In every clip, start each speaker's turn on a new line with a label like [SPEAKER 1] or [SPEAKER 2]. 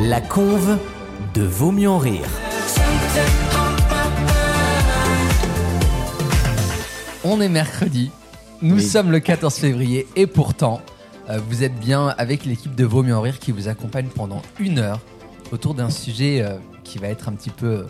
[SPEAKER 1] La conve de Vaut mieux en rire.
[SPEAKER 2] On est mercredi, nous sommes le 14 février et pourtant, euh, vous êtes bien avec l'équipe de Vaut mieux en rire qui vous accompagne pendant une heure autour d'un sujet euh, qui va être un petit peu euh,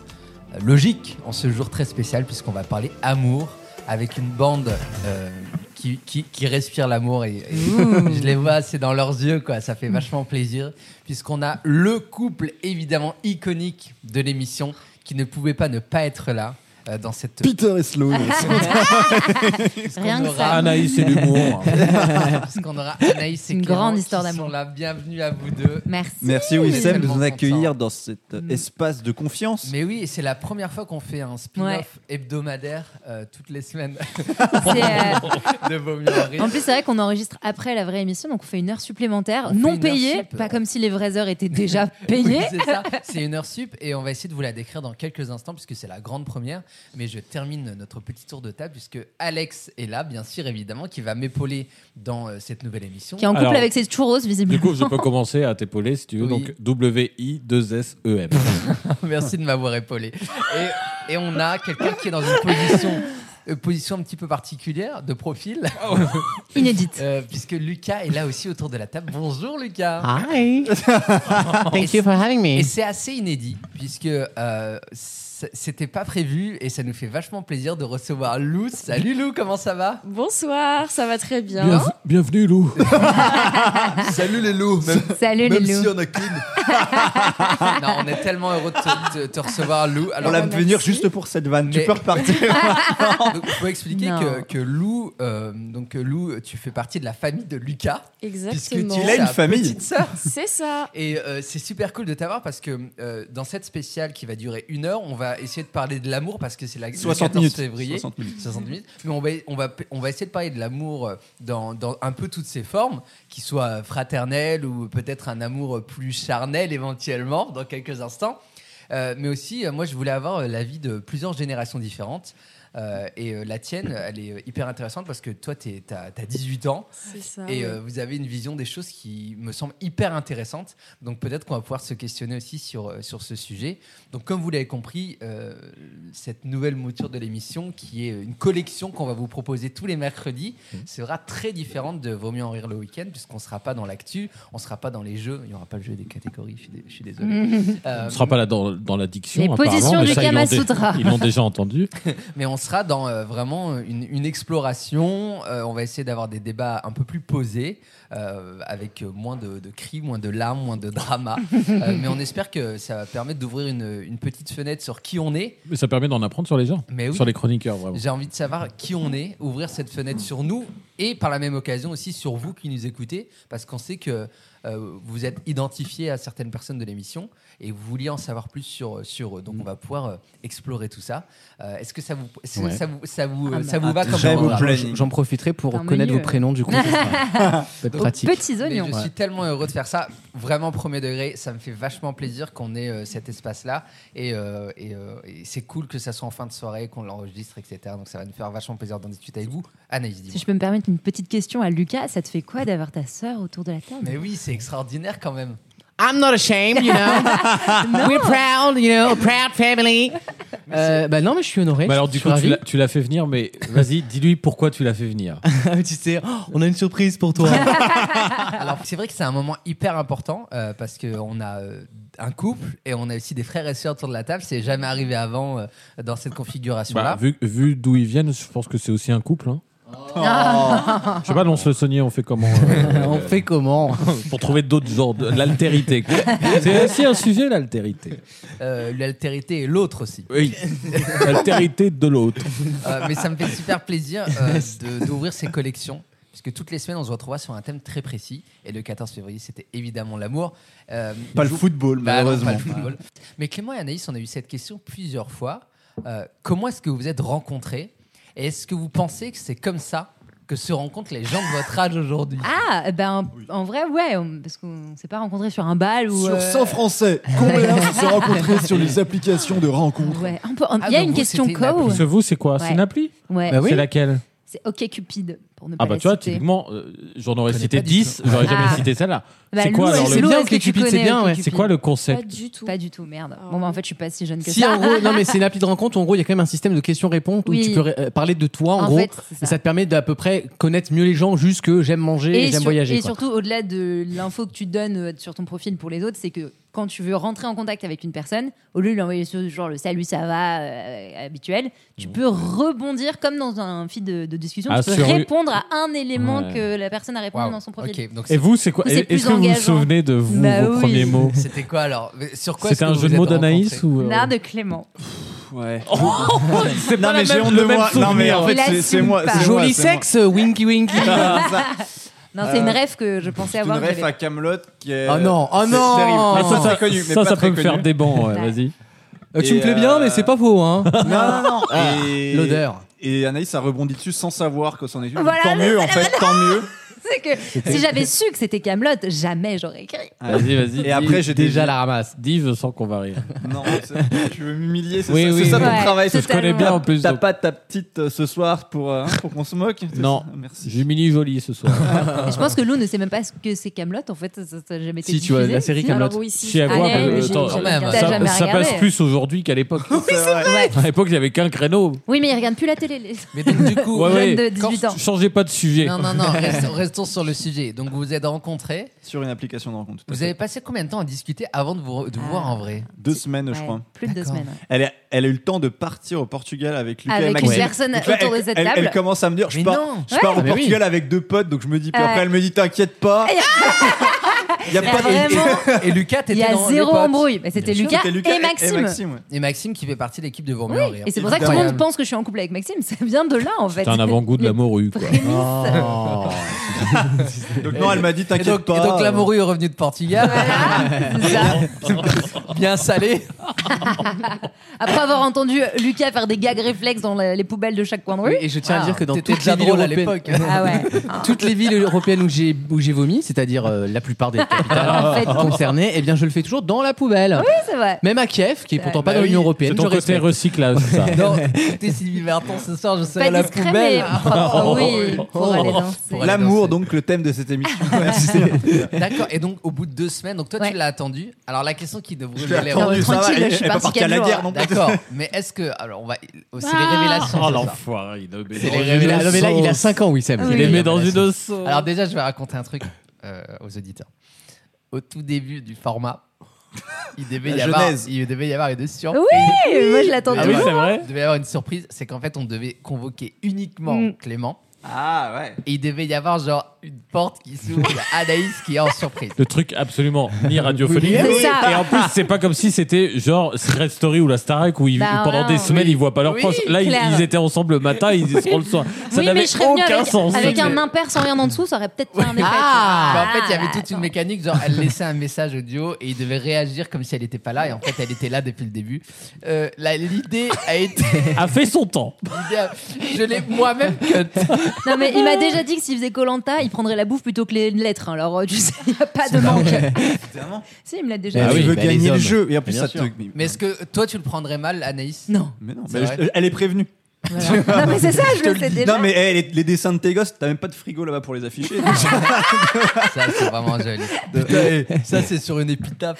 [SPEAKER 2] logique en ce jour très spécial puisqu'on va parler amour avec une bande euh, qui, qui- qui respire l'amour et, et je les vois, c'est dans leurs yeux quoi, ça fait vachement plaisir puisqu'on a le couple évidemment iconique de l'émission qui ne pouvait pas ne pas être là euh, dans cette
[SPEAKER 3] Peter et Sloan.
[SPEAKER 2] puisqu'on
[SPEAKER 4] Rien que
[SPEAKER 2] aura-
[SPEAKER 4] ça.
[SPEAKER 5] Anaïs et l'humour.
[SPEAKER 2] Parce qu'on aura Anaïs et
[SPEAKER 4] Une
[SPEAKER 2] Clément
[SPEAKER 4] grande
[SPEAKER 2] qui
[SPEAKER 4] histoire d'amour.
[SPEAKER 2] sont là. Bienvenue à vous deux.
[SPEAKER 4] Merci.
[SPEAKER 5] Merci
[SPEAKER 2] Wissem
[SPEAKER 5] Wissem
[SPEAKER 2] de
[SPEAKER 5] de
[SPEAKER 2] nous
[SPEAKER 5] nous
[SPEAKER 2] accueillir
[SPEAKER 5] accueillir dans cet euh, espace de confiance.
[SPEAKER 2] Mais oui, et c'est la première fois qu'on fait un spin-off
[SPEAKER 4] Ouais.
[SPEAKER 2] hebdomadaire euh, toutes les semaines
[SPEAKER 4] C'est, euh,
[SPEAKER 2] de Vaut mieux en rire.
[SPEAKER 4] en plus, c'est vrai qu'on enregistre après la vraie émission, donc on fait une heure supplémentaire,
[SPEAKER 2] On fait
[SPEAKER 4] non
[SPEAKER 2] une heure
[SPEAKER 4] payée,
[SPEAKER 2] sup.
[SPEAKER 4] pas comme si les vraies heures étaient déjà
[SPEAKER 2] Oui,
[SPEAKER 4] payées.
[SPEAKER 2] c'est ça, c'est une heure sup et on va essayer de vous la décrire dans quelques instants puisque c'est la grande première. Mais je termine notre petit tour de table puisque Alex est là, bien sûr, évidemment, qui va m'épauler dans euh, cette nouvelle émission.
[SPEAKER 4] Qui est en couple
[SPEAKER 6] Alors,
[SPEAKER 4] avec ses churros,
[SPEAKER 6] Du
[SPEAKER 4] visiblement.
[SPEAKER 6] coup, je peux commencer à t'épauler si tu veux.
[SPEAKER 2] Oui.
[SPEAKER 6] Donc W-I-2-S-E-M.
[SPEAKER 2] Merci de m'avoir épaulé. Et, et on a quelqu'un qui est dans une position, euh, position un petit peu particulière de profil.
[SPEAKER 4] Inédite.
[SPEAKER 2] Euh, puisque Lucas est là aussi autour de la table. Bonjour Lucas.
[SPEAKER 7] Hi. Thank you for having
[SPEAKER 2] Et
[SPEAKER 7] me.
[SPEAKER 2] c'est assez inédit puisque euh, c- c'était pas prévu et ça nous fait vachement plaisir de recevoir Lou. Salut Lou, comment ça va
[SPEAKER 8] Bonsoir, ça va très bien.
[SPEAKER 6] Bienvenue Lou.
[SPEAKER 3] Salut les loups. Même,
[SPEAKER 4] Salut
[SPEAKER 3] même
[SPEAKER 4] les
[SPEAKER 3] si
[SPEAKER 4] loups.
[SPEAKER 3] on a qu'une.
[SPEAKER 2] Non, on est tellement heureux de te, te- te recevoir Lou.
[SPEAKER 5] On
[SPEAKER 2] Alors,
[SPEAKER 5] l'a
[SPEAKER 8] merci.
[SPEAKER 5] venir juste pour cette vanne.
[SPEAKER 2] Mais-
[SPEAKER 5] Tu peux repartir.
[SPEAKER 2] il faut expliquer
[SPEAKER 4] Non.
[SPEAKER 2] que, que Lou, euh, donc euh, Lou, tu fais partie de la famille de Lucas puisque
[SPEAKER 8] Exactement.
[SPEAKER 2] tu
[SPEAKER 5] Il a
[SPEAKER 2] es
[SPEAKER 5] une
[SPEAKER 2] sa
[SPEAKER 5] famille.
[SPEAKER 2] petite sœur.
[SPEAKER 8] C'est ça.
[SPEAKER 2] Et euh, c'est super cool de t'avoir parce que euh, dans cette spéciale qui va durer une heure, on va essayer de parler de l'amour parce que c'est la le
[SPEAKER 5] 60
[SPEAKER 2] 14
[SPEAKER 5] minutes.
[SPEAKER 2] février.
[SPEAKER 5] 60 minutes.
[SPEAKER 2] 60 minutes. Mais on va, on, va, on va essayer de parler de l'amour euh, dans, dans un peu toutes ses formes, qu'il soit fraternel ou peut-être un amour plus charnel éventuellement dans quelques instants. Euh, mais aussi, euh, moi, je voulais avoir euh, l'avis de plusieurs générations différentes. Euh, et euh, la tienne, elle est euh, hyper intéressante parce que toi, tu as 18 ans.
[SPEAKER 8] C'est ça.
[SPEAKER 2] Et euh, vous avez une vision des choses qui me semble hyper intéressante. Donc peut-être qu'on va pouvoir se questionner aussi sur, euh, sur ce sujet. Donc comme vous l'avez compris, euh, cette nouvelle mouture de l'émission, qui est euh, une collection qu'on va vous proposer tous les mercredis,
[SPEAKER 6] Mhm.
[SPEAKER 2] sera très différente de Vaut mieux en rire le week-end, puisqu'on ne sera pas dans l'actu, on ne sera pas dans les jeux, il n'y aura pas le jeu des catégories, je suis, dé- je suis désolé. Euh,
[SPEAKER 6] On sera pas là dans, dans la diction.
[SPEAKER 4] Les
[SPEAKER 6] apparemment,
[SPEAKER 4] positions
[SPEAKER 6] mais
[SPEAKER 4] du
[SPEAKER 6] ça, ils l'ont dé-
[SPEAKER 4] Kamasutra.
[SPEAKER 6] Ils l'ont déjà entendu.
[SPEAKER 2] mais on sera dans euh, vraiment une, une exploration. Euh, on va essayer d'avoir des débats un peu plus posés, euh, avec euh, moins de, de cris, moins de larmes, moins de drama. Euh, mais on espère que ça va permettre d'ouvrir une, une petite fenêtre sur qui on est.
[SPEAKER 6] Mais ça permet d'en apprendre sur les gens,
[SPEAKER 2] Mais oui.
[SPEAKER 6] sur les chroniqueurs vraiment.
[SPEAKER 2] J'ai envie de savoir qui on est, ouvrir cette fenêtre sur nous et par la même occasion aussi sur vous qui nous écoutez, parce qu'on sait que euh, vous êtes identifiés à certaines personnes de l'émission et vous vouliez en savoir plus sur, sur eux. Donc on va pouvoir euh, explorer tout ça. Euh, Est-ce que ça vous, est-ce que
[SPEAKER 7] Ouais.
[SPEAKER 2] ça vous, ça vous, euh,
[SPEAKER 4] Ah bah,
[SPEAKER 2] ça vous va comme
[SPEAKER 5] très
[SPEAKER 2] programme
[SPEAKER 5] beau plan. planning.
[SPEAKER 7] J'en profiterai pour
[SPEAKER 4] Un
[SPEAKER 7] connaître
[SPEAKER 4] menu,
[SPEAKER 7] vos prénoms du coup. ça sera- ça peut être
[SPEAKER 2] Donc,
[SPEAKER 7] pratique.
[SPEAKER 4] Petits
[SPEAKER 2] Mais
[SPEAKER 4] oignons.
[SPEAKER 2] je suis tellement heureux de faire ça, vraiment premier degré. Ça me fait vachement plaisir qu'on ait euh, cet espace-là. Et, euh, et, euh, et c'est cool que ça soit en fin de soirée, qu'on l'enregistre, etc. Donc ça va nous faire vachement plaisir d'en discuter avec vous. Anaïs, dis
[SPEAKER 4] Si je peux me permettre une petite question à Lucas, ça te fait quoi d'avoir ta sœur autour de la table
[SPEAKER 2] Mais oui, c'est extraordinaire quand même.
[SPEAKER 7] I'm not ashamed, you know. We're proud, you know, a proud family. Euh, bah non, mais je suis honoré.
[SPEAKER 6] Mais alors du
[SPEAKER 7] je
[SPEAKER 6] coup,
[SPEAKER 7] suis
[SPEAKER 6] tu
[SPEAKER 7] ravi.
[SPEAKER 6] l'as- tu l'as fait venir, mais vas-y, dis-lui pourquoi tu l'as fait venir.
[SPEAKER 7] Ah, tu sais, oh, on a une surprise pour toi.
[SPEAKER 2] Alors c'est vrai que c'est un moment hyper important euh, parce qu'on a euh, un couple et on a aussi des frères et sœurs autour de la table. C'est jamais arrivé avant euh, dans cette
[SPEAKER 6] Bah,
[SPEAKER 2] configuration-là.
[SPEAKER 6] vu vu d'où ils viennent, je pense que c'est aussi un couple. Hein.
[SPEAKER 4] Ah.
[SPEAKER 6] Je sais pas, on se le soigner, on fait comment euh,
[SPEAKER 7] on fait comment
[SPEAKER 6] Pour trouver d'autres genres, de- l'altérité. quoi. C'est aussi un sujet, l'altérité.
[SPEAKER 2] Euh, L'altérité et l'autre aussi.
[SPEAKER 6] Oui, l'altérité de l'autre.
[SPEAKER 2] Euh, mais ça me fait super plaisir euh, de- d'ouvrir ces collections. Puisque toutes les semaines, on se retrouvera sur un thème très précis. Et le 14 février, c'était évidemment l'amour. Euh,
[SPEAKER 5] Pas le football,
[SPEAKER 2] bah non, pas
[SPEAKER 5] malheureusement.
[SPEAKER 2] le football. Mais Clément et Anaïs, on a eu cette question plusieurs fois. Euh, comment est-ce que vous vous êtes rencontrés Et est-ce que vous pensez que c'est comme ça que se rencontrent les gens de votre âge aujourd'hui
[SPEAKER 4] Ah, ben en vrai, ouais, on- parce qu'on s'est pas rencontrés sur un bal ou.
[SPEAKER 3] Sur
[SPEAKER 4] euh,
[SPEAKER 3] 100 Français, combien se sont rencontrés sur les applications de rencontres
[SPEAKER 4] Ouais, un peu- un-
[SPEAKER 2] Ah,
[SPEAKER 4] il y a
[SPEAKER 2] donc
[SPEAKER 4] une
[SPEAKER 2] vous,
[SPEAKER 4] question
[SPEAKER 2] c'était une
[SPEAKER 4] co.
[SPEAKER 6] Parce que vous, c'est quoi
[SPEAKER 4] Ouais.
[SPEAKER 6] C'est une appli
[SPEAKER 4] Ouais,
[SPEAKER 6] C'est laquelle
[SPEAKER 4] c'est OK Cupid. pour ne pas
[SPEAKER 6] Ah bah
[SPEAKER 4] la
[SPEAKER 6] tu vois,
[SPEAKER 4] citer.
[SPEAKER 6] typiquement, euh, j'en aurais
[SPEAKER 2] connais
[SPEAKER 6] cité
[SPEAKER 2] pas du
[SPEAKER 6] 10,
[SPEAKER 2] tout.
[SPEAKER 6] j'aurais jamais
[SPEAKER 4] Ah.
[SPEAKER 6] cité celle-là.
[SPEAKER 4] Bah,
[SPEAKER 6] c'est quoi,
[SPEAKER 4] Lou,
[SPEAKER 6] alors,
[SPEAKER 4] est-ce
[SPEAKER 6] le-
[SPEAKER 4] Lou,
[SPEAKER 7] bien,
[SPEAKER 4] est-ce que tu
[SPEAKER 7] Cupid, c'est
[SPEAKER 4] connais
[SPEAKER 7] bien, ouais.
[SPEAKER 4] Cupid
[SPEAKER 6] C'est quoi le
[SPEAKER 8] Pas
[SPEAKER 6] concept
[SPEAKER 8] du tout.
[SPEAKER 4] Pas du tout, merde.
[SPEAKER 8] Ah.
[SPEAKER 4] Bon, bah en fait, je suis pas si jeune que
[SPEAKER 7] Si
[SPEAKER 4] ça.
[SPEAKER 7] en gros, non mais c'est une appli de rencontre. En gros, il y a quand même un système de questions-réponses où
[SPEAKER 4] Oui.
[SPEAKER 7] tu peux ré- euh, parler de toi en,
[SPEAKER 4] En
[SPEAKER 7] gros.
[SPEAKER 4] fait, c'est ça.
[SPEAKER 7] Et ça te permet d'à peu près connaître mieux les gens, juste que j'aime manger et, j'aime
[SPEAKER 4] sur-
[SPEAKER 7] voyager.
[SPEAKER 4] et
[SPEAKER 7] quoi.
[SPEAKER 4] surtout, au-delà de l'info que tu donnes euh, sur ton profil pour les autres, c'est que quand tu veux rentrer en contact avec une personne, au lieu de lui envoyer ce genre le salut, ça va euh, habituel, tu peux rebondir comme dans un feed de, de discussion.
[SPEAKER 6] Ah,
[SPEAKER 4] tu peux
[SPEAKER 6] sur-
[SPEAKER 4] répondre à un un élément
[SPEAKER 6] Ouais.
[SPEAKER 4] que la personne a répondu
[SPEAKER 2] Waouh,
[SPEAKER 4] dans son profil.
[SPEAKER 2] Ok, donc
[SPEAKER 6] Et
[SPEAKER 2] c'est-
[SPEAKER 6] vous, c'est quoi
[SPEAKER 4] C'est
[SPEAKER 6] Est-ce
[SPEAKER 4] plus
[SPEAKER 6] que vous vous
[SPEAKER 4] engageant.
[SPEAKER 6] souvenez de vous,
[SPEAKER 4] Bah
[SPEAKER 6] vos
[SPEAKER 4] oui.
[SPEAKER 6] premiers mots
[SPEAKER 2] c'était quoi alors Mais Sur quoi
[SPEAKER 6] C'était
[SPEAKER 2] est-ce
[SPEAKER 6] un
[SPEAKER 2] que
[SPEAKER 6] jeu
[SPEAKER 2] vous
[SPEAKER 6] de mots
[SPEAKER 2] êtes rencontrés
[SPEAKER 6] d'Anaïs ou euh,
[SPEAKER 4] L'art de Clément.
[SPEAKER 5] Ouais.
[SPEAKER 6] C'est
[SPEAKER 5] non,
[SPEAKER 6] pas la
[SPEAKER 5] mais j'ai
[SPEAKER 6] même-
[SPEAKER 5] honte
[SPEAKER 6] le
[SPEAKER 5] de
[SPEAKER 6] même
[SPEAKER 5] moi. Non, mais
[SPEAKER 6] souvenir.
[SPEAKER 5] en fait,
[SPEAKER 4] Il
[SPEAKER 5] c'est- c'est
[SPEAKER 4] assume
[SPEAKER 5] moi.
[SPEAKER 4] pas.
[SPEAKER 5] c'est moi,
[SPEAKER 7] Joli
[SPEAKER 5] c'est
[SPEAKER 7] sexe, winky winky.
[SPEAKER 5] moi. Ah, ça,
[SPEAKER 4] Non, c'est une
[SPEAKER 5] Euh,
[SPEAKER 4] rêve que je pensais
[SPEAKER 5] C'est une
[SPEAKER 4] avoir. que
[SPEAKER 5] ref
[SPEAKER 4] j'avais-
[SPEAKER 5] à Camelot qui est.
[SPEAKER 7] Oh non, oh
[SPEAKER 5] Euh, c'est
[SPEAKER 7] non.
[SPEAKER 5] terrible.
[SPEAKER 7] Ah,
[SPEAKER 5] Mais
[SPEAKER 7] ça,
[SPEAKER 5] ça,
[SPEAKER 6] ça-
[SPEAKER 5] c'est connu,
[SPEAKER 6] Ça,
[SPEAKER 5] mais pas
[SPEAKER 6] ça
[SPEAKER 5] très
[SPEAKER 6] peut me faire
[SPEAKER 5] connu.
[SPEAKER 6] des bancs, ouais, vas-y.
[SPEAKER 7] Euh, tu
[SPEAKER 5] Et
[SPEAKER 7] me plais bien,
[SPEAKER 5] euh,
[SPEAKER 7] mais c'est pas faux, hein. Ah,
[SPEAKER 5] Non, non, non. Et-
[SPEAKER 7] L'odeur.
[SPEAKER 5] Et Anaïs a rebondi dessus sans savoir que c'en est une.
[SPEAKER 4] Voilà,
[SPEAKER 5] tant mieux, en fait, tant mieux.
[SPEAKER 4] C'est que si j'avais su que c'était Camelot, jamais j'aurais écrit.
[SPEAKER 6] Ah, Vas-y, vas-y.
[SPEAKER 5] Et après, j'ai
[SPEAKER 6] déjà
[SPEAKER 5] des-
[SPEAKER 6] la ramasse. Dive sans qu'on varie.
[SPEAKER 5] Non, c'est- tu veux m'humilier, c'est
[SPEAKER 6] Oui,
[SPEAKER 5] ça,
[SPEAKER 6] oui,
[SPEAKER 5] c'est ça
[SPEAKER 6] oui.
[SPEAKER 5] ton
[SPEAKER 4] Ouais,
[SPEAKER 5] travail.
[SPEAKER 4] c'est
[SPEAKER 5] c'est
[SPEAKER 6] Je connais
[SPEAKER 4] Totalement.
[SPEAKER 6] bien en plus.
[SPEAKER 5] T'as
[SPEAKER 6] donc.
[SPEAKER 5] pas ta petite euh, ce soir pour, euh, hein, pour qu'on se moque c'est
[SPEAKER 6] Non.
[SPEAKER 5] ça Merci.
[SPEAKER 6] J'humilie joli ce soir.
[SPEAKER 4] Et je pense que Lou ne sait même pas ce que c'est Camelot. En fait, ça- ça ça n'a jamais été
[SPEAKER 7] Si, tu vois,
[SPEAKER 4] diffusé.
[SPEAKER 7] la série
[SPEAKER 4] Si. Ah,
[SPEAKER 7] Kaamelott.
[SPEAKER 8] Alors oui, si.
[SPEAKER 6] Chier à voir,
[SPEAKER 8] Annelle,
[SPEAKER 6] euh,
[SPEAKER 8] j'ai-
[SPEAKER 6] attends,
[SPEAKER 8] j'ai
[SPEAKER 2] quand même.
[SPEAKER 8] regardé.
[SPEAKER 4] T'as jamais
[SPEAKER 6] Ça, ça passe
[SPEAKER 4] regardé.
[SPEAKER 6] plus aujourd'hui qu'à l'époque.
[SPEAKER 5] C'est vrai.
[SPEAKER 4] Ouais.
[SPEAKER 6] À l'époque, j'avais qu'un créneau.
[SPEAKER 4] Oui, mais il regarde plus la télé. les-
[SPEAKER 2] Mais donc du coup,
[SPEAKER 6] Ouais,
[SPEAKER 4] Jeune
[SPEAKER 6] ouais.
[SPEAKER 4] de 18 ans.
[SPEAKER 6] Changez pas de sujet.
[SPEAKER 2] non non non, restons, restons sur le sujet. Donc vous vous êtes rencontrés.
[SPEAKER 5] Sur une application de rencontre. tout à
[SPEAKER 2] Vous
[SPEAKER 5] fait.
[SPEAKER 2] avez passé combien de temps à discuter avant de vous, de vous
[SPEAKER 4] Ah.
[SPEAKER 2] voir en vrai
[SPEAKER 5] Deux semaines, je
[SPEAKER 4] Ouais,
[SPEAKER 5] crois.
[SPEAKER 4] Plus de deux
[SPEAKER 2] D'accord.
[SPEAKER 4] semaines.
[SPEAKER 5] Elle a, elle a eu le temps de partir au Portugal avec Lucas et
[SPEAKER 4] Avec une
[SPEAKER 5] Maxime.
[SPEAKER 4] personne
[SPEAKER 5] Donc là,
[SPEAKER 4] autour
[SPEAKER 5] elle,
[SPEAKER 4] de cette
[SPEAKER 5] elle-
[SPEAKER 4] table.
[SPEAKER 5] elle commence à me dire, je
[SPEAKER 2] Mais
[SPEAKER 5] pars,
[SPEAKER 2] non.
[SPEAKER 5] je pars
[SPEAKER 6] Ouais.
[SPEAKER 5] au
[SPEAKER 6] Mais oui.
[SPEAKER 5] Portugal avec deux potes, donc je me dis, puis après
[SPEAKER 4] Ouais.
[SPEAKER 5] elle me dit, t'inquiète pas. Il y a
[SPEAKER 4] Mais
[SPEAKER 5] pas de.
[SPEAKER 4] vraiment,
[SPEAKER 2] Et Lucas, t'étais
[SPEAKER 4] il y a
[SPEAKER 2] dans les
[SPEAKER 4] zéro
[SPEAKER 2] potes.
[SPEAKER 4] embrouille. Mais c'était
[SPEAKER 2] Bien sûr,
[SPEAKER 4] Lucas,
[SPEAKER 5] C'était
[SPEAKER 4] et Maxime.
[SPEAKER 5] ouais.
[SPEAKER 2] Et Maxime qui fait partie de l'équipe de Vaut mieux en rire.
[SPEAKER 4] Et c'est pour ça que tout le monde pense que je suis en couple avec Maxime. Ça vient de là, en fait.
[SPEAKER 6] C'est un avant-goût de la
[SPEAKER 4] Les
[SPEAKER 6] morue. Quoi. Oh.
[SPEAKER 4] prémices.
[SPEAKER 5] Donc non, elle m'a dit,
[SPEAKER 2] Et donc,
[SPEAKER 5] t'inquiète
[SPEAKER 2] et
[SPEAKER 5] pas.
[SPEAKER 2] donc la morue est revenue de Portugal,
[SPEAKER 4] Voilà, c'est ça.
[SPEAKER 2] bien salée.
[SPEAKER 4] Après avoir entendu Lucas faire des gags réflexes dans la- les poubelles de chaque coin de rue.
[SPEAKER 7] Et je tiens à dire que dans
[SPEAKER 2] T'étais
[SPEAKER 7] toutes
[SPEAKER 2] déjà
[SPEAKER 7] les villes
[SPEAKER 2] drôle à
[SPEAKER 7] européennes,
[SPEAKER 2] l'époque.
[SPEAKER 4] Ah ouais.
[SPEAKER 7] toutes les villes européennes où j'ai où j'ai vomi, c'est-à-dire euh, la plupart des
[SPEAKER 4] Ah, En
[SPEAKER 7] capitales
[SPEAKER 4] fait.
[SPEAKER 7] concernées, eh bien je le fais toujours dans la poubelle.
[SPEAKER 4] Oui, c'est vrai.
[SPEAKER 7] Même à Kiev, qui est pourtant pas
[SPEAKER 2] Bah
[SPEAKER 7] dans l'Union
[SPEAKER 2] oui,
[SPEAKER 6] C'est
[SPEAKER 7] européenne.
[SPEAKER 6] ton
[SPEAKER 7] je
[SPEAKER 6] côté
[SPEAKER 7] respecte.
[SPEAKER 6] recyclage, ça.
[SPEAKER 2] Non, écoutez Sylvie Vartan ce soir, je serai
[SPEAKER 4] Pas
[SPEAKER 2] à la
[SPEAKER 4] discret, mais
[SPEAKER 2] poubelle. oh,
[SPEAKER 4] propre, oui, pour aller danser.
[SPEAKER 2] Pour aller
[SPEAKER 5] L'amour,
[SPEAKER 2] danser. Ah,
[SPEAKER 5] donc le thème de cette émission. Ouais, c'est-
[SPEAKER 2] D'accord, et donc au bout de deux semaines, donc toi
[SPEAKER 4] Ouais.
[SPEAKER 2] tu l'as attendu. Alors la question qui devrait
[SPEAKER 5] Je l'ai
[SPEAKER 2] les
[SPEAKER 5] attendu, ça va,
[SPEAKER 4] tranquille,
[SPEAKER 5] elle-
[SPEAKER 4] je suis
[SPEAKER 5] elle est pas
[SPEAKER 4] partie
[SPEAKER 5] partie à
[SPEAKER 4] quatre
[SPEAKER 5] la
[SPEAKER 4] jours.
[SPEAKER 5] guerre non plus.
[SPEAKER 2] D'accord, mais est-ce que. Alors on va. C'est les
[SPEAKER 8] Ah.
[SPEAKER 6] Oh
[SPEAKER 2] révélations. ce soir.
[SPEAKER 6] l'enfoiré, il
[SPEAKER 2] C'est les
[SPEAKER 7] Mais là- non, mais là, il a
[SPEAKER 6] cinq
[SPEAKER 7] 5 ans, Wissem.
[SPEAKER 6] Il
[SPEAKER 4] Ah Oui.
[SPEAKER 6] les
[SPEAKER 2] Il
[SPEAKER 6] met
[SPEAKER 2] a
[SPEAKER 6] dans
[SPEAKER 2] la
[SPEAKER 6] une sauce.
[SPEAKER 2] Alors déjà, je vais raconter un truc euh, aux auditeurs. Au tout début du format, il devait,
[SPEAKER 5] La
[SPEAKER 2] y, avoir,
[SPEAKER 5] genèse.
[SPEAKER 2] il devait y avoir une surprise.
[SPEAKER 4] Oui, moi je
[SPEAKER 6] Ah
[SPEAKER 4] l'attendais.
[SPEAKER 6] oui, c'est vrai
[SPEAKER 2] Il devait y avoir une surprise, c'est qu'en fait on devait convoquer uniquement
[SPEAKER 4] Mm.
[SPEAKER 2] Clément
[SPEAKER 5] Ah ouais.
[SPEAKER 2] et il devait y avoir genre une porte qui s'ouvre, il y a Anaïs qui est en surprise.
[SPEAKER 6] Le truc absolument ni radiophonique.
[SPEAKER 4] C'est
[SPEAKER 6] ni-
[SPEAKER 4] ça.
[SPEAKER 6] Et en plus, c'est pas comme si c'était genre Secret Story ou la Starac où ils-
[SPEAKER 4] Bah,
[SPEAKER 6] pendant
[SPEAKER 4] non.
[SPEAKER 6] des semaines
[SPEAKER 2] Oui.
[SPEAKER 6] ils voient pas leurs
[SPEAKER 2] Oui,
[SPEAKER 6] proches. Là, ils,
[SPEAKER 4] clair.
[SPEAKER 6] ils étaient ensemble le matin, ils seront le soir. Ça
[SPEAKER 4] oui,
[SPEAKER 6] n'avait
[SPEAKER 4] mais je serais venue
[SPEAKER 6] aucun
[SPEAKER 4] avec,
[SPEAKER 6] sens.
[SPEAKER 4] avec
[SPEAKER 6] ce
[SPEAKER 4] un
[SPEAKER 6] truc.
[SPEAKER 4] impair sans rien en dessous, ça aurait peut-être fait un effet.
[SPEAKER 2] Mais en
[SPEAKER 4] Ah,
[SPEAKER 2] fait, il y avait toute une mécanique, genre elle laissait un message audio et il devait réagir comme si elle n'était pas là et en fait elle était là depuis le début. Euh, là, L'idée a été...
[SPEAKER 6] a fait son temps.
[SPEAKER 2] l'idée a- je l'ai moi-même cut.
[SPEAKER 4] Non, mais il m'a déjà dit que s'il faisait Colanta, il prendrait la bouffe plutôt que les lettres. hein. Alors, euh, tu sais, il n'y a pas de manque.
[SPEAKER 5] Évidemment.
[SPEAKER 4] Si, il me l'a
[SPEAKER 7] Ah
[SPEAKER 4] déjà
[SPEAKER 5] tu
[SPEAKER 4] dit.
[SPEAKER 7] oui,
[SPEAKER 5] veux
[SPEAKER 7] bah, les
[SPEAKER 5] gagner
[SPEAKER 7] hommes.
[SPEAKER 5] le jeu. Et en plus,
[SPEAKER 7] bien
[SPEAKER 5] ça
[SPEAKER 7] sûr.
[SPEAKER 5] te.
[SPEAKER 2] Mais est-ce que toi tu le prendrais mal, Anaïs
[SPEAKER 4] Non.
[SPEAKER 5] Mais non,
[SPEAKER 2] C'est
[SPEAKER 5] mais
[SPEAKER 2] vrai.
[SPEAKER 5] je- elle est prévenue.
[SPEAKER 4] Non, mais c'est ça, je,
[SPEAKER 5] Je te
[SPEAKER 4] le
[SPEAKER 5] le
[SPEAKER 4] sais
[SPEAKER 5] dis.
[SPEAKER 4] déjà.
[SPEAKER 5] Non, mais hey, les, les dessins de tes gosses, t'as même pas de frigo là-bas pour les afficher. Donc,
[SPEAKER 2] Ça, c'est vraiment joli.
[SPEAKER 5] Putain, hey.
[SPEAKER 2] Ça, c'est sur une épitaphe.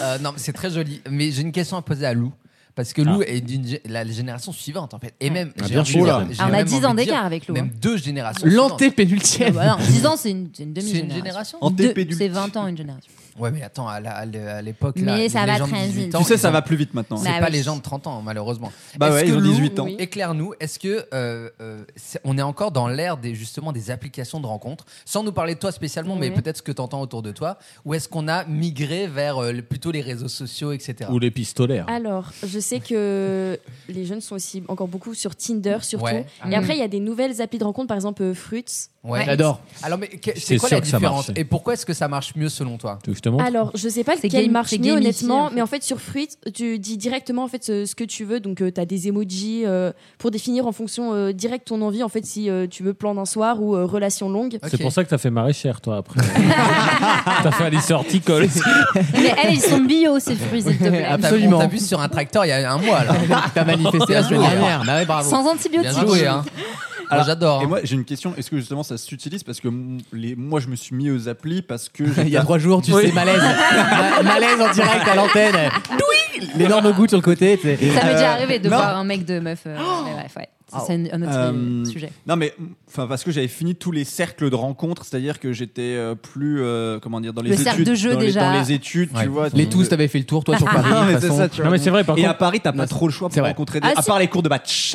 [SPEAKER 2] Euh, non, mais c'est très joli. Mais j'ai une question à poser à Lou. Parce que
[SPEAKER 5] Ah.
[SPEAKER 2] Lou est d'une gé- la génération suivante, en fait. Et même.
[SPEAKER 6] Ah,
[SPEAKER 2] j'ai
[SPEAKER 6] bien
[SPEAKER 2] envie
[SPEAKER 6] sûr.
[SPEAKER 2] de-
[SPEAKER 6] Oh là.
[SPEAKER 2] j'ai
[SPEAKER 4] Ah, on a
[SPEAKER 2] même
[SPEAKER 4] 10
[SPEAKER 2] envie
[SPEAKER 4] ans
[SPEAKER 2] de dire,
[SPEAKER 4] d'écart avec Lou. hein.
[SPEAKER 2] Même deux générations. suivantes.
[SPEAKER 4] Ah,
[SPEAKER 7] L'antépénultième.
[SPEAKER 4] bah non, 10 ans, c'est une, c'est une
[SPEAKER 2] C'est une
[SPEAKER 4] demi-génération.
[SPEAKER 2] génération.
[SPEAKER 5] En
[SPEAKER 4] Deux,
[SPEAKER 5] TP
[SPEAKER 4] C'est 20 ans, une génération.
[SPEAKER 2] Ouais, mais attends, à la- à l'é- à l'époque. là,
[SPEAKER 4] Mais
[SPEAKER 2] les
[SPEAKER 4] ça va
[SPEAKER 2] gens de
[SPEAKER 4] très
[SPEAKER 2] 18
[SPEAKER 4] vite.
[SPEAKER 2] ans,
[SPEAKER 5] tu sais, ça
[SPEAKER 2] ils ont-
[SPEAKER 5] va plus vite maintenant.
[SPEAKER 2] C'est
[SPEAKER 4] Bah
[SPEAKER 2] pas
[SPEAKER 4] oui.
[SPEAKER 2] les gens de 30 ans, malheureusement.
[SPEAKER 5] Bah
[SPEAKER 2] Est-ce
[SPEAKER 5] ouais,
[SPEAKER 2] que
[SPEAKER 5] ils ont
[SPEAKER 2] Lou-
[SPEAKER 5] 18 ans.
[SPEAKER 8] Oui.
[SPEAKER 2] Éclaire-nous, est-ce que euh, euh, c'est- on est encore dans l'ère des justement des applications de rencontres, sans nous parler de toi spécialement, mais
[SPEAKER 8] Oui.
[SPEAKER 2] peut-être ce que tu entends autour de toi, ou est-ce qu'on a migré vers euh, le- plutôt les réseaux sociaux, etc.
[SPEAKER 6] Ou les pistolets.
[SPEAKER 8] Alors, je sais que les jeunes sont aussi encore beaucoup sur Tinder, surtout.
[SPEAKER 2] Ouais. Ah.
[SPEAKER 8] Et après, il y a des nouvelles applis de rencontre, par exemple euh, Fruits.
[SPEAKER 2] Ouais.
[SPEAKER 7] J'adore.
[SPEAKER 2] Alors mais que- c'est
[SPEAKER 6] J'étais
[SPEAKER 2] quoi
[SPEAKER 6] sûr
[SPEAKER 2] la
[SPEAKER 6] que ça
[SPEAKER 2] différence
[SPEAKER 6] marchait.
[SPEAKER 2] et pourquoi est-ce que ça marche mieux selon toi
[SPEAKER 6] Tu veux que je te montre
[SPEAKER 8] Alors, je sais pas
[SPEAKER 4] C'est
[SPEAKER 8] lequel
[SPEAKER 4] game-
[SPEAKER 8] marche
[SPEAKER 4] c'est
[SPEAKER 8] mieux,
[SPEAKER 4] gamifié,
[SPEAKER 8] honnêtement,
[SPEAKER 4] en fait.
[SPEAKER 8] mais en fait, sur Fruits, tu dis directement en fait, ce, ce que tu veux. Donc, tu as des emojis euh, pour définir en fonction euh, direct ton envie, en fait, si euh, tu veux plan d'un soir ou euh, relation longue.
[SPEAKER 2] Ok.
[SPEAKER 6] C'est pour ça que t'as fait maraîchère, toi, après. t'as fait Alice Horticole.
[SPEAKER 4] Mais elles, ils sont bio, ces fruits, s'il te plaît.
[SPEAKER 2] T'as-
[SPEAKER 7] Absolument.
[SPEAKER 2] On t'a vu sur un tracteur il y a un mois là.
[SPEAKER 7] T'as manifesté la semaine
[SPEAKER 2] Bien joué.
[SPEAKER 7] dernière. Bah ouais, bravo.
[SPEAKER 4] Sans
[SPEAKER 2] Bien
[SPEAKER 4] antibiotiques.
[SPEAKER 2] joué hein. Moi,
[SPEAKER 5] Alors,
[SPEAKER 2] j'adore.
[SPEAKER 5] Et
[SPEAKER 2] hein.
[SPEAKER 5] moi, j'ai une question. Est-ce que justement ça s'utilise Parce que m- les, moi, je me suis mis aux applis parce que.
[SPEAKER 7] Il y a trois jours, tu
[SPEAKER 5] Oui.
[SPEAKER 7] sais, malaise. Ma- malaise en direct à l'antenne. Oui L'énorme goutte sur le côté. tu sais.
[SPEAKER 4] Ça m'est
[SPEAKER 6] Euh,
[SPEAKER 4] déjà arrivé de
[SPEAKER 5] Euh, non.
[SPEAKER 4] voir un mec de meuf. euh,
[SPEAKER 6] Oh.
[SPEAKER 4] mais bref, ouais. Ça, c'est un un autre
[SPEAKER 5] Euh,
[SPEAKER 4] sujet.
[SPEAKER 5] Non, mais enfin parce que j'avais fini tous les cercles de rencontres, c'est-à-dire que j'étais euh, plus euh, comment dire dans les
[SPEAKER 4] Le
[SPEAKER 5] études,
[SPEAKER 4] cercle de jeu,
[SPEAKER 5] dans, les-
[SPEAKER 4] déjà.
[SPEAKER 5] dans les études,
[SPEAKER 2] Ouais.
[SPEAKER 5] tu vois.
[SPEAKER 7] Les
[SPEAKER 5] tu-
[SPEAKER 7] tous, t'avais fait le tour, toi, sur Paris.
[SPEAKER 5] Non,
[SPEAKER 7] de
[SPEAKER 5] mais
[SPEAKER 7] toute
[SPEAKER 5] c'est
[SPEAKER 7] façon.
[SPEAKER 5] ça, tu vois.
[SPEAKER 6] Non, mais c'est vrai, par
[SPEAKER 5] Et
[SPEAKER 6] contre.
[SPEAKER 5] à Paris, t'as
[SPEAKER 7] Non,
[SPEAKER 5] pas
[SPEAKER 7] c'est-
[SPEAKER 5] trop le choix
[SPEAKER 7] c'est
[SPEAKER 5] pour
[SPEAKER 7] vrai.
[SPEAKER 5] rencontrer des.
[SPEAKER 4] Ah,
[SPEAKER 5] à
[SPEAKER 4] si.
[SPEAKER 5] part les cours de match.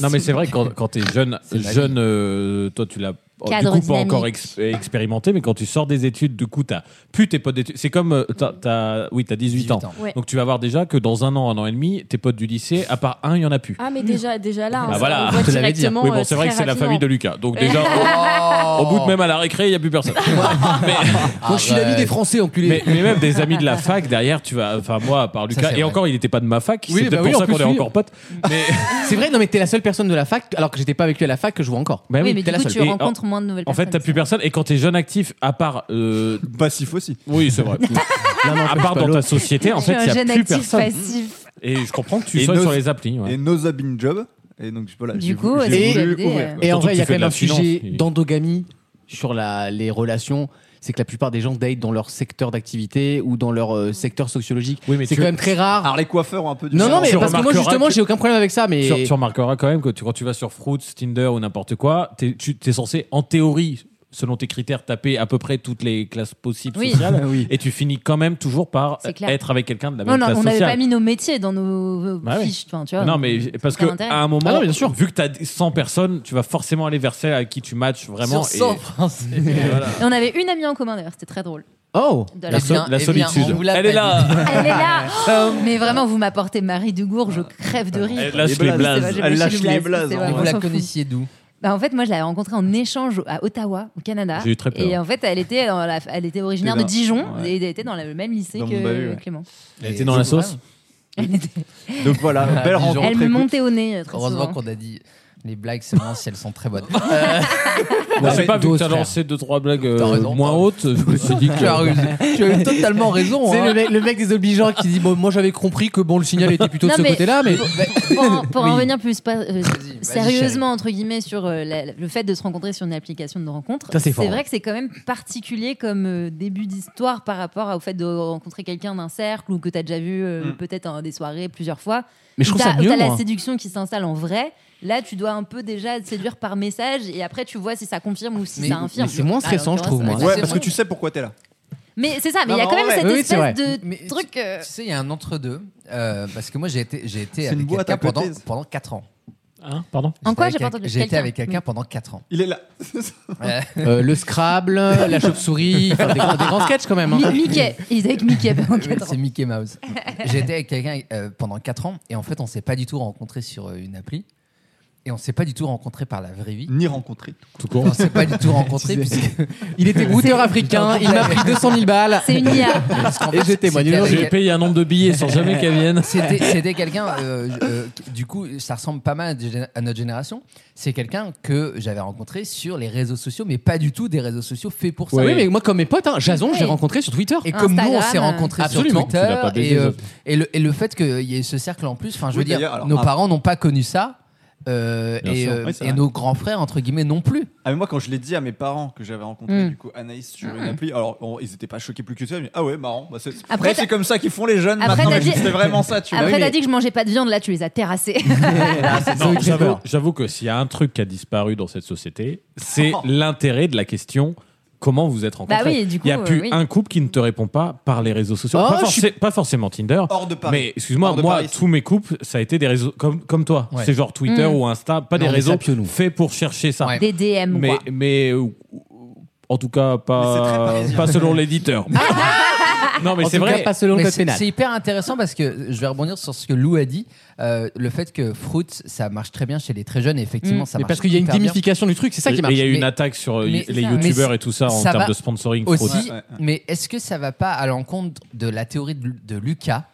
[SPEAKER 6] Non, mais c'est vrai, quand, quand t'es jeune,
[SPEAKER 2] la
[SPEAKER 6] jeune euh, toi, tu l'as. oh, Du
[SPEAKER 4] Cadre
[SPEAKER 6] coup, pas encore
[SPEAKER 4] dynamique.
[SPEAKER 6] ex- expérimenté, mais quand tu sors des études, du coup, t'as plus tes potes d'études. C'est comme, euh, t'as, t'as- oui, t'as 18,
[SPEAKER 2] 18
[SPEAKER 6] ans.
[SPEAKER 2] ans.
[SPEAKER 8] Ouais.
[SPEAKER 6] Donc tu vas voir déjà que dans un an, un an et demi, tes potes du lycée, à part un, il y en a plus.
[SPEAKER 8] Ah, mais déjà, déjà là,
[SPEAKER 6] Bah
[SPEAKER 8] hein,
[SPEAKER 6] voilà,
[SPEAKER 8] on voit
[SPEAKER 6] je
[SPEAKER 2] te l'avais dit.
[SPEAKER 8] directement.
[SPEAKER 6] oui, bon,
[SPEAKER 8] euh,
[SPEAKER 6] c'est vrai que
[SPEAKER 8] très
[SPEAKER 6] c'est la famille de
[SPEAKER 8] rapidement.
[SPEAKER 6] Lucas. Donc déjà, au, au bout de même à la récré, il n'y a plus personne.
[SPEAKER 7] Moi, je suis l'ami des Français, enculé.
[SPEAKER 6] mais, mais même des amis de la fac derrière, tu vas. Enfin, moi, à part Lucas,
[SPEAKER 2] c'est
[SPEAKER 6] et
[SPEAKER 2] vrai.
[SPEAKER 6] encore, il n'était pas de ma fac.
[SPEAKER 7] Oui,
[SPEAKER 6] c'est
[SPEAKER 7] bah
[SPEAKER 6] peut-être
[SPEAKER 7] oui,
[SPEAKER 6] pour
[SPEAKER 7] en
[SPEAKER 6] ça
[SPEAKER 7] plus,
[SPEAKER 6] qu'on est
[SPEAKER 7] oui.
[SPEAKER 6] encore potes. Mais,
[SPEAKER 7] C'est vrai, non, mais t'es la seule personne de la fac, alors que j'étais pas avec lui à la fac, que je vois encore.
[SPEAKER 6] Bah
[SPEAKER 4] oui, mais du
[SPEAKER 7] t'es la
[SPEAKER 4] coup,
[SPEAKER 7] seule.
[SPEAKER 4] tu
[SPEAKER 6] Et en-
[SPEAKER 4] rencontres moins de nouvelles
[SPEAKER 6] En fait,
[SPEAKER 4] personnes.
[SPEAKER 6] t'as plus personne. Et quand t'es jeune actif, à part. euh,
[SPEAKER 5] Passif aussi.
[SPEAKER 6] Oui, c'est vrai.
[SPEAKER 7] Non, non,
[SPEAKER 6] à
[SPEAKER 7] je
[SPEAKER 6] part
[SPEAKER 7] suis pas
[SPEAKER 6] dans
[SPEAKER 7] l'autre.
[SPEAKER 6] ta société, en
[SPEAKER 4] Je suis
[SPEAKER 6] fait,
[SPEAKER 4] un
[SPEAKER 6] il n'y a
[SPEAKER 4] jeune
[SPEAKER 6] plus
[SPEAKER 4] actif
[SPEAKER 6] personne.
[SPEAKER 4] passif.
[SPEAKER 6] Et je comprends que tu
[SPEAKER 5] Et
[SPEAKER 6] sois
[SPEAKER 5] nos-
[SPEAKER 6] sur les applis. ouais.
[SPEAKER 5] Et no zapping job. Et donc voilà.
[SPEAKER 4] Du
[SPEAKER 5] j'ai
[SPEAKER 4] coup,
[SPEAKER 5] voulu- j'ai
[SPEAKER 7] c'est
[SPEAKER 4] une
[SPEAKER 5] voulu
[SPEAKER 4] bonne idée,
[SPEAKER 5] ouvrir.
[SPEAKER 7] Et en
[SPEAKER 6] Surtout que
[SPEAKER 7] vrai, il y
[SPEAKER 6] tu
[SPEAKER 7] a
[SPEAKER 6] fais de
[SPEAKER 7] quand même
[SPEAKER 6] la
[SPEAKER 7] un sujet
[SPEAKER 6] finance, et-
[SPEAKER 7] d'endogamie sur la, les relations. C'est que la plupart des gens datent dans leur secteur d'activité ou dans leur euh, secteur sociologique.
[SPEAKER 6] Oui, mais
[SPEAKER 7] C'est
[SPEAKER 6] tu-
[SPEAKER 7] quand même très rare.
[SPEAKER 5] Alors les coiffeurs ont un peu. du
[SPEAKER 7] non,
[SPEAKER 5] mal.
[SPEAKER 7] non, mais
[SPEAKER 6] tu
[SPEAKER 7] parce que moi,
[SPEAKER 6] remarqueras
[SPEAKER 7] justement,
[SPEAKER 6] que-
[SPEAKER 7] j'ai aucun problème avec ça. Mais
[SPEAKER 6] Tu, tu remarqueras quand même que tu- quand tu vas sur Fruits, Tinder ou n'importe quoi, t'es- tu es censé, en théorie, selon tes critères, taper à peu près toutes les classes possibles
[SPEAKER 4] Oui.
[SPEAKER 6] sociales.
[SPEAKER 7] Oui.
[SPEAKER 6] Et tu finis quand même toujours par
[SPEAKER 4] C'est clair.
[SPEAKER 6] être avec quelqu'un de la
[SPEAKER 4] Non,
[SPEAKER 6] même
[SPEAKER 4] non,
[SPEAKER 6] classe
[SPEAKER 4] on n'avait
[SPEAKER 6] sociale.
[SPEAKER 4] pas mis nos métiers dans nos euh,
[SPEAKER 6] Bah ouais.
[SPEAKER 4] fiches, enfin, tu vois.
[SPEAKER 6] non, mais parce
[SPEAKER 4] aucun
[SPEAKER 6] que
[SPEAKER 4] intérêt.
[SPEAKER 6] à un moment,
[SPEAKER 7] Ah non, bien sûr.
[SPEAKER 6] vu que tu as 100 personnes, tu vas forcément aller vers celle à qui tu matches vraiment.
[SPEAKER 2] Sur 100
[SPEAKER 6] et-
[SPEAKER 2] Français.
[SPEAKER 6] et voilà.
[SPEAKER 4] Et on avait une amie en commun d'ailleurs, c'était très drôle.
[SPEAKER 7] Oh
[SPEAKER 4] De
[SPEAKER 6] La,
[SPEAKER 4] la-
[SPEAKER 6] so-
[SPEAKER 2] bien,
[SPEAKER 6] la
[SPEAKER 2] eh bien,
[SPEAKER 6] solitude.
[SPEAKER 2] on vous l'a
[SPEAKER 6] Elle est
[SPEAKER 2] pas
[SPEAKER 6] là.
[SPEAKER 4] Elle est là Oh, Mais vraiment, vous m'apportez Marie Dugour, je crève de rire.
[SPEAKER 6] Elle lâche
[SPEAKER 5] Les
[SPEAKER 6] les
[SPEAKER 5] blazes.
[SPEAKER 6] blazes.
[SPEAKER 5] Elle lâche les blazes,
[SPEAKER 4] c'est
[SPEAKER 5] hein.
[SPEAKER 4] vrai,
[SPEAKER 2] Et
[SPEAKER 4] on
[SPEAKER 2] vous la
[SPEAKER 4] s'en fout.
[SPEAKER 2] connaissiez d'où
[SPEAKER 4] Bah, en fait, moi, je l'avais rencontrée en échange à Ottawa, au Canada.
[SPEAKER 6] J'ai eu très peur.
[SPEAKER 4] Et en fait, elle était, dans la- elle était originaire
[SPEAKER 5] Dans-
[SPEAKER 4] de Dijon
[SPEAKER 5] ouais.
[SPEAKER 4] et elle était dans la- le même lycée
[SPEAKER 5] Dans
[SPEAKER 4] que
[SPEAKER 5] mon bahut, ouais.
[SPEAKER 4] Clément.
[SPEAKER 6] Elle
[SPEAKER 2] Et
[SPEAKER 6] était dans la sauce.
[SPEAKER 4] Elle, était-
[SPEAKER 5] Donc voilà,
[SPEAKER 2] Ah,
[SPEAKER 5] belle
[SPEAKER 2] Dijon.
[SPEAKER 5] rencontre.
[SPEAKER 4] elle me
[SPEAKER 5] écoute.
[SPEAKER 4] montait au nez. euh, Très
[SPEAKER 2] Heureusement
[SPEAKER 4] souvent.
[SPEAKER 2] qu'on a dit les blagues seulement si elles sont très bonnes.
[SPEAKER 6] Moi, j'ai pas vu que
[SPEAKER 7] dose,
[SPEAKER 6] t'as
[SPEAKER 7] frère.
[SPEAKER 6] lancé deux trois blagues euh,
[SPEAKER 2] T'as raison,
[SPEAKER 6] moins
[SPEAKER 2] t'as-
[SPEAKER 6] hautes. Je me suis dit que
[SPEAKER 2] tu, as eu, tu as eu totalement raison.
[SPEAKER 7] C'est
[SPEAKER 2] hein.
[SPEAKER 7] le, mec, le mec désobligeant qui dit Bon, moi j'avais compris que bon, le signal était plutôt de
[SPEAKER 4] Non,
[SPEAKER 7] ce
[SPEAKER 4] mais-
[SPEAKER 7] côté-là, mais.
[SPEAKER 4] Pour en, pour en
[SPEAKER 7] Oui.
[SPEAKER 4] revenir plus pas- euh,
[SPEAKER 2] vas-y,
[SPEAKER 4] sérieusement, entre guillemets, sur euh, la- la- le fait de se rencontrer sur une application de rencontre,
[SPEAKER 7] Ça, c'est fort, hein.
[SPEAKER 4] vrai que c'est quand même particulier comme euh, début d'histoire par rapport à- au fait de rencontrer quelqu'un d'un cercle ou que tu as déjà vu euh,
[SPEAKER 5] Mm.
[SPEAKER 4] peut-être en des soirées plusieurs fois.
[SPEAKER 7] Mais je trouve
[SPEAKER 4] T'as-
[SPEAKER 7] ça mieux,
[SPEAKER 4] T'as la
[SPEAKER 7] moi.
[SPEAKER 4] séduction qui s'installe en vrai. Là, tu dois un peu déjà te séduire par message et après, tu vois si ça confirme ou si
[SPEAKER 2] Mais-
[SPEAKER 4] ça infirme.
[SPEAKER 7] mais c'est moins
[SPEAKER 4] Ah,
[SPEAKER 7] stressant,
[SPEAKER 4] en
[SPEAKER 7] je trouve,
[SPEAKER 4] l'occurrence,
[SPEAKER 7] moi.
[SPEAKER 5] Ouais,
[SPEAKER 4] c'est
[SPEAKER 5] parce que
[SPEAKER 4] vrai.
[SPEAKER 5] tu sais pourquoi t'es là.
[SPEAKER 4] Mais c'est ça, mais il
[SPEAKER 5] Non,
[SPEAKER 4] y a
[SPEAKER 5] mais
[SPEAKER 4] quand
[SPEAKER 5] en
[SPEAKER 4] même
[SPEAKER 5] vrai.
[SPEAKER 4] cette
[SPEAKER 7] Oui, oui, c'est
[SPEAKER 4] espèce
[SPEAKER 2] vrai.
[SPEAKER 4] de
[SPEAKER 2] Mais-
[SPEAKER 4] truc. euh,
[SPEAKER 2] Tu sais, il y a un entre-deux. euh, parce que moi, j'ai été, j'ai été
[SPEAKER 5] C'est
[SPEAKER 2] avec
[SPEAKER 5] une boîte
[SPEAKER 2] quelqu'un
[SPEAKER 5] à
[SPEAKER 2] pendant,
[SPEAKER 5] côté.
[SPEAKER 2] pendant 4 ans.
[SPEAKER 6] Hein, pardon.
[SPEAKER 4] En
[SPEAKER 2] J'étais
[SPEAKER 4] quoi
[SPEAKER 2] avec
[SPEAKER 4] j'ai pas
[SPEAKER 2] quel-
[SPEAKER 4] entendu
[SPEAKER 2] J'ai été
[SPEAKER 4] Quelqu'un.
[SPEAKER 2] avec quelqu'un pendant 4 ans.
[SPEAKER 5] Il est là.
[SPEAKER 7] Euh, le Scrabble, la chauve-souris, enfin, des, grands- des grands sketchs quand même. hein.
[SPEAKER 4] Mi- Mickey, il était avec Mickey pendant quatre ans.
[SPEAKER 2] C'est Mickey Mouse. J'ai été avec quelqu'un euh, pendant 4 ans et en fait, on s'est pas du tout rencontrés sur euh, une appli. Et on s'est pas du tout rencontrés par la vraie vie.
[SPEAKER 5] Ni rencontré.
[SPEAKER 6] Tout court.
[SPEAKER 2] On s'est pas du tout rencontrés puisque,
[SPEAKER 7] Il était bouteur africain, il m'a pris 200 000 balles.
[SPEAKER 4] C'est une IA.
[SPEAKER 2] parce qu'en
[SPEAKER 7] Et
[SPEAKER 2] fait,
[SPEAKER 7] je témoigne.
[SPEAKER 2] c'était avec-
[SPEAKER 6] J'ai payé un nombre de billets sans jamais qu'elle vienne.
[SPEAKER 2] C'était, c'était quelqu'un, euh, euh, qui- du coup, ça ressemble pas mal à des gé- à notre génération. C'est quelqu'un que j'avais rencontré sur les réseaux sociaux, mais pas du tout des réseaux sociaux faits pour ça.
[SPEAKER 7] Oui, mais moi, comme mes potes, hein, Jason, j'ai rencontré sur Twitter.
[SPEAKER 2] Et comme nous, on s'est
[SPEAKER 4] Instagram,
[SPEAKER 2] rencontrés
[SPEAKER 7] Absolument.
[SPEAKER 2] sur Twitter.
[SPEAKER 6] Tu l'as pas baisé,
[SPEAKER 2] et, euh,
[SPEAKER 6] ça.
[SPEAKER 2] et le, et le fait qu'il y ait ce cercle en plus, enfin, je
[SPEAKER 5] Oui,
[SPEAKER 2] veux dire,
[SPEAKER 5] d'ailleurs, alors,
[SPEAKER 2] nos
[SPEAKER 5] ah.
[SPEAKER 2] parents n'ont pas connu ça. euh,
[SPEAKER 6] Bien
[SPEAKER 2] et
[SPEAKER 6] sûr.
[SPEAKER 2] euh,
[SPEAKER 5] Oui, c'est
[SPEAKER 2] et
[SPEAKER 5] vrai.
[SPEAKER 2] nos grands frères, entre guillemets, non plus.
[SPEAKER 5] Ah mais moi quand je l'ai dit à mes parents que j'avais rencontré
[SPEAKER 4] Mm.
[SPEAKER 5] du coup Anaïs sur une appli, alors on- ils étaient pas choqués plus que ça, mais ah ouais marrant. Bah, c'est-
[SPEAKER 4] Après,
[SPEAKER 5] ouais,
[SPEAKER 4] t'as-
[SPEAKER 5] c'est comme ça qu'ils font les jeunes
[SPEAKER 4] Après, t'as
[SPEAKER 5] maintenant.
[SPEAKER 4] dit-
[SPEAKER 5] C'était vraiment ça, tu Ah, vois.
[SPEAKER 4] Après,
[SPEAKER 7] oui,
[SPEAKER 4] t'as
[SPEAKER 7] mais-
[SPEAKER 4] dit que je mangeais pas de viande, là, tu les as terrassés.
[SPEAKER 6] Non,
[SPEAKER 7] Zoé Kravitz.
[SPEAKER 6] j'avoue- J'avoue que s'il y a un truc qui a disparu dans cette société, c'est
[SPEAKER 5] Oh.
[SPEAKER 6] l'intérêt de la question comment vous êtes rencontrés.
[SPEAKER 4] Bah oui, du coup,
[SPEAKER 6] Il n'y a plus
[SPEAKER 4] euh, oui.
[SPEAKER 6] un couple qui ne te répond pas par les réseaux sociaux.
[SPEAKER 7] Oh,
[SPEAKER 6] pas,
[SPEAKER 7] je
[SPEAKER 6] forcé- pas forcément Tinder.
[SPEAKER 5] Hors de Paris.
[SPEAKER 6] Mais excuse-moi,
[SPEAKER 5] Hors de
[SPEAKER 6] moi,
[SPEAKER 5] Paris.
[SPEAKER 6] tous mes couples, ça a été des réseaux comme, comme toi.
[SPEAKER 2] Ouais.
[SPEAKER 6] C'est genre Twitter
[SPEAKER 4] Mm.
[SPEAKER 6] ou Insta, pas
[SPEAKER 7] Non,
[SPEAKER 6] des
[SPEAKER 7] on est
[SPEAKER 6] réseaux
[SPEAKER 7] sapieux, nous.
[SPEAKER 6] faits pour chercher ça.
[SPEAKER 2] Ouais.
[SPEAKER 4] Des DM,
[SPEAKER 6] Mais,
[SPEAKER 4] quoi.
[SPEAKER 6] mais euh, en tout cas,
[SPEAKER 5] Mais c'est très
[SPEAKER 6] pas,
[SPEAKER 5] parisien.
[SPEAKER 6] pas selon l'éditeur. non, mais
[SPEAKER 7] En
[SPEAKER 6] c'est
[SPEAKER 7] tout
[SPEAKER 6] vrai.
[SPEAKER 7] cas, pas selon le
[SPEAKER 2] Mais
[SPEAKER 7] code
[SPEAKER 2] c'est
[SPEAKER 7] pénal.
[SPEAKER 2] c'est hyper intéressant parce que je vais rebondir sur ce que Lou a dit. euh, le fait que Fruits, ça marche très bien chez les très jeunes, et effectivement,
[SPEAKER 4] Mm.
[SPEAKER 2] ça
[SPEAKER 7] Mais
[SPEAKER 2] marche
[SPEAKER 7] parce qu'il y a une
[SPEAKER 2] hyper bien.
[SPEAKER 7] démification du truc, c'est ça
[SPEAKER 6] Et
[SPEAKER 7] qui
[SPEAKER 6] Il
[SPEAKER 7] marche.
[SPEAKER 6] y a eu une
[SPEAKER 2] Mais-
[SPEAKER 6] attaque sur euh,
[SPEAKER 2] mais-
[SPEAKER 6] les
[SPEAKER 4] ça-
[SPEAKER 6] youtubeurs
[SPEAKER 2] mais
[SPEAKER 6] et tout ça en
[SPEAKER 2] ça
[SPEAKER 6] termes
[SPEAKER 2] va
[SPEAKER 6] de sponsoring. fraude.
[SPEAKER 2] aussi,
[SPEAKER 5] Ouais, ouais, ouais.
[SPEAKER 2] mais est-ce que ça va pas à l'encontre de la théorie de, de Lucas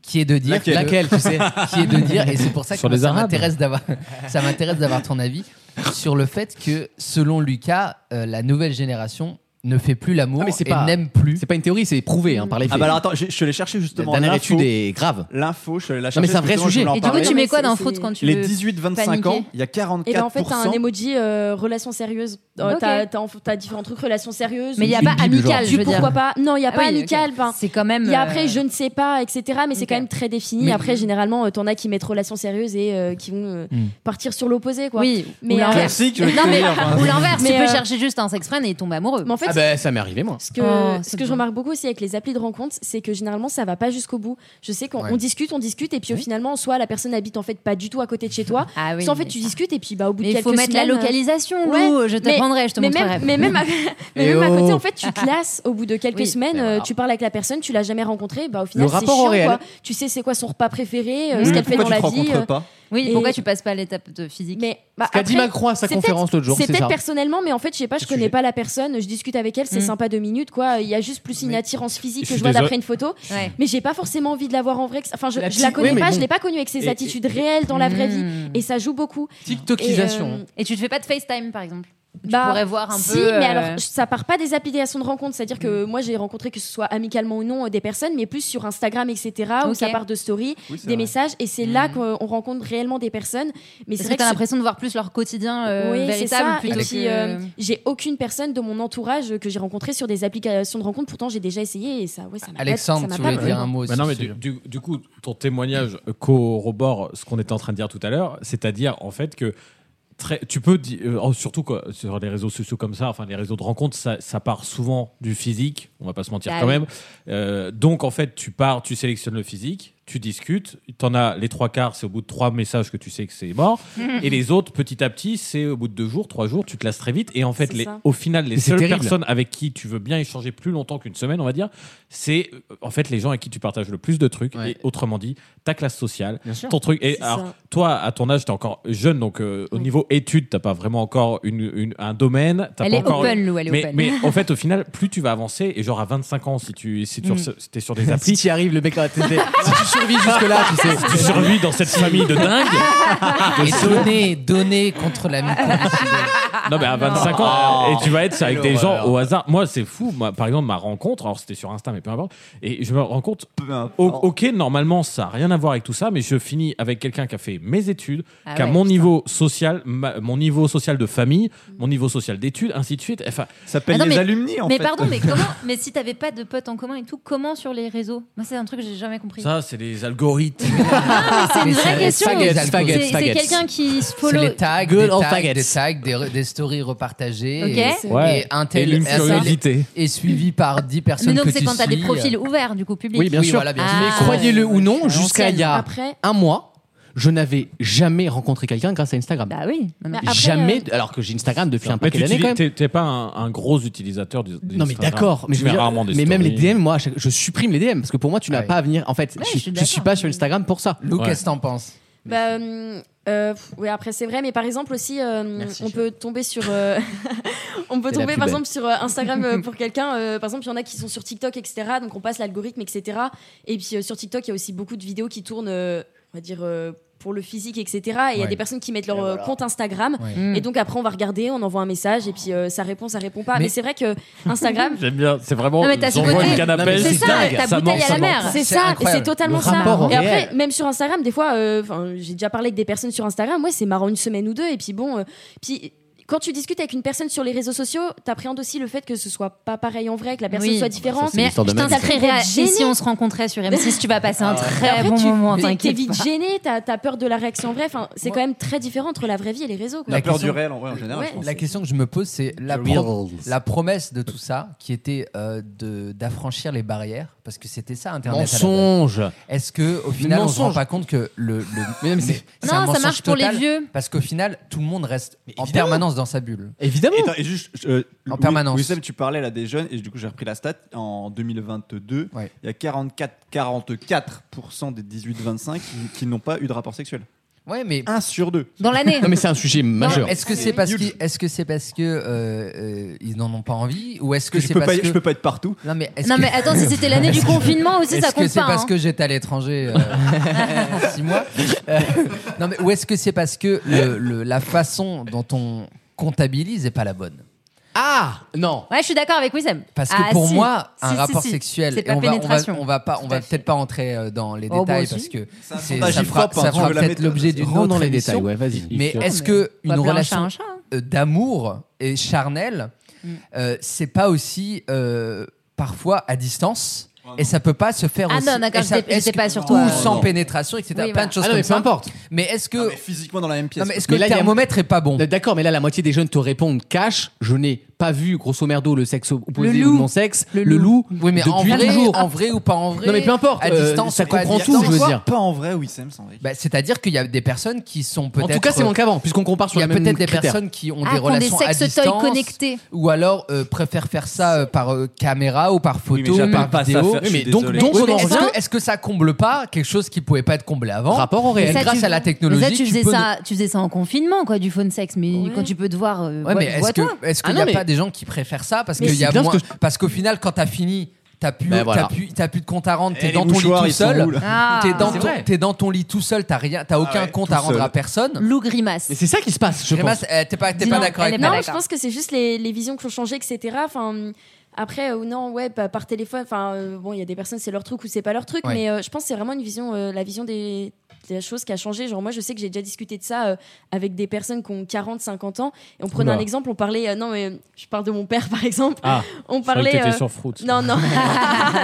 [SPEAKER 2] qui est de dire
[SPEAKER 5] Laquelle
[SPEAKER 2] que-
[SPEAKER 7] Laquelle, tu sais
[SPEAKER 2] qui est de dire et c'est pour ça que
[SPEAKER 6] Sur
[SPEAKER 2] moi,
[SPEAKER 6] les
[SPEAKER 2] ça
[SPEAKER 6] Arabes
[SPEAKER 2] m'intéresse d'avoir ça m'intéresse d'avoir ton avis sur le fait que selon Lucas euh, la nouvelle génération ne fait plus l'amour
[SPEAKER 7] Ah, mais c'est
[SPEAKER 2] et
[SPEAKER 7] pas-
[SPEAKER 2] n'aime plus.
[SPEAKER 7] C'est pas une théorie, c'est prouvé hein, par les faits.
[SPEAKER 5] Ah bah alors attends, je, je suis allé chercher
[SPEAKER 7] La
[SPEAKER 5] justement
[SPEAKER 7] dernière
[SPEAKER 5] l'info.
[SPEAKER 7] étude est grave.
[SPEAKER 5] L'info, je suis allé la
[SPEAKER 7] Non,
[SPEAKER 5] chercher.
[SPEAKER 7] mais c'est un vrai
[SPEAKER 5] justement, je
[SPEAKER 7] sujet.
[SPEAKER 5] voulais en
[SPEAKER 4] Et du coup,
[SPEAKER 5] parler.
[SPEAKER 4] tu mets quoi
[SPEAKER 8] Ouais, mais
[SPEAKER 4] dans
[SPEAKER 8] c'est-
[SPEAKER 4] Fruit quand tu
[SPEAKER 5] les
[SPEAKER 4] veux
[SPEAKER 5] 18-25
[SPEAKER 4] paniquer.
[SPEAKER 5] ans, il y a 44
[SPEAKER 8] Et ben en fait, t'as un emoji euh, relation sérieuse. Euh,
[SPEAKER 4] Ok.
[SPEAKER 8] t'as- T'as en- t'as différents trucs, relation sérieuse.
[SPEAKER 4] Mais il n'y a
[SPEAKER 2] Une
[SPEAKER 4] pas
[SPEAKER 2] bible, genre.
[SPEAKER 4] amical,
[SPEAKER 8] Tu-
[SPEAKER 4] je veux dire.
[SPEAKER 8] pourquoi pas Non, il n'y a
[SPEAKER 4] Ah
[SPEAKER 8] pas
[SPEAKER 4] oui,
[SPEAKER 8] amical.
[SPEAKER 4] ok.
[SPEAKER 8] enfin,
[SPEAKER 4] C'est quand même.
[SPEAKER 8] Il y a après,
[SPEAKER 4] euh,
[SPEAKER 8] je ne sais pas, etc. Mais c'est
[SPEAKER 4] Ok.
[SPEAKER 8] quand même très défini.
[SPEAKER 2] Mais-
[SPEAKER 8] Après, généralement, euh, t'en as qui mettent relation sérieuse et euh, qui vont euh,
[SPEAKER 2] Hmm.
[SPEAKER 8] partir sur l'opposé, quoi.
[SPEAKER 4] Oui,
[SPEAKER 8] Mais,
[SPEAKER 4] ou
[SPEAKER 8] euh,
[SPEAKER 4] l'inverse.
[SPEAKER 5] classique. je veux
[SPEAKER 4] Non,
[SPEAKER 5] te
[SPEAKER 4] mais-
[SPEAKER 5] dire, enfin.
[SPEAKER 4] Ou l'inverse, tu
[SPEAKER 8] Mais,
[SPEAKER 4] peux
[SPEAKER 8] euh,
[SPEAKER 4] chercher juste un sex friend et tomber amoureux.
[SPEAKER 8] Mais en fait,
[SPEAKER 7] Ah bah ça m'est arrivé moi.
[SPEAKER 8] ce que,
[SPEAKER 4] Oh,
[SPEAKER 8] ce
[SPEAKER 4] c'est
[SPEAKER 8] que je
[SPEAKER 4] bien.
[SPEAKER 8] remarque beaucoup aussi avec les applis de rencontre, c'est que généralement, ça va pas jusqu'au bout. Je sais qu'on
[SPEAKER 2] Ouais.
[SPEAKER 8] on discute, on discute, et puis au finalement, soit la personne habite en fait pas du tout à côté de chez toi,
[SPEAKER 4] Ah oui.
[SPEAKER 8] soit en fait
[SPEAKER 4] mais-
[SPEAKER 8] tu discutes, et puis bah, au bout
[SPEAKER 4] Mais
[SPEAKER 8] de
[SPEAKER 4] il
[SPEAKER 8] quelques
[SPEAKER 4] faut mettre la
[SPEAKER 8] semaines, euh,
[SPEAKER 4] localisation,
[SPEAKER 8] ouais,
[SPEAKER 4] Lou, je t'apprendrai, je te
[SPEAKER 8] mais
[SPEAKER 4] montrerai.
[SPEAKER 8] même, mais même, à, mais
[SPEAKER 7] Et
[SPEAKER 8] même à
[SPEAKER 7] oh.
[SPEAKER 8] côté, en fait, tu te lasses au bout de quelques
[SPEAKER 4] Oui.
[SPEAKER 8] semaines.
[SPEAKER 7] Ben
[SPEAKER 8] euh,
[SPEAKER 7] voilà.
[SPEAKER 8] Tu parles avec la personne, tu l'as jamais rencontrée. Bah, au final,
[SPEAKER 7] Le
[SPEAKER 8] c'est
[SPEAKER 7] rapport au
[SPEAKER 8] chiant.
[SPEAKER 7] réel.
[SPEAKER 8] quoi. Tu sais c'est quoi son repas préféré, euh,
[SPEAKER 5] Mais
[SPEAKER 8] ce qu'elle fait
[SPEAKER 5] pourquoi
[SPEAKER 8] dans la
[SPEAKER 5] tu te
[SPEAKER 8] vie.
[SPEAKER 5] rencontres
[SPEAKER 8] euh,
[SPEAKER 5] pas
[SPEAKER 4] Oui,
[SPEAKER 8] Et-
[SPEAKER 4] pourquoi tu passes pas à l'étape de physique
[SPEAKER 8] mais bah,
[SPEAKER 7] Ce qu'a dit
[SPEAKER 8] après,
[SPEAKER 7] Macron à sa
[SPEAKER 8] c'est
[SPEAKER 7] conférence l'autre jour,
[SPEAKER 8] c'est
[SPEAKER 7] c'est
[SPEAKER 8] peut-être
[SPEAKER 7] ça.
[SPEAKER 8] personnellement, mais en fait, je sais pas, je
[SPEAKER 7] Ce
[SPEAKER 8] connais
[SPEAKER 7] sujet.
[SPEAKER 8] pas la personne. Je discute avec elle, c'est
[SPEAKER 4] Mm.
[SPEAKER 8] sympa deux minutes, quoi. Il y a juste plus une attirance physique
[SPEAKER 6] je
[SPEAKER 8] que
[SPEAKER 6] suis
[SPEAKER 8] je vois
[SPEAKER 6] désolé.
[SPEAKER 8] d'après une photo,
[SPEAKER 4] Ouais.
[SPEAKER 8] mais j'ai pas forcément envie de la voir en vrai. Enfin, je,
[SPEAKER 7] La
[SPEAKER 8] je la
[SPEAKER 7] psy-
[SPEAKER 8] connais
[SPEAKER 7] oui, mais
[SPEAKER 8] pas, je
[SPEAKER 7] bon.
[SPEAKER 8] l'ai pas connue avec ses
[SPEAKER 6] Et-
[SPEAKER 8] attitudes réelles dans la vraie vie,
[SPEAKER 4] Mmh.
[SPEAKER 8] et ça joue beaucoup. Et,
[SPEAKER 2] TikTokisation.
[SPEAKER 8] euh,
[SPEAKER 4] Et tu te fais pas de FaceTime, par exemple Tu
[SPEAKER 8] Bah,
[SPEAKER 4] pourrais voir un
[SPEAKER 8] si,
[SPEAKER 4] peu.
[SPEAKER 8] mais
[SPEAKER 4] euh, Mm.
[SPEAKER 8] alors ça part pas des applications de rencontre, c'est-à-dire que moi j'ai rencontré que ce soit amicalement ou non euh, des personnes, mais plus sur Instagram, etc. Où
[SPEAKER 4] Ok.
[SPEAKER 8] ça part de stories,
[SPEAKER 5] Oui, c'est
[SPEAKER 8] des
[SPEAKER 5] vrai.
[SPEAKER 8] messages, et c'est là qu'on on rencontre réellement des personnes. Mais c'est
[SPEAKER 4] Parce
[SPEAKER 8] vrai
[SPEAKER 4] que
[SPEAKER 8] que
[SPEAKER 4] t'as
[SPEAKER 8] ce-
[SPEAKER 4] l'impression de voir plus leur quotidien euh,
[SPEAKER 8] oui, c'est ça.
[SPEAKER 4] véritable
[SPEAKER 8] Et
[SPEAKER 4] plutôt
[SPEAKER 8] puis,
[SPEAKER 4] que.
[SPEAKER 8] euh, j'ai aucune personne de mon entourage que j'ai rencontrée sur des applications de rencontres. Pourtant, j'ai déjà essayé et ça, ouais, ça m'a pas- ça
[SPEAKER 2] Alexandre,
[SPEAKER 8] m'a
[SPEAKER 2] tu
[SPEAKER 8] pas
[SPEAKER 2] voulais dire
[SPEAKER 8] vraiment-
[SPEAKER 2] un mot aussi
[SPEAKER 6] Bah non, mais
[SPEAKER 2] sur
[SPEAKER 6] du,
[SPEAKER 2] ce
[SPEAKER 6] du- du coup, ton témoignage corrobore ce qu'on était en train de dire tout à l'heure, c'est-à-dire en fait que très, tu peux, di- euh, oh, surtout quoi, sur les réseaux sociaux comme ça, enfin les réseaux de rencontres, ça, ça part souvent du physique, on va pas se mentir
[SPEAKER 4] Bah
[SPEAKER 6] quand
[SPEAKER 4] oui.
[SPEAKER 6] même. Euh, donc en fait, tu pars, tu sélectionnes le physique, tu discutes, t'en as les trois quarts, c'est au bout de trois messages que tu sais que c'est mort, et les autres, petit à petit, c'est au bout de deux jours, trois jours, tu te lasses très vite, et en fait,
[SPEAKER 8] C'est
[SPEAKER 6] les,
[SPEAKER 8] ça.
[SPEAKER 6] au final, les
[SPEAKER 7] Mais c'est
[SPEAKER 6] seules
[SPEAKER 7] terrible.
[SPEAKER 6] personnes avec qui tu veux bien échanger plus longtemps qu'une semaine, on va dire, c'est euh, en fait les gens avec qui tu partages le plus de trucs
[SPEAKER 7] Ouais.
[SPEAKER 6] et autrement dit ta classe sociale
[SPEAKER 7] Bien sûr.
[SPEAKER 6] ton truc et
[SPEAKER 8] C'est
[SPEAKER 6] alors
[SPEAKER 8] ça.
[SPEAKER 6] toi à ton âge t'es encore jeune donc euh, au
[SPEAKER 8] Oui.
[SPEAKER 6] niveau études t'as pas vraiment encore une, une- un domaine t'as
[SPEAKER 4] Elle
[SPEAKER 6] pas
[SPEAKER 4] est
[SPEAKER 6] encore
[SPEAKER 4] open, Lou, elle est
[SPEAKER 6] mais,
[SPEAKER 4] open.
[SPEAKER 6] mais en fait au final plus tu vas avancer et genre à 25 ans si tu si tu
[SPEAKER 4] Mm.
[SPEAKER 6] si t'es sur des
[SPEAKER 7] Si
[SPEAKER 6] applis
[SPEAKER 7] tu arrives, le mec, t'es- t'es- si tu survis jusque-là, tu sais.
[SPEAKER 6] tu survis dans cette famille de dingue
[SPEAKER 2] Et donner, donner contre la
[SPEAKER 4] Ah,
[SPEAKER 2] mythologie.
[SPEAKER 6] Non, mais à 25 ans, et tu vas être ça avec
[SPEAKER 7] Quelle
[SPEAKER 6] des gens
[SPEAKER 7] horreur.
[SPEAKER 6] au hasard. Moi, c'est fou. Moi, par exemple, ma rencontre, alors c'était sur Insta, mais peu importe. Et je me rends compte,
[SPEAKER 5] Peu importe.
[SPEAKER 6] o- ok, normalement, ça n'a rien à voir avec tout ça, mais je finis avec quelqu'un qui a fait mes études,
[SPEAKER 4] Ah
[SPEAKER 6] qui a
[SPEAKER 4] ouais,
[SPEAKER 6] mon
[SPEAKER 4] putain.
[SPEAKER 6] niveau social, ma- mon niveau social de famille, mon niveau social d'études, ainsi de suite. Enfin,
[SPEAKER 5] Ça s'appelle
[SPEAKER 4] Ah non,
[SPEAKER 5] les
[SPEAKER 4] mais-
[SPEAKER 5] alumni en
[SPEAKER 4] mais
[SPEAKER 5] fait.
[SPEAKER 4] pardon, mais comment Mais si t'avais pas de potes en commun et tout, comment sur les réseaux Moi, c'est un truc que j'ai jamais compris. Ah,
[SPEAKER 6] ça, c'est les algorithmes.
[SPEAKER 4] c'est une vraie
[SPEAKER 2] Mais
[SPEAKER 4] question.
[SPEAKER 2] c'est-
[SPEAKER 7] Faggots,
[SPEAKER 4] C'est-
[SPEAKER 7] faggots,
[SPEAKER 4] C'est
[SPEAKER 7] faggots.
[SPEAKER 4] quelqu'un qui se
[SPEAKER 2] C'est
[SPEAKER 4] follow.
[SPEAKER 2] les tags,
[SPEAKER 7] Good
[SPEAKER 2] des
[SPEAKER 7] old
[SPEAKER 2] tags,
[SPEAKER 7] faggots.
[SPEAKER 2] des, tags des, des stories repartagées.
[SPEAKER 4] Ok.
[SPEAKER 2] Et,
[SPEAKER 8] C'est-
[SPEAKER 6] Ouais.
[SPEAKER 2] et un
[SPEAKER 6] Et
[SPEAKER 2] tel-
[SPEAKER 6] une
[SPEAKER 2] un tel-
[SPEAKER 6] curiosité.
[SPEAKER 2] est suivi par 10 personnes
[SPEAKER 4] Mais donc,
[SPEAKER 2] que
[SPEAKER 4] c'est
[SPEAKER 2] tu
[SPEAKER 4] quand t'as des
[SPEAKER 2] suis.
[SPEAKER 4] profils ouverts, du coup, publics.
[SPEAKER 7] Oui, bien
[SPEAKER 2] Oui,
[SPEAKER 7] sûr.
[SPEAKER 2] voilà, bien
[SPEAKER 4] sûr.
[SPEAKER 7] Mais
[SPEAKER 4] Ah,
[SPEAKER 7] croyez-le ou non,
[SPEAKER 4] ouais.
[SPEAKER 7] jusqu'à il y a
[SPEAKER 8] Après,
[SPEAKER 7] un mois, je n'avais jamais rencontré quelqu'un grâce à Instagram.
[SPEAKER 4] Bah oui. Non, mais-
[SPEAKER 8] Bah, après,
[SPEAKER 4] euh,
[SPEAKER 7] jamais, alors que j'ai Instagram depuis un
[SPEAKER 6] Mais
[SPEAKER 7] paquet
[SPEAKER 6] tu
[SPEAKER 7] d'années quand même.
[SPEAKER 6] n'es pas un, un gros utilisateur du.
[SPEAKER 7] Non mais d'accord, mais, je veux dire,
[SPEAKER 6] rarement des
[SPEAKER 7] mais même les
[SPEAKER 6] stories.
[SPEAKER 7] DM, moi, à chaque- je supprime les DM parce que pour moi, tu n'as
[SPEAKER 2] Ouais.
[SPEAKER 7] pas à venir. En fait,
[SPEAKER 4] Ouais, je
[SPEAKER 7] je,
[SPEAKER 4] suis
[SPEAKER 7] je
[SPEAKER 4] d'accord.
[SPEAKER 7] suis pas sur Instagram pour ça.
[SPEAKER 2] Lou,
[SPEAKER 6] Ouais.
[SPEAKER 2] qu'est-ce que t'en penses
[SPEAKER 8] Bah, euh, euh, pff, ouais, après c'est vrai, mais par exemple aussi, euh,
[SPEAKER 7] Merci,
[SPEAKER 8] on
[SPEAKER 7] Jean.
[SPEAKER 8] peut tomber sur, euh, on peut
[SPEAKER 7] T'es la
[SPEAKER 8] tomber par
[SPEAKER 7] plus belle.
[SPEAKER 8] exemple sur euh, Instagram euh, pour quelqu'un. euh, par exemple, il y en a qui sont sur TikTok, etc. Donc on passe l'algorithme, etc. Et puis euh, sur TikTok, il y a aussi beaucoup de vidéos qui tournent, euh, on va dire. euh, pour le physique, etc. Et il y a
[SPEAKER 2] Ouais.
[SPEAKER 8] des personnes qui mettent leur euh, compte Instagram.
[SPEAKER 4] Mm.
[SPEAKER 8] Et donc après, on va regarder, on envoie un message, et puis euh, ça répond, ça répond pas.
[SPEAKER 2] Mais-
[SPEAKER 8] Mais, c'est vrai que Instagram,
[SPEAKER 6] J'aime bien, c'est vraiment.
[SPEAKER 4] Non, mais t'as ce
[SPEAKER 6] j'envoie
[SPEAKER 4] côté-
[SPEAKER 6] une canne à
[SPEAKER 7] Non, mais
[SPEAKER 6] pêche,
[SPEAKER 7] c'est
[SPEAKER 4] ça,
[SPEAKER 6] dingue.
[SPEAKER 4] ta
[SPEAKER 6] Ça
[SPEAKER 4] bouteille
[SPEAKER 6] manque,
[SPEAKER 4] à
[SPEAKER 6] ça
[SPEAKER 4] la
[SPEAKER 6] manque.
[SPEAKER 4] mer.
[SPEAKER 8] c'est ça,
[SPEAKER 2] C'est
[SPEAKER 8] et
[SPEAKER 2] incroyable.
[SPEAKER 8] c'est totalement
[SPEAKER 7] Le
[SPEAKER 8] ça.
[SPEAKER 7] rapport au
[SPEAKER 8] Et après,
[SPEAKER 7] réel.
[SPEAKER 8] même sur Instagram, des fois, euh, 'fin, j'ai déjà parlé avec des personnes sur Instagram, ouais, c'est marrant une semaine ou deux, et puis bon. euh, puis quand tu discutes avec une personne sur les réseaux sociaux, t'appréhendes aussi le fait que ce soit pas pareil en vrai, que la personne
[SPEAKER 4] Oui.
[SPEAKER 8] soit différente.
[SPEAKER 7] c'est
[SPEAKER 4] Mais
[SPEAKER 7] l'histoire de
[SPEAKER 4] putain,
[SPEAKER 7] Max.
[SPEAKER 4] ça ferait
[SPEAKER 8] Faut être
[SPEAKER 4] réa- Et
[SPEAKER 8] gêné. Ah
[SPEAKER 4] si on se rencontrait sur M6, tu vas passer un très
[SPEAKER 8] Après,
[SPEAKER 4] bon
[SPEAKER 8] tu-
[SPEAKER 4] moment,
[SPEAKER 8] t'es- T'es
[SPEAKER 4] t'inquiète.
[SPEAKER 8] vite
[SPEAKER 4] pas.
[SPEAKER 8] gêné, t'as t'as peur de la réaction en vrai. Enfin, c'est quand même très différent entre la vraie vie et les réseaux. quoi.
[SPEAKER 5] La
[SPEAKER 2] La
[SPEAKER 5] peur
[SPEAKER 2] question-
[SPEAKER 5] du réel en vrai en général.
[SPEAKER 8] Ouais.
[SPEAKER 5] je pense.
[SPEAKER 2] La question que je me pose, c'est la,
[SPEAKER 7] The
[SPEAKER 2] pro-
[SPEAKER 7] reals.
[SPEAKER 2] la promesse de tout ça, qui était euh, de- d'affranchir les barrières, parce que c'était ça Internet. à la base.
[SPEAKER 7] Mensonge.
[SPEAKER 2] Est-ce que au final, on se rend
[SPEAKER 7] mensonge.
[SPEAKER 2] pas compte que le, le-
[SPEAKER 7] Mais non, mais c'est-
[SPEAKER 2] c'est
[SPEAKER 4] Non,
[SPEAKER 2] un
[SPEAKER 4] ça
[SPEAKER 2] mensonge
[SPEAKER 4] marche pour les
[SPEAKER 2] total,
[SPEAKER 4] vieux.
[SPEAKER 2] Parce qu'au final, tout le monde reste
[SPEAKER 7] Mais
[SPEAKER 2] en
[SPEAKER 7] évidemment.
[SPEAKER 2] permanence dans sa bulle.
[SPEAKER 7] Évidemment.
[SPEAKER 5] Et, attends, et juste, euh,
[SPEAKER 2] En
[SPEAKER 5] Louis-
[SPEAKER 2] permanence.
[SPEAKER 5] Wissem, tu parlais là des jeunes, et du coup j'ai repris la stat. En 2022,
[SPEAKER 2] Ouais.
[SPEAKER 5] il y a 44, 44% des 18-25 qui, qui n'ont pas eu de rapport sexuel.
[SPEAKER 2] Ouais, mais
[SPEAKER 5] 1 sur 2.
[SPEAKER 4] Dans l'année.
[SPEAKER 7] Non mais c'est un sujet majeur.
[SPEAKER 2] Est-ce que c'est parce que est-ce que c'est parce que euh, euh, ils n'en ont pas envie ou est-ce que
[SPEAKER 5] je,
[SPEAKER 2] c'est
[SPEAKER 5] peux
[SPEAKER 2] parce
[SPEAKER 5] pas,
[SPEAKER 2] que
[SPEAKER 5] je peux pas être partout.
[SPEAKER 2] non mais est-ce
[SPEAKER 4] Non,
[SPEAKER 2] que
[SPEAKER 4] mais attends, si c'était l'année du confinement aussi, ça
[SPEAKER 2] est-ce que
[SPEAKER 4] compte
[SPEAKER 2] c'est
[SPEAKER 4] pas.
[SPEAKER 2] parce
[SPEAKER 4] hein.
[SPEAKER 2] que j'étais à l'étranger euh, six mois Euh, Non mais ou est-ce que c'est parce que le- le- la façon dont on comptabilise est pas la bonne
[SPEAKER 7] Ah Non
[SPEAKER 4] Ouais, je suis d'accord avec Wissem.
[SPEAKER 2] Parce que
[SPEAKER 4] Ah,
[SPEAKER 2] pour
[SPEAKER 4] si.
[SPEAKER 2] moi,
[SPEAKER 4] Si,
[SPEAKER 2] un
[SPEAKER 4] si,
[SPEAKER 2] rapport
[SPEAKER 4] si.
[SPEAKER 2] sexuel,
[SPEAKER 4] C'est
[SPEAKER 2] et
[SPEAKER 4] pas
[SPEAKER 2] on va, on va,
[SPEAKER 4] pénétration.
[SPEAKER 2] on va pas, on
[SPEAKER 4] Tout
[SPEAKER 2] va
[SPEAKER 4] à fait.
[SPEAKER 2] peut-être pas entrer euh, dans les
[SPEAKER 4] Oh,
[SPEAKER 2] détails
[SPEAKER 4] bah,
[SPEAKER 2] parce
[SPEAKER 4] si.
[SPEAKER 2] que
[SPEAKER 5] C'est un
[SPEAKER 2] c'est-
[SPEAKER 5] sondage
[SPEAKER 2] ça fera,
[SPEAKER 5] IFOP, hein,
[SPEAKER 2] ça
[SPEAKER 5] tu
[SPEAKER 2] fera
[SPEAKER 5] veux la
[SPEAKER 2] peut-être
[SPEAKER 5] méthode.
[SPEAKER 2] l'objet d'une
[SPEAKER 7] Rentre
[SPEAKER 2] autre
[SPEAKER 7] dans les
[SPEAKER 2] émission.
[SPEAKER 7] détails, ouais, vas-y.
[SPEAKER 2] Mais
[SPEAKER 7] Sûr.
[SPEAKER 2] est-ce
[SPEAKER 4] mais
[SPEAKER 2] que
[SPEAKER 4] on va appeler
[SPEAKER 2] une
[SPEAKER 4] un chat
[SPEAKER 2] relation
[SPEAKER 4] un chat, hein.
[SPEAKER 2] euh, d'amour et charnelle,
[SPEAKER 4] Mm.
[SPEAKER 2] euh, c'est pas aussi euh, parfois à distance
[SPEAKER 7] Ah,
[SPEAKER 2] et ça peut pas se faire
[SPEAKER 4] Ah
[SPEAKER 2] aussi.
[SPEAKER 4] non, d'accord,
[SPEAKER 2] et ça-
[SPEAKER 4] j'étais-
[SPEAKER 2] est-ce
[SPEAKER 4] j'étais
[SPEAKER 2] que-
[SPEAKER 4] pas sur
[SPEAKER 2] ou
[SPEAKER 4] toi. Ah,
[SPEAKER 2] sans
[SPEAKER 5] Non.
[SPEAKER 2] pénétration, etc.
[SPEAKER 4] Oui, bah.
[SPEAKER 2] Plein
[SPEAKER 4] voilà.
[SPEAKER 2] de choses
[SPEAKER 7] Ah non, mais
[SPEAKER 2] comme
[SPEAKER 7] peu
[SPEAKER 2] ça.
[SPEAKER 7] importe.
[SPEAKER 2] Mais est-ce que,
[SPEAKER 5] Non, mais physiquement dans la même pièce.
[SPEAKER 2] non, mais est-ce que
[SPEAKER 7] Mais
[SPEAKER 2] le
[SPEAKER 7] là, il y a-
[SPEAKER 2] thermomètre est pas bon
[SPEAKER 7] D'accord, mais là, la moitié des jeunes te répondent cash. Je n'ai pas vu, grosso merdo, le sexe opposé
[SPEAKER 4] Le
[SPEAKER 7] ou
[SPEAKER 4] loup.
[SPEAKER 7] mon sexe. Le,
[SPEAKER 4] Le
[SPEAKER 7] loup.
[SPEAKER 2] Oui, mais en
[SPEAKER 7] depuis
[SPEAKER 2] vrai,
[SPEAKER 7] toujours.
[SPEAKER 2] en vrai ou pas en vrai.
[SPEAKER 7] Non, mais peu importe,
[SPEAKER 2] À
[SPEAKER 7] euh,
[SPEAKER 2] distance,
[SPEAKER 7] ça
[SPEAKER 2] ou pas à
[SPEAKER 7] comprend
[SPEAKER 2] distance.
[SPEAKER 7] tout, je veux
[SPEAKER 5] Quoi
[SPEAKER 7] dire.
[SPEAKER 5] Pas en vrai, Wissem, sans vrai.
[SPEAKER 2] Bah, C'est-à-dire qu'il y a des personnes qui sont peut-être.
[SPEAKER 7] En tout cas, c'est mon cas avant, puisqu'on compare
[SPEAKER 2] Il
[SPEAKER 7] sur
[SPEAKER 2] y a
[SPEAKER 7] les mêmes
[SPEAKER 2] peut-être des
[SPEAKER 7] critères.
[SPEAKER 2] personnes qui ont
[SPEAKER 4] Ah, qui
[SPEAKER 2] des
[SPEAKER 4] ont des
[SPEAKER 2] relations à
[SPEAKER 4] sextoys
[SPEAKER 2] distance,
[SPEAKER 4] connectés.
[SPEAKER 2] ou alors euh, préfèrent faire ça euh, par euh, caméra ou par photo,
[SPEAKER 5] j'appelle
[SPEAKER 2] par
[SPEAKER 5] pas ça
[SPEAKER 2] vidéo.
[SPEAKER 5] faire- je suis
[SPEAKER 7] mais donc-
[SPEAKER 5] désolé.
[SPEAKER 7] donc-
[SPEAKER 2] Oui,
[SPEAKER 7] on
[SPEAKER 2] mais
[SPEAKER 7] en
[SPEAKER 2] est-ce
[SPEAKER 7] revient-
[SPEAKER 2] que, est-ce que ça comble pas quelque chose qui pouvait pas être comblé avant
[SPEAKER 7] Rapport au réel.
[SPEAKER 2] Et
[SPEAKER 4] ça,
[SPEAKER 2] grâce
[SPEAKER 4] tu-
[SPEAKER 2] à la technologie,
[SPEAKER 4] Mais ça, tu
[SPEAKER 2] tu
[SPEAKER 4] faisais,
[SPEAKER 2] peux-
[SPEAKER 4] ça, euh, tu faisais ça en confinement, quoi, du phone sex. Mais quand tu peux te voir, euh,
[SPEAKER 2] Ouais,
[SPEAKER 4] vois-
[SPEAKER 2] mais est-ce que
[SPEAKER 4] vois-toi.
[SPEAKER 2] est-ce qu'il
[SPEAKER 7] Ah
[SPEAKER 2] n'y a
[SPEAKER 7] non, mais-
[SPEAKER 2] pas des gens qui préfèrent ça parce
[SPEAKER 7] Mais
[SPEAKER 2] qu'il y a
[SPEAKER 7] c'est bien
[SPEAKER 2] moins
[SPEAKER 7] ce que
[SPEAKER 2] parce qu'au final quand t'as fini t'as plus
[SPEAKER 7] Ben
[SPEAKER 2] t'as
[SPEAKER 7] voilà.
[SPEAKER 2] plus t'as plus de compte à rendre
[SPEAKER 5] Eh,
[SPEAKER 2] t'es
[SPEAKER 5] les
[SPEAKER 2] dans ton lit
[SPEAKER 5] mouchoirs,
[SPEAKER 2] tout
[SPEAKER 5] ils sont où,
[SPEAKER 2] seul
[SPEAKER 5] là
[SPEAKER 4] Ah,
[SPEAKER 2] t'es dans
[SPEAKER 7] C'est
[SPEAKER 2] ton
[SPEAKER 7] vrai.
[SPEAKER 2] t'es dans ton lit tout seul t'as rien t'as aucun
[SPEAKER 5] Ah ouais,
[SPEAKER 2] compte
[SPEAKER 5] tout
[SPEAKER 2] à rendre
[SPEAKER 5] seul.
[SPEAKER 2] à personne
[SPEAKER 4] Lou Grimace.
[SPEAKER 7] Mais c'est ça qui se passe, je
[SPEAKER 2] Grimace,
[SPEAKER 7] pense.
[SPEAKER 2] euh, t'es pas t'es
[SPEAKER 4] Dis
[SPEAKER 2] pas
[SPEAKER 4] non,
[SPEAKER 2] d'accord
[SPEAKER 4] elle
[SPEAKER 2] avec
[SPEAKER 4] est pas
[SPEAKER 2] moi
[SPEAKER 8] Non, je
[SPEAKER 4] d'accord.
[SPEAKER 8] pense que c'est juste les, les visions qui ont changé, etc. Enfin, après, ou non, ouais, pa- par téléphone. Enfin, euh, bon, il y a des personnes, c'est leur truc ou c'est pas leur truc,
[SPEAKER 2] Ouais.
[SPEAKER 8] mais euh, je pense que c'est vraiment une vision, euh, la vision des, des choses qui a changé. Genre, moi, je sais que j'ai déjà discuté de ça euh, avec des personnes qui ont 40, 50 ans. Et on prenait
[SPEAKER 6] Oula.
[SPEAKER 8] un exemple, on parlait. euh, non, mais je parle de mon père, par exemple.
[SPEAKER 6] Ah,
[SPEAKER 8] On
[SPEAKER 6] je croyais que
[SPEAKER 8] parlait.
[SPEAKER 6] t'étais
[SPEAKER 8] euh,
[SPEAKER 6] sur Fruits.
[SPEAKER 8] non, non,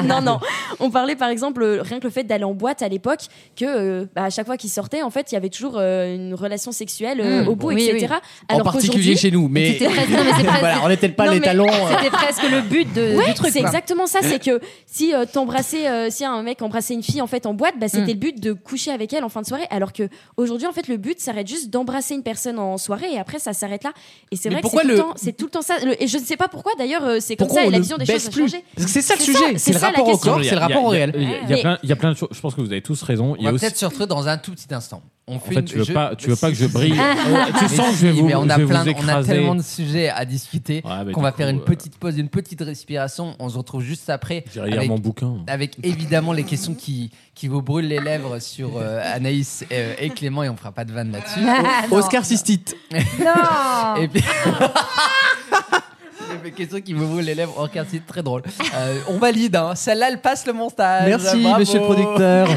[SPEAKER 8] non, non. On parlait par exemple, euh, rien que le fait d'aller en boîte à l'époque, que euh, bah, à chaque fois qu'ils sortaient, en fait, il y avait toujours euh, une relation sexuelle euh,
[SPEAKER 4] Mm.
[SPEAKER 8] au bout,
[SPEAKER 4] Oui,
[SPEAKER 8] etc.
[SPEAKER 7] En
[SPEAKER 8] Alors
[SPEAKER 7] particulier
[SPEAKER 8] qu'aujourd'hui-
[SPEAKER 7] chez nous. Mais
[SPEAKER 4] C'était presque- non, mais c'est presque-
[SPEAKER 7] voilà, on n'est peut-être pas
[SPEAKER 4] Non,
[SPEAKER 7] les
[SPEAKER 4] mais
[SPEAKER 7] talons. euh,
[SPEAKER 4] C'était presque le but de,
[SPEAKER 8] Ouais,
[SPEAKER 4] du truc.
[SPEAKER 8] c'est
[SPEAKER 4] quoi.
[SPEAKER 8] exactement ça. C'est que si euh, t'embrassais, euh, si un mec embrassait une fille en fait en boîte, bah, c'était le
[SPEAKER 4] Mm.
[SPEAKER 8] but de coucher avec elle en fin de soirée. Alors que aujourd'hui, en fait, le but s'arrête juste d'embrasser une personne en soirée et après ça s'arrête là. Et c'est
[SPEAKER 7] Mais
[SPEAKER 8] vrai que c'est
[SPEAKER 7] pourquoi
[SPEAKER 8] tout, le...
[SPEAKER 7] le-
[SPEAKER 8] temps- c'est tout le temps ça. Le- Et je ne sais pas pourquoi d'ailleurs, euh, c'est comme
[SPEAKER 7] Pourquoi
[SPEAKER 8] ça
[SPEAKER 7] on
[SPEAKER 8] et la
[SPEAKER 7] ne
[SPEAKER 8] vision des
[SPEAKER 7] baisse
[SPEAKER 8] choses a
[SPEAKER 7] plus
[SPEAKER 8] changé.
[SPEAKER 7] Parce que c'est ça le
[SPEAKER 8] C'est ça,
[SPEAKER 7] sujet.
[SPEAKER 8] c'est
[SPEAKER 7] C'est le
[SPEAKER 8] ça la
[SPEAKER 7] rapport au
[SPEAKER 8] question.
[SPEAKER 7] corps, c'est le rapport au
[SPEAKER 6] Il y a-
[SPEAKER 7] réel.
[SPEAKER 6] il y a- il y a
[SPEAKER 8] Ouais.
[SPEAKER 6] plein- il y a plein de choses. Je pense que vous avez tous raison. Il y
[SPEAKER 2] on
[SPEAKER 6] a
[SPEAKER 2] va
[SPEAKER 6] aussi.
[SPEAKER 2] peut-être se retrouver dans un tout petit instant on
[SPEAKER 6] En fait, tu veux pas, tu veux pas que je brille. Oh,
[SPEAKER 2] Mais
[SPEAKER 6] tu sens que je vais
[SPEAKER 2] si,
[SPEAKER 6] vous,
[SPEAKER 2] mais on a
[SPEAKER 6] je vais
[SPEAKER 2] plein,
[SPEAKER 6] vous
[SPEAKER 2] on a
[SPEAKER 6] écraser.
[SPEAKER 2] tellement de sujets à discuter
[SPEAKER 6] Ouais, mais
[SPEAKER 2] qu'on
[SPEAKER 6] du
[SPEAKER 2] va
[SPEAKER 6] coup,
[SPEAKER 2] faire une
[SPEAKER 6] euh,
[SPEAKER 2] petite pause, une petite respiration. On se retrouve juste après
[SPEAKER 6] J'irai lire
[SPEAKER 2] avec,
[SPEAKER 6] mon bouquin.
[SPEAKER 2] avec évidemment les questions qui, qui vous brûlent les lèvres sur euh, Anaïs euh, et Clément et on fera pas de vanne là-dessus.
[SPEAKER 7] Oscar Sistite.
[SPEAKER 2] Et puis. Les questions qui vous brûlent les lèvres, en c'est très drôle. Euh, on valide, hein. celle-là elle passe le montage.
[SPEAKER 7] Merci,
[SPEAKER 2] Bravo.
[SPEAKER 7] monsieur le producteur.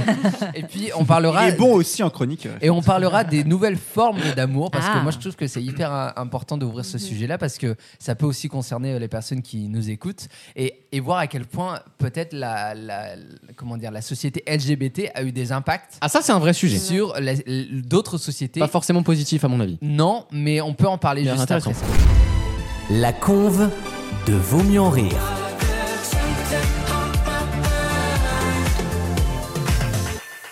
[SPEAKER 2] Et puis on parlera.
[SPEAKER 5] Il est bon aussi en chronique.
[SPEAKER 2] Et on parlera des nouvelles formes d'amour parce que
[SPEAKER 4] Ah.
[SPEAKER 2] moi je trouve que c'est hyper euh, important d'ouvrir ce sujet-là parce que ça peut aussi concerner euh, les personnes qui nous écoutent et, et voir à quel point peut-être la, la- la- comment dire la société LGBT a eu des impacts
[SPEAKER 7] Ah, ça, c'est un vrai sujet.
[SPEAKER 2] sur la- l- d'autres sociétés.
[SPEAKER 7] Pas forcément positif, à mon avis.
[SPEAKER 2] Non, mais on peut en parler
[SPEAKER 7] Bien
[SPEAKER 2] juste après.
[SPEAKER 7] intéressant.
[SPEAKER 2] ça.
[SPEAKER 1] La conve de Vaut mieux en rire.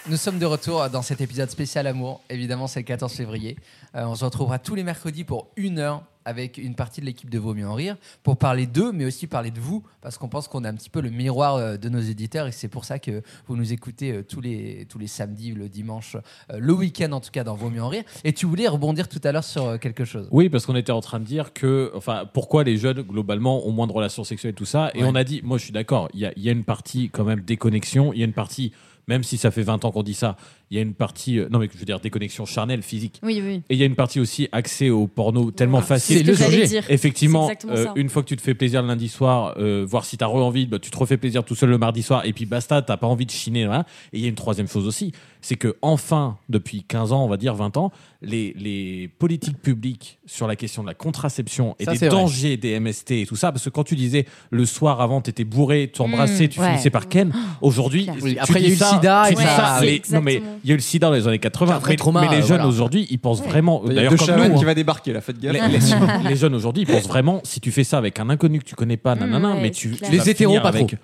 [SPEAKER 2] Nous sommes de retour dans cet épisode spécial amour. Évidemment, c'est le 14 février. Euh, on se retrouvera tous les mercredis pour une heure avec une partie de l'équipe de Vaut mieux en rire pour parler d'eux, mais aussi parler de vous, parce qu'on pense qu'on est un petit peu le miroir euh, de nos éditeurs et c'est pour ça que vous nous écoutez euh, tous les, tous les samedis, le dimanche, euh, le week-end en tout cas dans Vaut mieux en rire. Et tu voulais rebondir tout à l'heure sur euh, quelque chose.
[SPEAKER 6] Oui, parce qu'on était en train de dire que, enfin, pourquoi les jeunes globalement ont moins de relations sexuelles et tout ça. Et
[SPEAKER 2] Ouais.
[SPEAKER 6] on a dit, moi je suis d'accord, il y a, il y a une partie quand même déconnexion, il y a une partie, même si ça fait 20 ans qu'on dit ça, il y a une partie, euh, non mais je veux dire déconnexion charnelle, physique.
[SPEAKER 4] Oui, oui.
[SPEAKER 6] Et il y a une partie aussi accès au porno tellement facile.
[SPEAKER 7] C'est le
[SPEAKER 8] j'allais
[SPEAKER 7] sujet.
[SPEAKER 8] dire.
[SPEAKER 6] Effectivement,
[SPEAKER 8] C'est exactement
[SPEAKER 6] euh,
[SPEAKER 8] ça.
[SPEAKER 6] une fois que tu te fais plaisir le lundi soir, euh, voir si t'as re envie, bah, tu te refais plaisir tout seul le mardi soir, et puis basta, t'as pas envie de chiner. voilà. Et il y a une troisième chose aussi, c'est que enfin, depuis 15 ans, on va dire 20 ans, les, les politiques publiques sur la question de la contraception et
[SPEAKER 7] Ça,
[SPEAKER 6] des
[SPEAKER 7] c'est vrai.
[SPEAKER 6] dangers des MST et tout ça, parce que quand tu disais le soir avant, t'étais bourré, tu embrassais, tu
[SPEAKER 4] ouais.
[SPEAKER 6] finissais par Ken, aujourd'hui,
[SPEAKER 4] Clair.
[SPEAKER 6] tu
[SPEAKER 7] Oui, après, il y a
[SPEAKER 6] dis
[SPEAKER 7] eu le
[SPEAKER 6] ça,
[SPEAKER 7] sida
[SPEAKER 6] tu
[SPEAKER 7] et
[SPEAKER 6] dis
[SPEAKER 8] ça-
[SPEAKER 6] ça,
[SPEAKER 8] Ouais,
[SPEAKER 6] mais- non, mais
[SPEAKER 8] exactement.
[SPEAKER 6] il y a eu le sida dans les années 80,
[SPEAKER 7] Après,
[SPEAKER 6] mais,
[SPEAKER 7] trauma,
[SPEAKER 6] mais les
[SPEAKER 7] euh,
[SPEAKER 6] jeunes
[SPEAKER 7] voilà.
[SPEAKER 6] aujourd'hui, ils pensent vraiment,
[SPEAKER 5] Il y a
[SPEAKER 6] d'ailleurs
[SPEAKER 5] deux
[SPEAKER 6] comme
[SPEAKER 5] Chavannes
[SPEAKER 6] nous,
[SPEAKER 5] qui
[SPEAKER 6] hein.
[SPEAKER 5] va débarquer, là, faites gaffe.
[SPEAKER 6] Les, les- les jeunes aujourd'hui, ils pensent vraiment, si tu fais ça avec un inconnu que tu connais pas, nanana,
[SPEAKER 8] Mmh, ouais,
[SPEAKER 6] mais tu.
[SPEAKER 8] c'est clair.
[SPEAKER 6] tu vas
[SPEAKER 7] Les hétéros,
[SPEAKER 6] finir
[SPEAKER 7] pas trop.
[SPEAKER 6] avec-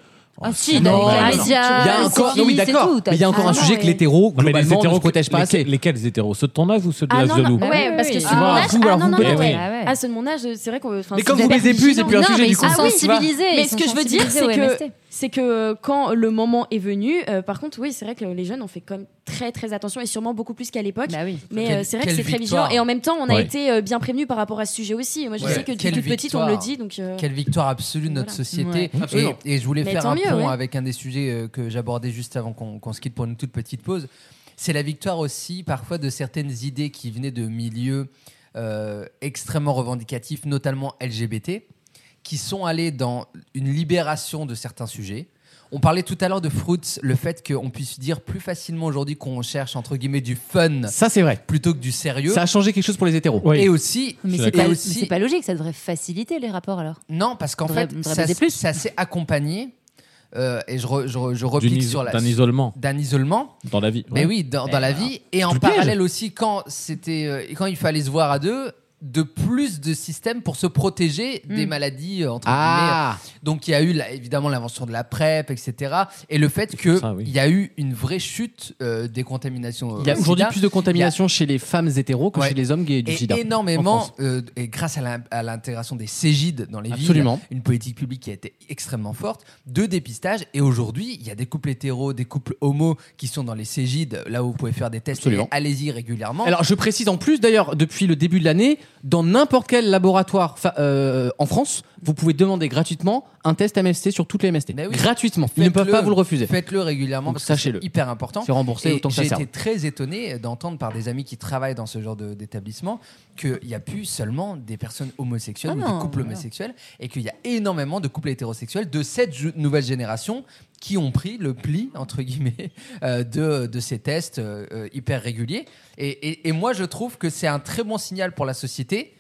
[SPEAKER 6] Oh,
[SPEAKER 4] Ah si,
[SPEAKER 7] Non,
[SPEAKER 4] dans
[SPEAKER 7] bah,
[SPEAKER 4] les
[SPEAKER 7] non.
[SPEAKER 4] médias,
[SPEAKER 7] Il y a encore, non, oui,
[SPEAKER 4] syphilis et
[SPEAKER 7] d'accord.
[SPEAKER 4] tout, t'as-
[SPEAKER 7] Mais il y a encore
[SPEAKER 8] Ah
[SPEAKER 7] un
[SPEAKER 8] non,
[SPEAKER 7] sujet que
[SPEAKER 8] mais-
[SPEAKER 7] l'hétéro,
[SPEAKER 6] Non, mais les
[SPEAKER 7] globalement, ne
[SPEAKER 6] hétéros,
[SPEAKER 7] protège pas
[SPEAKER 6] lesquels-
[SPEAKER 7] assez.
[SPEAKER 6] lesquels hétéros Ceux de ton âge ou ceux de
[SPEAKER 8] Ah
[SPEAKER 6] l'âge
[SPEAKER 8] non,
[SPEAKER 6] de
[SPEAKER 8] non,
[SPEAKER 6] nous
[SPEAKER 8] ouais,
[SPEAKER 4] Ouais,
[SPEAKER 8] parce
[SPEAKER 4] oui,
[SPEAKER 8] que
[SPEAKER 4] oui.
[SPEAKER 8] sur
[SPEAKER 4] Ah,
[SPEAKER 8] mon âge,
[SPEAKER 7] vous,
[SPEAKER 8] ah,
[SPEAKER 7] alors,
[SPEAKER 8] non,
[SPEAKER 7] vous-
[SPEAKER 8] non,
[SPEAKER 6] Eh
[SPEAKER 8] non,
[SPEAKER 6] oui.
[SPEAKER 8] ouais.
[SPEAKER 4] Ah ouais.
[SPEAKER 8] Ah, ceux de mon âge, c'est vrai qu'on. enfin,
[SPEAKER 7] Mais
[SPEAKER 8] c'est
[SPEAKER 7] comme
[SPEAKER 8] hyper
[SPEAKER 7] vous les épuisez, c'est
[SPEAKER 8] vigilant.
[SPEAKER 7] plus un
[SPEAKER 4] Non,
[SPEAKER 7] sujet
[SPEAKER 4] mais
[SPEAKER 7] du
[SPEAKER 4] ils
[SPEAKER 7] coup.
[SPEAKER 4] sont
[SPEAKER 8] Ah oui.
[SPEAKER 4] sensibilisés.
[SPEAKER 8] Mais
[SPEAKER 4] ils
[SPEAKER 8] ce
[SPEAKER 4] sont
[SPEAKER 8] que je veux dire, c'est
[SPEAKER 4] sensibilisés au
[SPEAKER 8] que,
[SPEAKER 4] MST.
[SPEAKER 8] c'est que quand le moment est venu, euh, par contre, oui, c'est vrai que les jeunes ont fait quand même très très attention et sûrement beaucoup plus qu'à l'époque.
[SPEAKER 4] Bah oui.
[SPEAKER 8] Mais
[SPEAKER 2] Quelle-
[SPEAKER 8] euh, c'est vrai que
[SPEAKER 2] quelle
[SPEAKER 8] c'est très
[SPEAKER 2] victoire.
[SPEAKER 8] vigilant. Et en même temps, on a
[SPEAKER 6] Ouais.
[SPEAKER 8] été euh, bien prévenus par rapport à ce sujet aussi. Moi, je
[SPEAKER 2] Ouais.
[SPEAKER 8] sais que depuis
[SPEAKER 2] Quelle
[SPEAKER 8] toute petite, on me le
[SPEAKER 2] victoire.
[SPEAKER 8] dit. Donc, euh,
[SPEAKER 2] Quelle victoire absolue de notre
[SPEAKER 8] Voilà.
[SPEAKER 2] société.
[SPEAKER 7] Ouais. Absolument.
[SPEAKER 2] Et, et je voulais
[SPEAKER 8] Mais
[SPEAKER 2] faire
[SPEAKER 8] tant
[SPEAKER 2] un
[SPEAKER 8] mieux,
[SPEAKER 2] pont
[SPEAKER 8] ouais.
[SPEAKER 2] avec un des sujets euh, que j'abordais juste avant qu'on qu'on se quitte pour une toute petite pause. C'est la victoire aussi parfois de certaines idées qui venaient de milieux euh, extrêmement revendicatifs, notamment LGBT. qui sont allés dans une libération de certains sujets. On parlait tout à l'heure de Fruits, le fait qu'on puisse dire plus facilement aujourd'hui qu'on cherche entre guillemets du fun
[SPEAKER 7] Ça, c'est vrai.
[SPEAKER 2] plutôt que du sérieux.
[SPEAKER 7] Ça a changé quelque chose pour les hétéros.
[SPEAKER 6] Oui.
[SPEAKER 2] Et aussi,
[SPEAKER 4] Mais
[SPEAKER 6] Je suis
[SPEAKER 4] c'est pas,
[SPEAKER 2] d'accord.
[SPEAKER 4] mais c'est pas logique, ça devrait faciliter les rapports alors.
[SPEAKER 2] non, parce qu'en
[SPEAKER 4] Faudrait-
[SPEAKER 2] fait,
[SPEAKER 4] faudrait
[SPEAKER 2] ça,
[SPEAKER 4] baiser plus.
[SPEAKER 2] ça s'est accompagné, euh, et je, re- je, re- je
[SPEAKER 6] D'une
[SPEAKER 2] replique
[SPEAKER 6] iso-
[SPEAKER 2] sur la.
[SPEAKER 6] D'un isolement
[SPEAKER 2] d'un isolement,
[SPEAKER 6] dans la vie.
[SPEAKER 2] mais
[SPEAKER 6] Ouais.
[SPEAKER 2] oui, dans,
[SPEAKER 7] Eh
[SPEAKER 2] dans
[SPEAKER 7] ben,
[SPEAKER 2] la vie. Et en
[SPEAKER 7] le piège.
[SPEAKER 2] parallèle aussi, quand, c'était, euh, quand il fallait se voir à deux, de plus de systèmes pour se protéger des
[SPEAKER 4] Mm.
[SPEAKER 2] maladies, euh, entre guillemets,
[SPEAKER 7] Ah
[SPEAKER 2] Donc il y a eu là, évidemment l'invention de la PrEP, etc. Et le fait qu'il
[SPEAKER 6] ça, oui.
[SPEAKER 2] y a eu une vraie chute euh, des contaminations. euh,
[SPEAKER 7] Il y a
[SPEAKER 2] au
[SPEAKER 7] aujourd'hui
[SPEAKER 2] sida.
[SPEAKER 7] plus de contamination chez les femmes hétéros que
[SPEAKER 2] Ouais.
[SPEAKER 7] chez les hommes gays du
[SPEAKER 2] et
[SPEAKER 7] sida. en
[SPEAKER 2] énormément,
[SPEAKER 7] France.
[SPEAKER 2] euh, et grâce à la- à l'intégration des Cégides dans les
[SPEAKER 7] Absolument.
[SPEAKER 2] villes, une politique publique qui a été extrêmement forte, de dépistage. Et aujourd'hui, il y a des couples hétéros, des couples homos qui sont dans les Cégides, là où vous pouvez faire des tests.
[SPEAKER 7] Absolument.
[SPEAKER 2] et Allez-y régulièrement.
[SPEAKER 7] Alors je précise en plus d'ailleurs, depuis le début de l'année, dans n'importe quel laboratoire fa- euh, en France, vous pouvez demander gratuitement un test MST sur toutes les MST.
[SPEAKER 2] Ben oui.
[SPEAKER 7] Gratuitement. Ils ne
[SPEAKER 2] Faites-le.
[SPEAKER 7] peuvent pas vous le refuser.
[SPEAKER 2] Faites-le régulièrement
[SPEAKER 7] Donc,
[SPEAKER 2] parce que
[SPEAKER 7] sachez-le.
[SPEAKER 2] c'est hyper important.
[SPEAKER 7] C'est remboursé
[SPEAKER 2] Et
[SPEAKER 7] autant que ça
[SPEAKER 2] J'ai
[SPEAKER 7] sert.
[SPEAKER 2] été très étonné d'entendre par des amis qui travaillent dans ce genre de- d'établissement qu'il n'y a plus seulement des personnes homosexuelles
[SPEAKER 4] Ah
[SPEAKER 2] ou
[SPEAKER 4] non,
[SPEAKER 2] des couples
[SPEAKER 4] voilà.
[SPEAKER 2] homosexuels et qu'il y a énormément de couples hétérosexuels de cette ju- nouvelle génération qui ont pris le pli, entre guillemets, euh, de, de ces tests euh, euh, hyper réguliers. Et, et- et moi, je trouve que c'est un très bon signal pour la société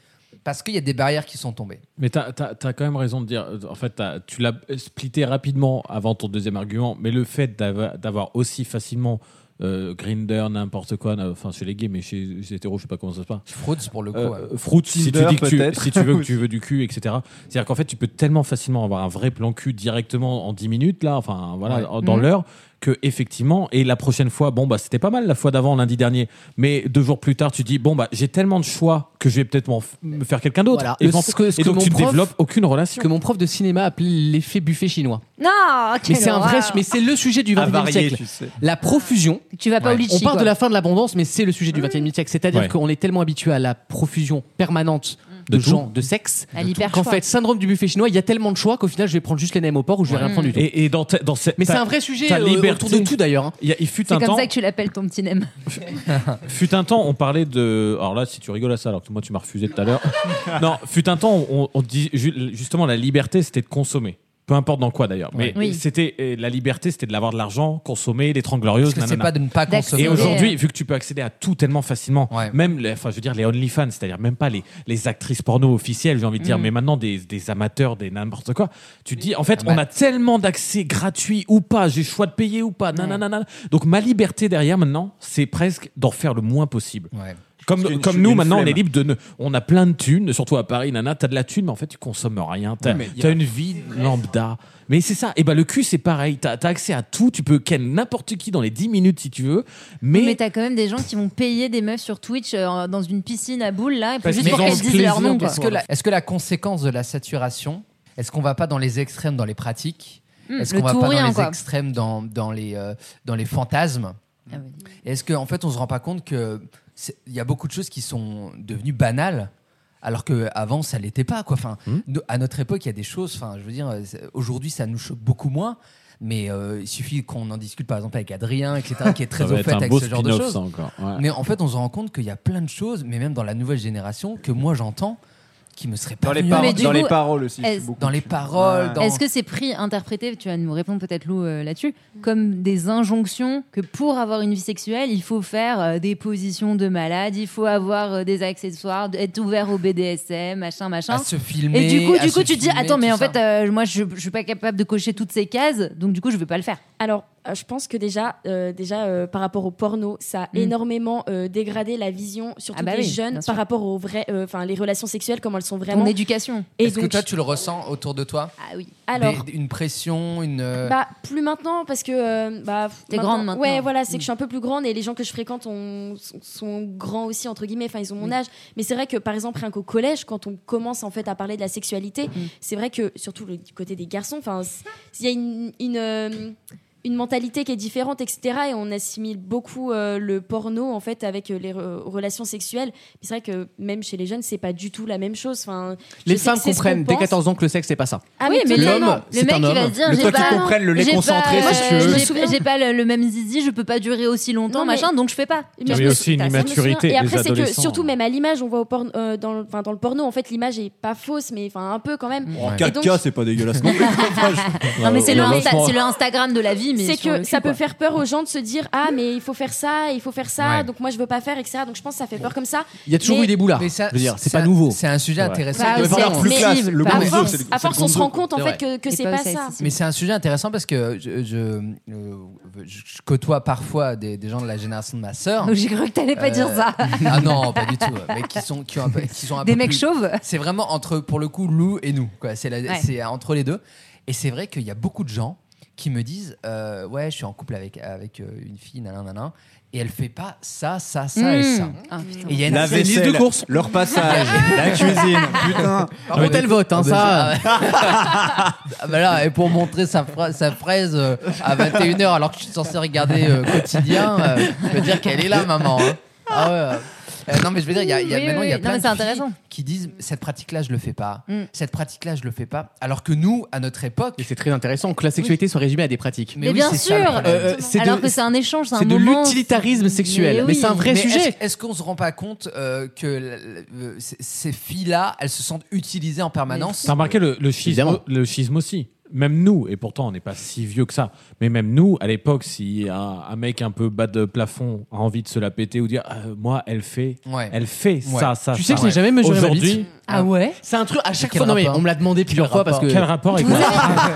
[SPEAKER 2] parce qu'il y a des barrières qui sont tombées.
[SPEAKER 6] Mais t'as as, quand même raison de dire. euh, En fait, t'as- tu l'as splitté rapidement avant ton deuxième argument, mais le fait d'ava- d'avoir aussi facilement euh, Grinder, n'importe quoi, na- enfin chez les gays, mais chez les hétéros, je sais pas comment ça se passe.
[SPEAKER 2] Fraude pour le coup.
[SPEAKER 6] Euh,
[SPEAKER 2] ouais.
[SPEAKER 6] Fruits, si tu,
[SPEAKER 5] Tinder,
[SPEAKER 6] dis que tu,
[SPEAKER 5] peut-être.
[SPEAKER 6] si tu veux que tu veux du cul, etc. C'est-à-dire qu'en fait, tu peux tellement facilement avoir un vrai plan cul directement en 10 minutes, là, enfin, voilà, en- dans
[SPEAKER 2] Mmh.
[SPEAKER 4] Mhm.
[SPEAKER 6] l'heure, que effectivement, et la prochaine fois, bon, bah, c'était pas mal la fois d'avant, lundi dernier, mais deux jours plus tard, tu dis, bon, bah, j'ai tellement de choix que je vais peut-être m'en f- me faire quelqu'un d'autre.
[SPEAKER 7] Voilà.
[SPEAKER 6] Et,
[SPEAKER 7] Le-
[SPEAKER 6] j'en-
[SPEAKER 7] ce que- ce
[SPEAKER 6] et
[SPEAKER 7] que
[SPEAKER 6] donc,
[SPEAKER 7] mon
[SPEAKER 6] tu ne
[SPEAKER 7] prof-
[SPEAKER 6] développes aucune relation.
[SPEAKER 7] Que mon prof de cinéma appelait l'effet buffet chinois.
[SPEAKER 4] Non,
[SPEAKER 7] Mais c'est un vrai, mais c'est le sujet du XXe siècle.
[SPEAKER 5] tu sais.
[SPEAKER 7] La profusion.
[SPEAKER 4] Tu vas pas
[SPEAKER 2] Ouais.
[SPEAKER 4] au litchi.
[SPEAKER 7] On part
[SPEAKER 4] quoi. Mmh.
[SPEAKER 7] de la fin de l'abondance, mais c'est le sujet du XXe siècle. C'est-à-dire
[SPEAKER 6] Ouais.
[SPEAKER 7] qu'on est tellement habitué à la profusion permanente de,
[SPEAKER 6] De tout.
[SPEAKER 7] gens, de sexe,
[SPEAKER 4] À l'hyper
[SPEAKER 7] qu'en
[SPEAKER 4] Mmh. choix.
[SPEAKER 7] fait, syndrome du buffet chinois, il y a tellement de choix qu'au final, je vais prendre juste les nems au porc ou je vais
[SPEAKER 6] Ouais.
[SPEAKER 7] rien prendre du tout.
[SPEAKER 6] Et, et dans, ta- dans cette-
[SPEAKER 7] Mais c'est
[SPEAKER 6] ta-
[SPEAKER 7] un vrai sujet
[SPEAKER 6] ta
[SPEAKER 7] euh,
[SPEAKER 6] liberté.
[SPEAKER 7] autour de tout d'ailleurs. hein.
[SPEAKER 6] il y a- il fut
[SPEAKER 4] C'est
[SPEAKER 6] un
[SPEAKER 4] comme
[SPEAKER 6] temps,
[SPEAKER 4] ça que tu l'appelles ton petit nem.
[SPEAKER 6] fut un temps, on parlait de. Alors là, si tu rigoles à ça, alors que moi, tu m'as refusé tout à l'heure. non, fut un temps, on, on dit ju- justement la liberté, c'était de consommer. Peu importe dans quoi d'ailleurs. Mais
[SPEAKER 4] Oui.
[SPEAKER 6] c'était euh, la liberté, c'était de l'avoir de l'argent, consommer, les 30 glorieuses.
[SPEAKER 2] Parce que c'est
[SPEAKER 6] nanana.
[SPEAKER 2] pas de ne pas consommer.
[SPEAKER 6] Et
[SPEAKER 4] C'est
[SPEAKER 6] aujourd'hui,
[SPEAKER 4] vrai.
[SPEAKER 6] vu que tu peux accéder à tout tellement facilement,
[SPEAKER 2] Ouais.
[SPEAKER 6] même les, enfin, je veux dire, les OnlyFans, c'est-à-dire même pas les, les actrices porno officielles, j'ai envie de dire,
[SPEAKER 4] Mm.
[SPEAKER 6] mais maintenant des, des amateurs, des n'importe quoi, tu te dis, en fait,
[SPEAKER 2] Ah bah.
[SPEAKER 6] on a tellement d'accès gratuit ou pas, j'ai le choix de payer ou pas, nanana. Donc ma liberté derrière maintenant, c'est presque d'en faire le moins possible.
[SPEAKER 2] Ouais.
[SPEAKER 6] Comme,
[SPEAKER 5] qu'il y a une-
[SPEAKER 6] comme
[SPEAKER 5] il y a
[SPEAKER 6] nous,
[SPEAKER 5] une
[SPEAKER 6] maintenant, on est
[SPEAKER 5] flemme.
[SPEAKER 6] libre de ne, on a plein de thunes, surtout à Paris, nana, t'as de la thune, mais en fait, tu consommes rien. T'as
[SPEAKER 5] mais il y
[SPEAKER 6] t'as
[SPEAKER 5] a-
[SPEAKER 6] une vie lambda. Mais c'est ça. Et ben, le cul, c'est pareil. T'as as accès à tout. Tu peux ken n'importe qui dans les 10 minutes si tu veux. Mais,
[SPEAKER 4] Mais, t'as quand même des gens qui vont payer des meufs sur Twitch euh, dans une piscine à boules là, et puis
[SPEAKER 6] Parce
[SPEAKER 4] juste
[SPEAKER 6] qu'ils
[SPEAKER 4] pour
[SPEAKER 6] ont
[SPEAKER 4] qu'elles
[SPEAKER 6] ce
[SPEAKER 4] disent leur
[SPEAKER 6] plaisir
[SPEAKER 4] nom.
[SPEAKER 6] de
[SPEAKER 4] Quoi.
[SPEAKER 2] Est-ce que, la, est-ce que la conséquence de la saturation, est-ce qu'on va pas dans les extrêmes dans les pratiques
[SPEAKER 4] Hmm,
[SPEAKER 2] Est-ce
[SPEAKER 4] le
[SPEAKER 2] qu'on va
[SPEAKER 4] tout
[SPEAKER 2] pas
[SPEAKER 4] ou
[SPEAKER 2] dans
[SPEAKER 4] rien
[SPEAKER 2] les
[SPEAKER 4] quoi.
[SPEAKER 2] extrêmes dans, dans, les, euh, dans les fantasmes
[SPEAKER 4] Ah oui.
[SPEAKER 2] Est-ce qu'en en fait on se rend pas compte que c'est- il y a beaucoup de choses qui sont devenues banales alors qu'avant ça l'était pas quoi. Enfin,
[SPEAKER 6] Hmm.
[SPEAKER 2] nous- à notre époque il y a des choses. Enfin, je veux dire, euh, c'est- aujourd'hui ça nous choque beaucoup moins. Mais euh, il suffit qu'on en discute par exemple avec Adrien, etc., qui est très
[SPEAKER 6] ça
[SPEAKER 2] au
[SPEAKER 6] va
[SPEAKER 2] fait
[SPEAKER 6] être un
[SPEAKER 2] avec
[SPEAKER 6] beau
[SPEAKER 2] ce genre de
[SPEAKER 6] spin-off,
[SPEAKER 2] choses.
[SPEAKER 6] ça encore. Ouais.
[SPEAKER 2] Mais en fait, on se rend compte qu'il y a plein de choses, mais même dans la nouvelle génération, que moi j'entends, qui me seraient pas
[SPEAKER 5] Dans les,
[SPEAKER 2] venues.
[SPEAKER 5] paroles-
[SPEAKER 4] Mais du
[SPEAKER 5] dans les
[SPEAKER 4] coup,
[SPEAKER 5] paroles aussi. je suis
[SPEAKER 4] est-ce-
[SPEAKER 5] beaucoup-
[SPEAKER 2] dans les paroles,
[SPEAKER 5] Ouais.
[SPEAKER 2] dans-
[SPEAKER 4] Est-ce que c'est pris, interprété, tu vas nous répondre peut-être Lou euh, là-dessus, comme des injonctions que pour avoir une vie sexuelle, il faut faire euh, des positions de malade, il faut avoir euh, des accessoires, d- être ouvert au BDSM, machin, machin.
[SPEAKER 2] à se filmer.
[SPEAKER 4] et du coup,
[SPEAKER 2] à
[SPEAKER 4] du coup
[SPEAKER 2] se
[SPEAKER 4] tu te dis,
[SPEAKER 2] filmer,
[SPEAKER 4] attends, mais
[SPEAKER 2] tout
[SPEAKER 4] en
[SPEAKER 2] ça.
[SPEAKER 4] fait, euh, moi, je, je suis pas capable de cocher toutes ces cases, donc du coup, je vais pas le faire.
[SPEAKER 8] Alors, euh, je pense que déjà, euh, déjà euh, par rapport au porno, ça a
[SPEAKER 4] Mm.
[SPEAKER 8] énormément euh, dégradé la vision, surtout
[SPEAKER 4] Ah bah
[SPEAKER 8] des
[SPEAKER 4] oui,
[SPEAKER 8] jeunes,
[SPEAKER 4] bien sûr.
[SPEAKER 8] par rapport aux vrais, euh, enfin les relations sexuelles, comment elles sont
[SPEAKER 4] Ton
[SPEAKER 8] vraiment.
[SPEAKER 4] éducation.
[SPEAKER 8] Et
[SPEAKER 2] Est-ce que
[SPEAKER 8] donc,
[SPEAKER 2] toi tu le ressens autour de toi
[SPEAKER 4] Ah oui.
[SPEAKER 8] alors,
[SPEAKER 2] Des- Une pression, une. euh,
[SPEAKER 8] bah plus maintenant parce que euh, bah f-
[SPEAKER 4] T'es grande maintenant.
[SPEAKER 8] Ouais, voilà, c'est
[SPEAKER 4] Mm.
[SPEAKER 8] que je suis un peu plus grande et les gens que je fréquente ont- sont, sont grands aussi entre guillemets. Enfin, ils ont mon âge. Mais c'est vrai que par exemple, rien qu'au collège, quand on commence en fait à parler de la
[SPEAKER 7] Mm.
[SPEAKER 8] sexualité, c'est vrai que surtout le du côté des garçons, enfin, s- il y a une, une, euh, une une mentalité qui est différente, etc. Et on assimile beaucoup euh, le porno en fait avec euh, les re- relations sexuelles. Mais c'est vrai que même chez les jeunes, c'est pas du tout la même chose. Enfin, je
[SPEAKER 7] Les
[SPEAKER 8] sais que
[SPEAKER 7] femmes
[SPEAKER 8] c'est ce
[SPEAKER 7] comprennent
[SPEAKER 8] qu'on
[SPEAKER 7] dès
[SPEAKER 8] pense.
[SPEAKER 7] 14 ans que le sexe, c'est pas ça.
[SPEAKER 8] Ah
[SPEAKER 4] oui, mais
[SPEAKER 7] l'homme,
[SPEAKER 4] l'homme,
[SPEAKER 7] c'est
[SPEAKER 4] le mec,
[SPEAKER 7] un
[SPEAKER 4] il
[SPEAKER 7] homme.
[SPEAKER 4] va se dire,
[SPEAKER 5] Le
[SPEAKER 4] j'ai
[SPEAKER 5] toi qui
[SPEAKER 4] pas,
[SPEAKER 5] comprenne, le lait
[SPEAKER 4] j'ai
[SPEAKER 5] concentré,
[SPEAKER 4] pas-
[SPEAKER 5] si
[SPEAKER 7] Euh,
[SPEAKER 5] tu veux.
[SPEAKER 4] j'ai-
[SPEAKER 8] Je me souviens.
[SPEAKER 4] j'ai pas le, le même zizi, je peux pas durer aussi longtemps,
[SPEAKER 8] Non, mais-
[SPEAKER 4] machin, donc je fais pas.
[SPEAKER 8] Mais
[SPEAKER 6] Il y
[SPEAKER 8] je
[SPEAKER 6] a
[SPEAKER 8] me
[SPEAKER 6] aussi une
[SPEAKER 8] souviens, ça, je me souviens.
[SPEAKER 6] immaturité
[SPEAKER 8] Et
[SPEAKER 6] des
[SPEAKER 8] après, c'est que
[SPEAKER 6] adolescents.
[SPEAKER 8] surtout même à l'image, on voit au porno, euh, dans, le- enfin, dans le porno, en fait, l'image est pas fausse, mais enfin un peu quand même. Ah.
[SPEAKER 2] Ouais.
[SPEAKER 5] 4K, c'est pas dégueulasse non plus. Enfin, je-
[SPEAKER 4] Non, mais c'est le,
[SPEAKER 6] Ouais,
[SPEAKER 4] Insta-
[SPEAKER 6] franchement.
[SPEAKER 4] c'est le Instagram de la vie, mais.
[SPEAKER 8] C'est
[SPEAKER 4] sur le
[SPEAKER 8] que
[SPEAKER 4] cul,
[SPEAKER 8] ça peut
[SPEAKER 4] quoi.
[SPEAKER 8] faire peur aux gens de se dire ah mais il faut faire ça, il faut faire ça,
[SPEAKER 2] Ouais.
[SPEAKER 8] donc moi je veux pas faire etc. Donc je pense que ça fait peur comme ça.
[SPEAKER 7] Il y a toujours
[SPEAKER 8] Mais-
[SPEAKER 7] eu des boulards.
[SPEAKER 2] Mais ça,
[SPEAKER 7] Je veux dire, c'est
[SPEAKER 2] ça-
[SPEAKER 7] pas nouveau.
[SPEAKER 2] C'est un sujet
[SPEAKER 6] Ouais.
[SPEAKER 2] intéressant.
[SPEAKER 4] Bah,
[SPEAKER 2] de-
[SPEAKER 4] c'est-
[SPEAKER 5] avoir plus
[SPEAKER 4] mais-
[SPEAKER 5] classe, le
[SPEAKER 4] bah,
[SPEAKER 8] À
[SPEAKER 5] gonzo,
[SPEAKER 8] force,
[SPEAKER 5] c'est le-
[SPEAKER 8] à
[SPEAKER 5] c'est le
[SPEAKER 8] force, on se
[SPEAKER 5] gonzo.
[SPEAKER 8] rend compte en
[SPEAKER 7] C'est
[SPEAKER 8] fait que,
[SPEAKER 7] vrai.
[SPEAKER 8] que
[SPEAKER 4] Et
[SPEAKER 8] c'est
[SPEAKER 4] pas
[SPEAKER 8] pas
[SPEAKER 4] sexy.
[SPEAKER 8] ça.
[SPEAKER 2] Mais c'est un sujet intéressant parce que je, je- euh, je- je côtoie parfois des, des gens de la génération de ma sœur.
[SPEAKER 4] Donc, J'ai cru que t'allais pas
[SPEAKER 2] Euh,
[SPEAKER 4] dire ça.
[SPEAKER 2] Ah non, pas du tout. Mais qui sont, qui ont un peu, qui sont un
[SPEAKER 4] Des
[SPEAKER 2] peu
[SPEAKER 4] mecs
[SPEAKER 2] plus-
[SPEAKER 4] chauves
[SPEAKER 2] C'est vraiment entre, pour le coup, Lou et nous. quoi. C'est la-
[SPEAKER 4] Ouais.
[SPEAKER 2] c'est entre les deux. Et c'est vrai qu'il y a beaucoup de gens qui me disent euh, Ouais, je suis en couple avec, avec euh, une fille, nanana, nanana, et elle fait pas ça, ça, ça et ça.
[SPEAKER 4] Ah, putain.
[SPEAKER 2] Et il y a une
[SPEAKER 5] La
[SPEAKER 2] c'est une liste
[SPEAKER 5] vaisselle,
[SPEAKER 2] de courses.
[SPEAKER 5] leur passage, la cuisine, putain.
[SPEAKER 2] Par
[SPEAKER 7] Le
[SPEAKER 2] contre,
[SPEAKER 7] tel vote, hein,
[SPEAKER 2] Ah,
[SPEAKER 7] ça.
[SPEAKER 2] bah, je- Ah, bah là, et pour montrer sa, fra- sa fraise euh, à 21h alors que je suis censé regarder euh, quotidien, euh, je peux dire qu'elle est là, maman. hein. Ah ouais. euh, non, mais je veux dire, il y a, il y a-
[SPEAKER 4] Oui,
[SPEAKER 2] maintenant,
[SPEAKER 4] oui,
[SPEAKER 2] il y a
[SPEAKER 4] oui. Non, mais
[SPEAKER 2] plein de
[SPEAKER 4] c'est
[SPEAKER 2] filles
[SPEAKER 4] intéressant.
[SPEAKER 2] qui disent cette pratique-là, je le fais pas.
[SPEAKER 4] Mm.
[SPEAKER 2] Cette pratique-là, je le fais pas. Alors que nous, à notre époque,
[SPEAKER 7] Et c'est très intéressant que la sexualité soit résumée à des pratiques.
[SPEAKER 4] Mais bien
[SPEAKER 2] c'est ça, le
[SPEAKER 4] sûr.
[SPEAKER 2] problème.
[SPEAKER 7] Euh, euh, c'est
[SPEAKER 4] Alors
[SPEAKER 7] de-
[SPEAKER 4] que c'est un échange, c'est un
[SPEAKER 7] C'est de
[SPEAKER 4] moment.
[SPEAKER 7] l'utilitarisme sexuel.
[SPEAKER 4] Mais
[SPEAKER 7] Mais,
[SPEAKER 4] oui.
[SPEAKER 7] c'est un vrai
[SPEAKER 2] Mais
[SPEAKER 7] sujet.
[SPEAKER 2] Est-ce, est-ce qu'on se rend pas compte euh, que la- la- euh, ces- ces filles-là, elles se sentent utilisées en permanence
[SPEAKER 6] T'as remarqué le, le, schisme,
[SPEAKER 7] Évidemment.
[SPEAKER 6] le schisme aussi. Même nous, et pourtant on n'est pas si vieux que ça, mais même nous, à l'époque, si un, un mec un peu bas de plafond a envie de se la péter ou dire Euh, Moi, elle fait,
[SPEAKER 2] Ouais.
[SPEAKER 6] elle fait ça, ça,
[SPEAKER 7] Tu sais
[SPEAKER 6] ça.
[SPEAKER 7] que j'ai jamais mesuré ma
[SPEAKER 6] Aujourd'hui, euh, hein.
[SPEAKER 7] bite.
[SPEAKER 4] Ah ouais
[SPEAKER 7] C'est un truc à chaque
[SPEAKER 2] Quel
[SPEAKER 7] fois. Non mais
[SPEAKER 2] rapport
[SPEAKER 7] on me l'a demandé plusieurs fois parce que.
[SPEAKER 6] quel rapport avec moi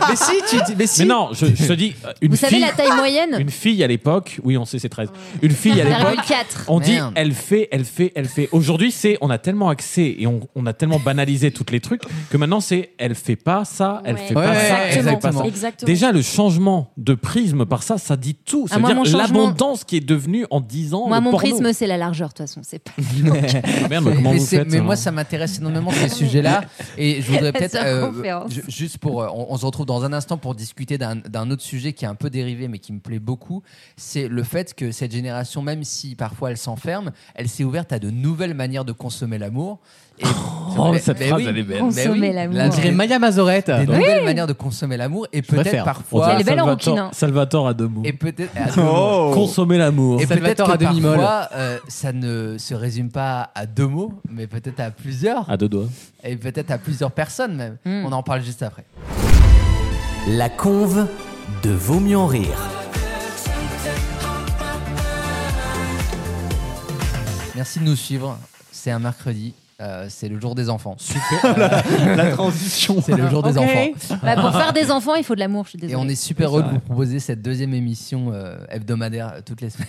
[SPEAKER 7] mais si, tu dis- mais si.
[SPEAKER 6] Mais non, je, je te dis, euh, une
[SPEAKER 4] Vous
[SPEAKER 6] fille,
[SPEAKER 4] savez la taille moyenne
[SPEAKER 6] une fille à l'époque, oui, on sait, c'est 13. Une fille à l'époque,
[SPEAKER 4] 1,4.
[SPEAKER 6] on dit
[SPEAKER 2] Merde.
[SPEAKER 6] elle fait, elle fait, elle fait. Aujourd'hui, c'est on a tellement accès et on, on a tellement banalisé toutes les trucs que maintenant c'est elle fait pas ça, elle
[SPEAKER 8] Ouais.
[SPEAKER 6] fait pas
[SPEAKER 7] Ouais,
[SPEAKER 6] ça, elle fait pas ça.
[SPEAKER 8] Exactement.
[SPEAKER 6] Déjà, le changement de prisme par ça, ça dit tout.
[SPEAKER 4] Ah,
[SPEAKER 6] Ça veut
[SPEAKER 4] moi, mon
[SPEAKER 6] dire
[SPEAKER 4] changement-
[SPEAKER 6] l'abondance qui est devenue en 10 ans.
[SPEAKER 4] Moi,
[SPEAKER 6] le
[SPEAKER 4] mon
[SPEAKER 6] porno.
[SPEAKER 4] prisme, c'est la largeur, de toute façon. C'est pas.
[SPEAKER 6] Ah, merde, mais
[SPEAKER 2] Mais-
[SPEAKER 6] comment
[SPEAKER 2] mais
[SPEAKER 6] vous
[SPEAKER 2] c'est-
[SPEAKER 6] faites
[SPEAKER 2] mais
[SPEAKER 6] hein
[SPEAKER 2] moi, ça m'intéresse énormément ces sujets-là. Et je voudrais peut-être.
[SPEAKER 4] Sur
[SPEAKER 2] euh,
[SPEAKER 4] conférence.
[SPEAKER 2] ju- juste pour. euh, on, on se retrouve dans un instant pour discuter d'un- d'un autre sujet qui est un peu dérivé, mais qui me plaît beaucoup. C'est le fait que cette génération, même si parfois elle s'enferme, elle s'est ouverte à de nouvelles manières de consommer l'amour. Et,
[SPEAKER 6] Oh,
[SPEAKER 2] Mais-
[SPEAKER 6] cette
[SPEAKER 2] mais
[SPEAKER 6] phrase,
[SPEAKER 2] oui.
[SPEAKER 6] elle est belle.
[SPEAKER 2] Mais
[SPEAKER 4] Consommer
[SPEAKER 2] oui.
[SPEAKER 4] l'amour.
[SPEAKER 2] La-
[SPEAKER 7] On dirait Maya Mazorette.
[SPEAKER 2] Des nouvelles manières de consommer l'amour et peut-être
[SPEAKER 7] préfère.
[SPEAKER 6] On dirait
[SPEAKER 2] parfois.
[SPEAKER 4] Elle est belle en
[SPEAKER 6] Salvatore-
[SPEAKER 4] rouquine, hein.
[SPEAKER 6] Salvatore à deux mots.
[SPEAKER 2] Et peut-être.
[SPEAKER 5] Oh.
[SPEAKER 6] Consommer l'amour.
[SPEAKER 2] Et peut-être
[SPEAKER 7] Salvatore
[SPEAKER 2] que
[SPEAKER 7] à demi-molle.
[SPEAKER 2] parfois, euh, ça ne se résume pas à deux mots, mais peut-être à plusieurs,
[SPEAKER 6] À deux doigts.
[SPEAKER 2] et peut-être à plusieurs personnes même.
[SPEAKER 4] Mm.
[SPEAKER 2] On en parle juste après.
[SPEAKER 1] La conve de Vaut mieux en rire.
[SPEAKER 2] Merci de nous suivre. C'est un mercredi. Euh, c'est le jour des enfants.
[SPEAKER 5] La transition.
[SPEAKER 2] C'est le jour des enfants.
[SPEAKER 4] Bah, pour faire des enfants, il faut de l'amour, je suis
[SPEAKER 2] Et
[SPEAKER 4] désolée.
[SPEAKER 2] on est super heureux de vous proposer cette deuxième émission euh, hebdomadaire euh, toutes les semaines.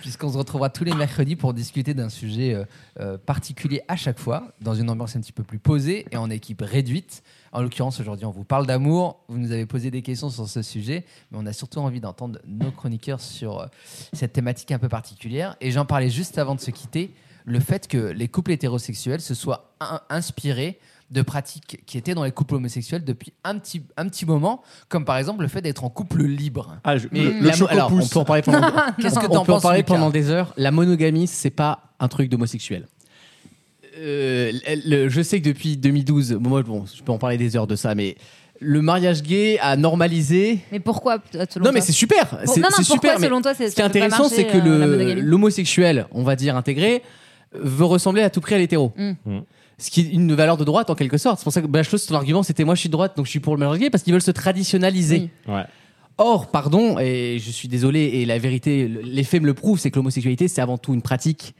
[SPEAKER 2] Puisqu'on se retrouvera tous les mercredis pour discuter d'un sujet euh, euh, particulier à chaque fois, dans une ambiance un petit peu plus posée et en équipe réduite. En l'occurrence, aujourd'hui, on vous parle d'amour. Vous nous avez posé des questions sur ce sujet, mais on a surtout envie d'entendre nos chroniqueurs sur euh, cette thématique un peu particulière. Et j'en parlais juste avant de se quitter, le fait que les couples hétérosexuels se soient in- inspirés de pratiques qui étaient dans les couples homosexuels depuis un petit, un petit moment, comme par exemple le fait d'être en couple libre.
[SPEAKER 5] Ah, je-
[SPEAKER 7] Mais
[SPEAKER 5] le- le
[SPEAKER 7] la-
[SPEAKER 5] choco
[SPEAKER 7] alors, on
[SPEAKER 5] pousse.
[SPEAKER 7] peut en parler pendant.
[SPEAKER 2] Qu'est-ce que
[SPEAKER 7] on
[SPEAKER 2] t'en
[SPEAKER 7] peut en
[SPEAKER 2] penses
[SPEAKER 7] parler
[SPEAKER 2] Lucas
[SPEAKER 7] pendant des heures. La monogamie, c'est pas un truc d'homosexuel. Euh, le- le- je sais que depuis 2012, bon, moi, bon, je peux en parler des heures de ça, mais le mariage gay a normalisé.
[SPEAKER 4] Mais pourquoi, toi, selon
[SPEAKER 7] Non, mais
[SPEAKER 4] toi
[SPEAKER 7] c'est super.
[SPEAKER 4] Pour-
[SPEAKER 7] C'est
[SPEAKER 4] non, non,
[SPEAKER 7] c'est
[SPEAKER 4] pourquoi,
[SPEAKER 7] super. mais
[SPEAKER 4] selon toi, c'est
[SPEAKER 7] ce qui est intéressant, c'est
[SPEAKER 4] euh,
[SPEAKER 7] que le- l'homosexuel, on va dire intégré, euh, veut ressembler à tout prix à l'hétéro.
[SPEAKER 4] Mm.
[SPEAKER 6] Mm.
[SPEAKER 7] Ce qui est une valeur de droite en quelque sorte. C'est pour ça que Bachelot, son argument, c'était moi je suis de droite, donc je suis pour le mariage gay, parce qu'ils veulent se traditionnaliser.
[SPEAKER 4] Oui.
[SPEAKER 6] Ouais.
[SPEAKER 7] Or, pardon, et je suis désolé, et la vérité, le- les faits me le prouvent, c'est que l'homosexualité, c'est avant tout une pratique,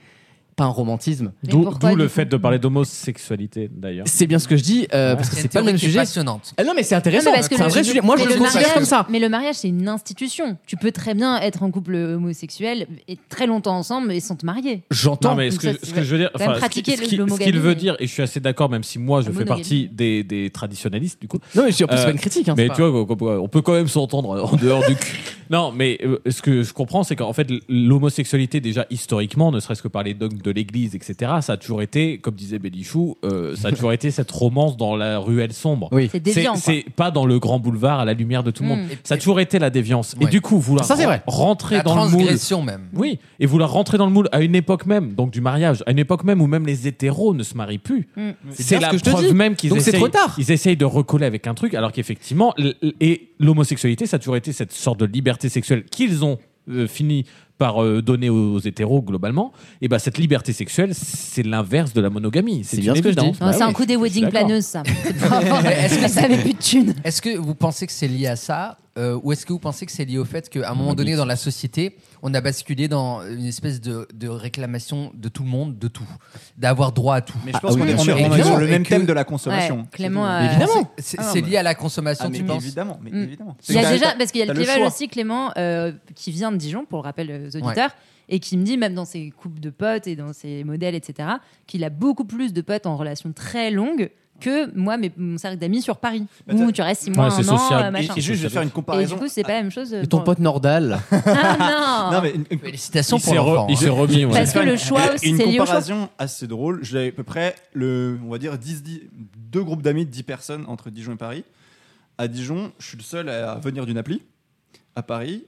[SPEAKER 7] pas un romantisme.
[SPEAKER 4] Mais
[SPEAKER 6] D'où
[SPEAKER 4] pourquoi,
[SPEAKER 6] d'où le
[SPEAKER 4] du
[SPEAKER 6] fait
[SPEAKER 4] coup
[SPEAKER 6] de parler d'homosexualité, d'ailleurs.
[SPEAKER 7] C'est bien ce que je dis, euh, parce que
[SPEAKER 2] une
[SPEAKER 7] c'est pas le
[SPEAKER 2] théorie
[SPEAKER 7] même
[SPEAKER 2] qui est
[SPEAKER 7] sujet.
[SPEAKER 2] Passionnante.
[SPEAKER 7] Ah non, mais c'est
[SPEAKER 4] Non,
[SPEAKER 7] intéressant,
[SPEAKER 4] mais parce que
[SPEAKER 7] c'est un
[SPEAKER 4] le-
[SPEAKER 7] vrai sujet. Moi, je
[SPEAKER 4] mais
[SPEAKER 7] le considère
[SPEAKER 4] mariage-
[SPEAKER 7] comme ça.
[SPEAKER 4] Mais le mariage, c'est une institution. Tu peux très bien être en couple homosexuel et très longtemps ensemble et sans te marier.
[SPEAKER 7] J'entends.
[SPEAKER 6] Non, mais ce
[SPEAKER 4] Donc
[SPEAKER 6] que,
[SPEAKER 4] ça,
[SPEAKER 6] je-
[SPEAKER 4] c'est
[SPEAKER 6] ce que je veux dire,
[SPEAKER 4] quand même
[SPEAKER 6] enfin, ce qui-
[SPEAKER 4] pratiquer
[SPEAKER 6] ce qui- ce
[SPEAKER 4] l'homogamie,
[SPEAKER 6] qu'il veut
[SPEAKER 4] mais-
[SPEAKER 6] dire, et je suis assez d'accord, même si moi je
[SPEAKER 4] La
[SPEAKER 6] fais
[SPEAKER 4] monogamie.
[SPEAKER 6] partie des, des traditionalistes, du coup.
[SPEAKER 7] Non, mais je suis
[SPEAKER 6] Euh,
[SPEAKER 7] c'est pas une critique. hein,
[SPEAKER 6] mais
[SPEAKER 7] c'est
[SPEAKER 6] tu
[SPEAKER 7] pas-
[SPEAKER 6] vois, on peut quand même s'entendre en dehors du cul. Non, mais euh, ce que je comprends, c'est qu'en fait, l'homosexualité, déjà historiquement, ne serait-ce que par les dogmes de de l'Église, etc. Ça a toujours été, comme disait Bélichou, euh, ça a toujours été cette romance dans la ruelle sombre.
[SPEAKER 7] Oui.
[SPEAKER 4] C'est déviant. quoi.
[SPEAKER 6] c'est pas dans le grand boulevard à la lumière de tout le
[SPEAKER 4] Mm.
[SPEAKER 6] monde. Ça a toujours été la déviance. Et
[SPEAKER 2] Ouais.
[SPEAKER 6] du coup, vouloir
[SPEAKER 7] Ça, c'est
[SPEAKER 6] ren-
[SPEAKER 7] vrai.
[SPEAKER 6] rentrer
[SPEAKER 2] La
[SPEAKER 6] dans le moule.
[SPEAKER 2] transgression même.
[SPEAKER 6] Oui, et vouloir rentrer dans le moule à une époque même, donc du mariage, à une époque même où même les hétéros ne se marient plus.
[SPEAKER 4] Mm.
[SPEAKER 6] C'est
[SPEAKER 7] bien
[SPEAKER 6] la
[SPEAKER 7] ce que je te
[SPEAKER 6] preuve
[SPEAKER 7] dis.
[SPEAKER 6] même qu'ils
[SPEAKER 7] Donc c'est
[SPEAKER 6] essayent,
[SPEAKER 7] trop tard.
[SPEAKER 6] ils essayent de recoller avec un truc, alors qu'effectivement, l- l- et l'homosexualité, ça a toujours été cette sorte de liberté sexuelle qu'ils ont euh, fini par euh, donner aux, aux hétéros globalement. Et bah cette liberté sexuelle, c'est l'inverse de la monogamie.
[SPEAKER 7] C'est bien
[SPEAKER 6] une
[SPEAKER 7] ce que je dis.
[SPEAKER 6] évidence.
[SPEAKER 4] Non,
[SPEAKER 6] Bah
[SPEAKER 4] c'est
[SPEAKER 6] oui,
[SPEAKER 4] un coup des
[SPEAKER 6] je suis
[SPEAKER 4] wedding
[SPEAKER 6] d'accord.
[SPEAKER 4] planeuses, ça. Est-ce que ça avait plus de thunes
[SPEAKER 2] Est-ce que vous pensez que c'est lié à ça euh, ou est-ce que vous pensez que c'est lié au fait qu'à un moment donné dans la société, on a basculé dans une espèce de, de réclamation de tout le monde, de tout, d'avoir droit à tout Ah,
[SPEAKER 5] Mais je pense qu'on
[SPEAKER 7] oui,
[SPEAKER 5] est,
[SPEAKER 7] bien
[SPEAKER 5] on est-
[SPEAKER 7] sûr.
[SPEAKER 5] on est
[SPEAKER 2] Et
[SPEAKER 5] sur
[SPEAKER 2] que-
[SPEAKER 5] le
[SPEAKER 2] et
[SPEAKER 5] même
[SPEAKER 2] que-
[SPEAKER 5] thème de la consommation.
[SPEAKER 4] Ouais, Clément euh,
[SPEAKER 5] C'est tout.
[SPEAKER 4] a-
[SPEAKER 2] Évidemment, c'est
[SPEAKER 5] Ah,
[SPEAKER 2] c'est
[SPEAKER 5] mais-
[SPEAKER 2] lié à la
[SPEAKER 5] Ah,
[SPEAKER 2] consommation,
[SPEAKER 5] mais
[SPEAKER 2] tu penses Hmm.
[SPEAKER 5] évidemment, mais
[SPEAKER 4] Mm.
[SPEAKER 5] évidemment.
[SPEAKER 4] Il y a
[SPEAKER 5] C'est-
[SPEAKER 4] déjà, parce qu'il y a le
[SPEAKER 5] t'as le
[SPEAKER 4] piégeage
[SPEAKER 5] choix.
[SPEAKER 4] aussi, Clément, euh, qui vient de Dijon, pour le rappel euh, aux auditeurs, et qui me dit, même dans ses couples de potes et dans ses modèles, etc., qu'il a beaucoup plus de potes en relation très longue que moi, mes, mon cercle d'amis sur Paris,
[SPEAKER 5] Bah,
[SPEAKER 4] où
[SPEAKER 5] t'as-
[SPEAKER 4] tu restes six
[SPEAKER 6] Ouais,
[SPEAKER 4] mois,
[SPEAKER 6] c'est
[SPEAKER 4] un an,
[SPEAKER 6] sociable.
[SPEAKER 4] euh,
[SPEAKER 5] Et,
[SPEAKER 4] machin.
[SPEAKER 5] et juste, je vais faire une
[SPEAKER 4] Et,
[SPEAKER 5] comparaison.
[SPEAKER 4] du coup, c'est pas la même chose. euh,
[SPEAKER 7] Et ton
[SPEAKER 4] dans-
[SPEAKER 7] pote Nordal.
[SPEAKER 4] Ah non
[SPEAKER 5] Non, mais une- une-
[SPEAKER 2] Félicitations
[SPEAKER 6] Il
[SPEAKER 2] pour
[SPEAKER 6] s'est re-
[SPEAKER 2] l'enfant. hein.
[SPEAKER 6] il s'est remis. ouais.
[SPEAKER 4] Parce que le choix, c'est
[SPEAKER 5] une
[SPEAKER 4] lié au choix.
[SPEAKER 5] comparaison assez drôle. J'ai à peu près, le, on va dire, 10, 10 deux groupes d'amis de 10 personnes entre Dijon et Paris. À Dijon, je suis le seul à venir d'une appli. À Paris,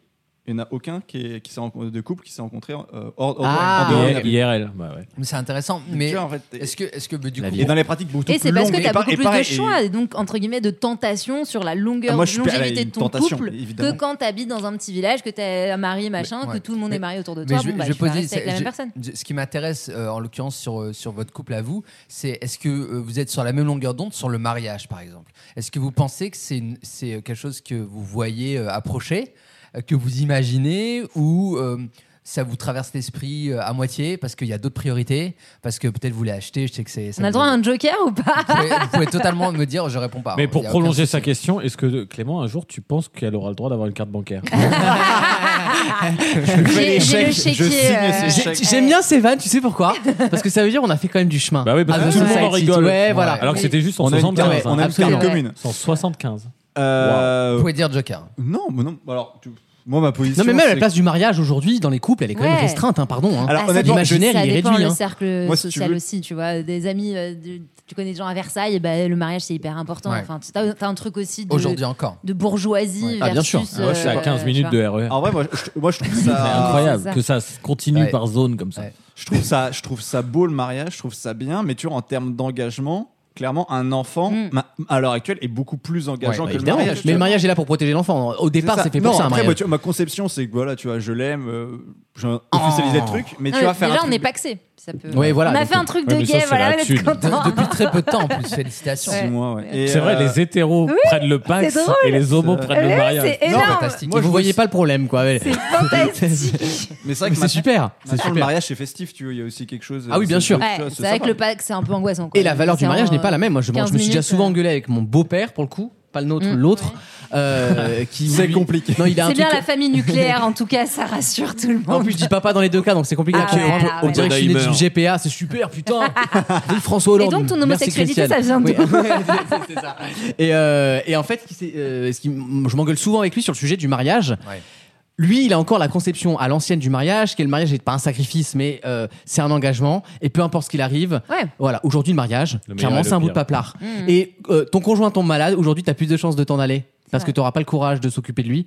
[SPEAKER 5] il n'y en a aucun qui, est- qui s'est rencontré, de couple qui s'est rencontré euh, hors, hors-
[SPEAKER 7] Ah.
[SPEAKER 5] en dehors d'une
[SPEAKER 6] I-
[SPEAKER 5] appli.
[SPEAKER 6] IRL. bah ouais.
[SPEAKER 2] Mais C'est intéressant, mais
[SPEAKER 5] Tu vois, en fait,
[SPEAKER 2] est-ce que, est-ce que bah, du
[SPEAKER 7] La
[SPEAKER 2] coup,
[SPEAKER 5] et dans les pratiques beaucoup
[SPEAKER 4] Et
[SPEAKER 5] plus
[SPEAKER 4] c'est parce que
[SPEAKER 5] longues,
[SPEAKER 4] t'as
[SPEAKER 5] et par-
[SPEAKER 4] beaucoup
[SPEAKER 5] et
[SPEAKER 4] plus de
[SPEAKER 5] pareil, et-
[SPEAKER 4] choix, et donc entre guillemets de tentation sur la longueur,
[SPEAKER 5] Ah, moi, je suis
[SPEAKER 4] longévité
[SPEAKER 5] pareil,
[SPEAKER 4] de
[SPEAKER 5] une
[SPEAKER 4] ton
[SPEAKER 5] tentation,
[SPEAKER 4] couple
[SPEAKER 5] évidemment.
[SPEAKER 4] que quand t'habites dans un petit village, que t'es un mari machin,
[SPEAKER 2] Mais-
[SPEAKER 4] que tout le monde
[SPEAKER 2] mais-
[SPEAKER 4] est marié autour de
[SPEAKER 2] mais
[SPEAKER 4] toi.
[SPEAKER 2] je-
[SPEAKER 4] bon, bah,
[SPEAKER 2] je
[SPEAKER 4] tu vas
[SPEAKER 2] posais-
[SPEAKER 4] rester avec la
[SPEAKER 2] je-
[SPEAKER 4] même personne.
[SPEAKER 2] ce qui m'intéresse euh, en l'occurrence sur, euh, sur votre couple à vous, c'est est-ce que euh, vous êtes sur la même longueur d'onde sur le mariage par exemple Est-ce que vous pensez que c'est une- c'est euh, quelque chose que vous voyez euh, approcher, euh, que vous imaginez ou euh, ça vous traverse l'esprit euh, à moitié parce qu'il y a d'autres priorités, parce que peut-être vous voulez acheter, je sais que c'est... ça
[SPEAKER 4] On a le
[SPEAKER 2] vous-
[SPEAKER 4] droit à un joker ou pas
[SPEAKER 2] vous, pouvez, vous pouvez totalement me dire, je réponds pas.
[SPEAKER 6] Mais
[SPEAKER 2] hein,
[SPEAKER 6] pour
[SPEAKER 2] il y a
[SPEAKER 6] prolonger
[SPEAKER 2] aucun
[SPEAKER 6] sa
[SPEAKER 2] souci.
[SPEAKER 6] question, est-ce que Clément, un jour, tu penses qu'elle aura le droit d'avoir une carte bancaire
[SPEAKER 4] J'ai j'ai le
[SPEAKER 7] l'échec,
[SPEAKER 4] chéquier.
[SPEAKER 5] je signe
[SPEAKER 4] euh,
[SPEAKER 5] ces
[SPEAKER 7] J'ai- J'aime bien ces vannes, tu sais pourquoi Parce que ça veut dire on a fait quand même du chemin.
[SPEAKER 6] Bah oui, parce que
[SPEAKER 7] Avec
[SPEAKER 6] tout le monde en
[SPEAKER 7] Society.
[SPEAKER 6] rigole.
[SPEAKER 7] Ah, Ouais, voilà.
[SPEAKER 6] Alors que c'était juste en hein.
[SPEAKER 5] On a une carte,
[SPEAKER 6] 75.
[SPEAKER 5] on a une
[SPEAKER 7] absolument.
[SPEAKER 5] carte commune.
[SPEAKER 6] 175.
[SPEAKER 5] Euh,
[SPEAKER 2] Vous pouvez dire Joker.
[SPEAKER 5] Non, mais non. Alors, tu- moi, ma position.
[SPEAKER 7] Non, mais même à
[SPEAKER 5] c'est-
[SPEAKER 7] la place du mariage aujourd'hui, dans les couples, elle est quand même
[SPEAKER 4] Ouais.
[SPEAKER 7] restreinte, hein, pardon. hein.
[SPEAKER 5] Alors,
[SPEAKER 4] Ah, ça
[SPEAKER 5] honnêtement,
[SPEAKER 4] dépend-
[SPEAKER 7] l'imaginaire,
[SPEAKER 4] ça
[SPEAKER 7] il est
[SPEAKER 4] dépend
[SPEAKER 7] réduit,
[SPEAKER 4] le
[SPEAKER 7] hein.
[SPEAKER 4] cercle
[SPEAKER 5] Moi, si tu
[SPEAKER 4] social
[SPEAKER 5] veux-
[SPEAKER 4] aussi, tu vois. Des amis, euh, de- tu connais des gens à Versailles, et ben, le mariage c'est hyper important.
[SPEAKER 2] Ouais.
[SPEAKER 4] Enfin, tu- t'as t'as un truc aussi de,
[SPEAKER 2] Aujourd'hui encore.
[SPEAKER 4] de bourgeoisie
[SPEAKER 7] Ah, bien sûr.
[SPEAKER 4] versus.
[SPEAKER 6] Moi, je suis à
[SPEAKER 4] euh,
[SPEAKER 6] 15
[SPEAKER 4] tu
[SPEAKER 6] minutes
[SPEAKER 4] vois.
[SPEAKER 6] de E.
[SPEAKER 7] E.
[SPEAKER 6] RER.
[SPEAKER 5] En vrai, moi, je, moi, je trouve
[SPEAKER 6] C'est
[SPEAKER 5] ça
[SPEAKER 6] incroyable
[SPEAKER 4] c'est ça.
[SPEAKER 6] que ça se continue
[SPEAKER 2] Ouais.
[SPEAKER 6] par zone comme ça.
[SPEAKER 2] Ouais.
[SPEAKER 5] Je trouve ça, je trouve ça beau le mariage, je trouve ça bien, mais tu vois, en termes d'engagement, clairement, un enfant,
[SPEAKER 4] Mm.
[SPEAKER 5] ma- à l'heure actuelle, est beaucoup plus engageant
[SPEAKER 7] Bah,
[SPEAKER 5] que
[SPEAKER 7] évidemment.
[SPEAKER 5] le mariage. tu
[SPEAKER 7] mais le
[SPEAKER 5] vois.
[SPEAKER 7] mariage est là pour protéger l'enfant. Au départ,
[SPEAKER 5] ça.
[SPEAKER 7] c'est fait
[SPEAKER 5] Non,
[SPEAKER 7] pour ça, un
[SPEAKER 5] après,
[SPEAKER 7] mariage.
[SPEAKER 5] moi, tu vois, ma conception, c'est que voilà, tu vois, je l'aime, euh, j'ai officialisé
[SPEAKER 7] Oh.
[SPEAKER 5] le truc, mais
[SPEAKER 4] Non,
[SPEAKER 5] tu vas
[SPEAKER 4] Ah, mais
[SPEAKER 5] faire. un
[SPEAKER 4] déjà, on
[SPEAKER 5] truc-
[SPEAKER 4] est paxé. Ça peut...
[SPEAKER 7] Ouais, voilà,
[SPEAKER 4] on a
[SPEAKER 7] donc,
[SPEAKER 4] fait un truc
[SPEAKER 6] ouais,
[SPEAKER 4] de
[SPEAKER 6] mais ça,
[SPEAKER 4] gay,
[SPEAKER 6] c'est
[SPEAKER 4] voilà,
[SPEAKER 6] la
[SPEAKER 4] on est
[SPEAKER 6] thune.
[SPEAKER 4] content.
[SPEAKER 2] De- depuis très peu de temps en plus, félicitations.
[SPEAKER 5] Six mois, ouais. Et,
[SPEAKER 6] C'est vrai,
[SPEAKER 5] euh,
[SPEAKER 6] les hétéros prennent le pax
[SPEAKER 4] c'est drôle. Eh,
[SPEAKER 6] et les homos
[SPEAKER 5] C'est-
[SPEAKER 6] prennent le mariage.
[SPEAKER 4] C'est énorme.
[SPEAKER 2] Fantastique.
[SPEAKER 7] vous voyez pas le problème, quoi. ouais.
[SPEAKER 4] C'est fantastique.
[SPEAKER 5] Mais c'est vrai
[SPEAKER 7] Mais
[SPEAKER 5] que
[SPEAKER 7] c'est super. C'est
[SPEAKER 5] Maintenant, le
[SPEAKER 7] super.
[SPEAKER 5] mariage, c'est festif, tu vois, il y a aussi quelque chose. euh,
[SPEAKER 7] Ah oui, bien
[SPEAKER 5] c'est-
[SPEAKER 7] sûr.
[SPEAKER 5] tu
[SPEAKER 4] Ouais,
[SPEAKER 5] vois,
[SPEAKER 4] c'est vrai
[SPEAKER 5] sympa.
[SPEAKER 4] que le pack, c'est un peu angoissant. quoi.
[SPEAKER 7] Et la valeur du
[SPEAKER 4] C'est
[SPEAKER 7] mariage
[SPEAKER 4] en-
[SPEAKER 7] n'est pas la même. Moi, je, je
[SPEAKER 4] 15
[SPEAKER 7] me suis déjà
[SPEAKER 4] minutes,
[SPEAKER 7] souvent
[SPEAKER 4] euh.
[SPEAKER 7] engueulé avec mon beau-père, pour le coup, pas le nôtre,
[SPEAKER 4] Mm.
[SPEAKER 7] l'autre, euh, qui
[SPEAKER 5] C'est
[SPEAKER 7] lui-
[SPEAKER 5] compliqué.
[SPEAKER 7] Non, il a un
[SPEAKER 4] C'est bien
[SPEAKER 7] truc-
[SPEAKER 4] la famille nucléaire, en tout cas, ça rassure tout le
[SPEAKER 7] En
[SPEAKER 4] monde.
[SPEAKER 7] plus, je dis papa dans les deux cas, donc c'est compliqué.
[SPEAKER 4] Ah ouais,
[SPEAKER 7] on,
[SPEAKER 4] ah
[SPEAKER 7] on
[SPEAKER 4] ouais.
[SPEAKER 7] dirait que je suis né du GPA, c'est super, putain. Vive François Hollande.
[SPEAKER 4] Et donc, ton
[SPEAKER 7] Merci,
[SPEAKER 4] homosexualité,
[SPEAKER 7] Christiane.
[SPEAKER 4] ça vient d'où
[SPEAKER 7] Oui. C'est- c'est ça. Et, euh, et en fait, ce qui s'est- euh, ce qui m- je m'engueule souvent avec lui sur le sujet du mariage.
[SPEAKER 2] Ouais.
[SPEAKER 7] Lui, il a encore la conception à l'ancienne du mariage, que le mariage n'est pas un sacrifice, mais euh, c'est un engagement. Et peu importe ce qu'il arrive,
[SPEAKER 4] Ouais. Mmh.
[SPEAKER 7] voilà, aujourd'hui le mariage,
[SPEAKER 6] Le meilleur
[SPEAKER 7] clairement,
[SPEAKER 6] et le
[SPEAKER 7] c'est un bout de
[SPEAKER 6] pire.
[SPEAKER 7] paplard. Et euh, ton conjoint tombe malade, aujourd'hui, tu as plus de chances de t'en aller parce
[SPEAKER 4] vrai.
[SPEAKER 7] que tu n'auras pas le courage de s'occuper de lui.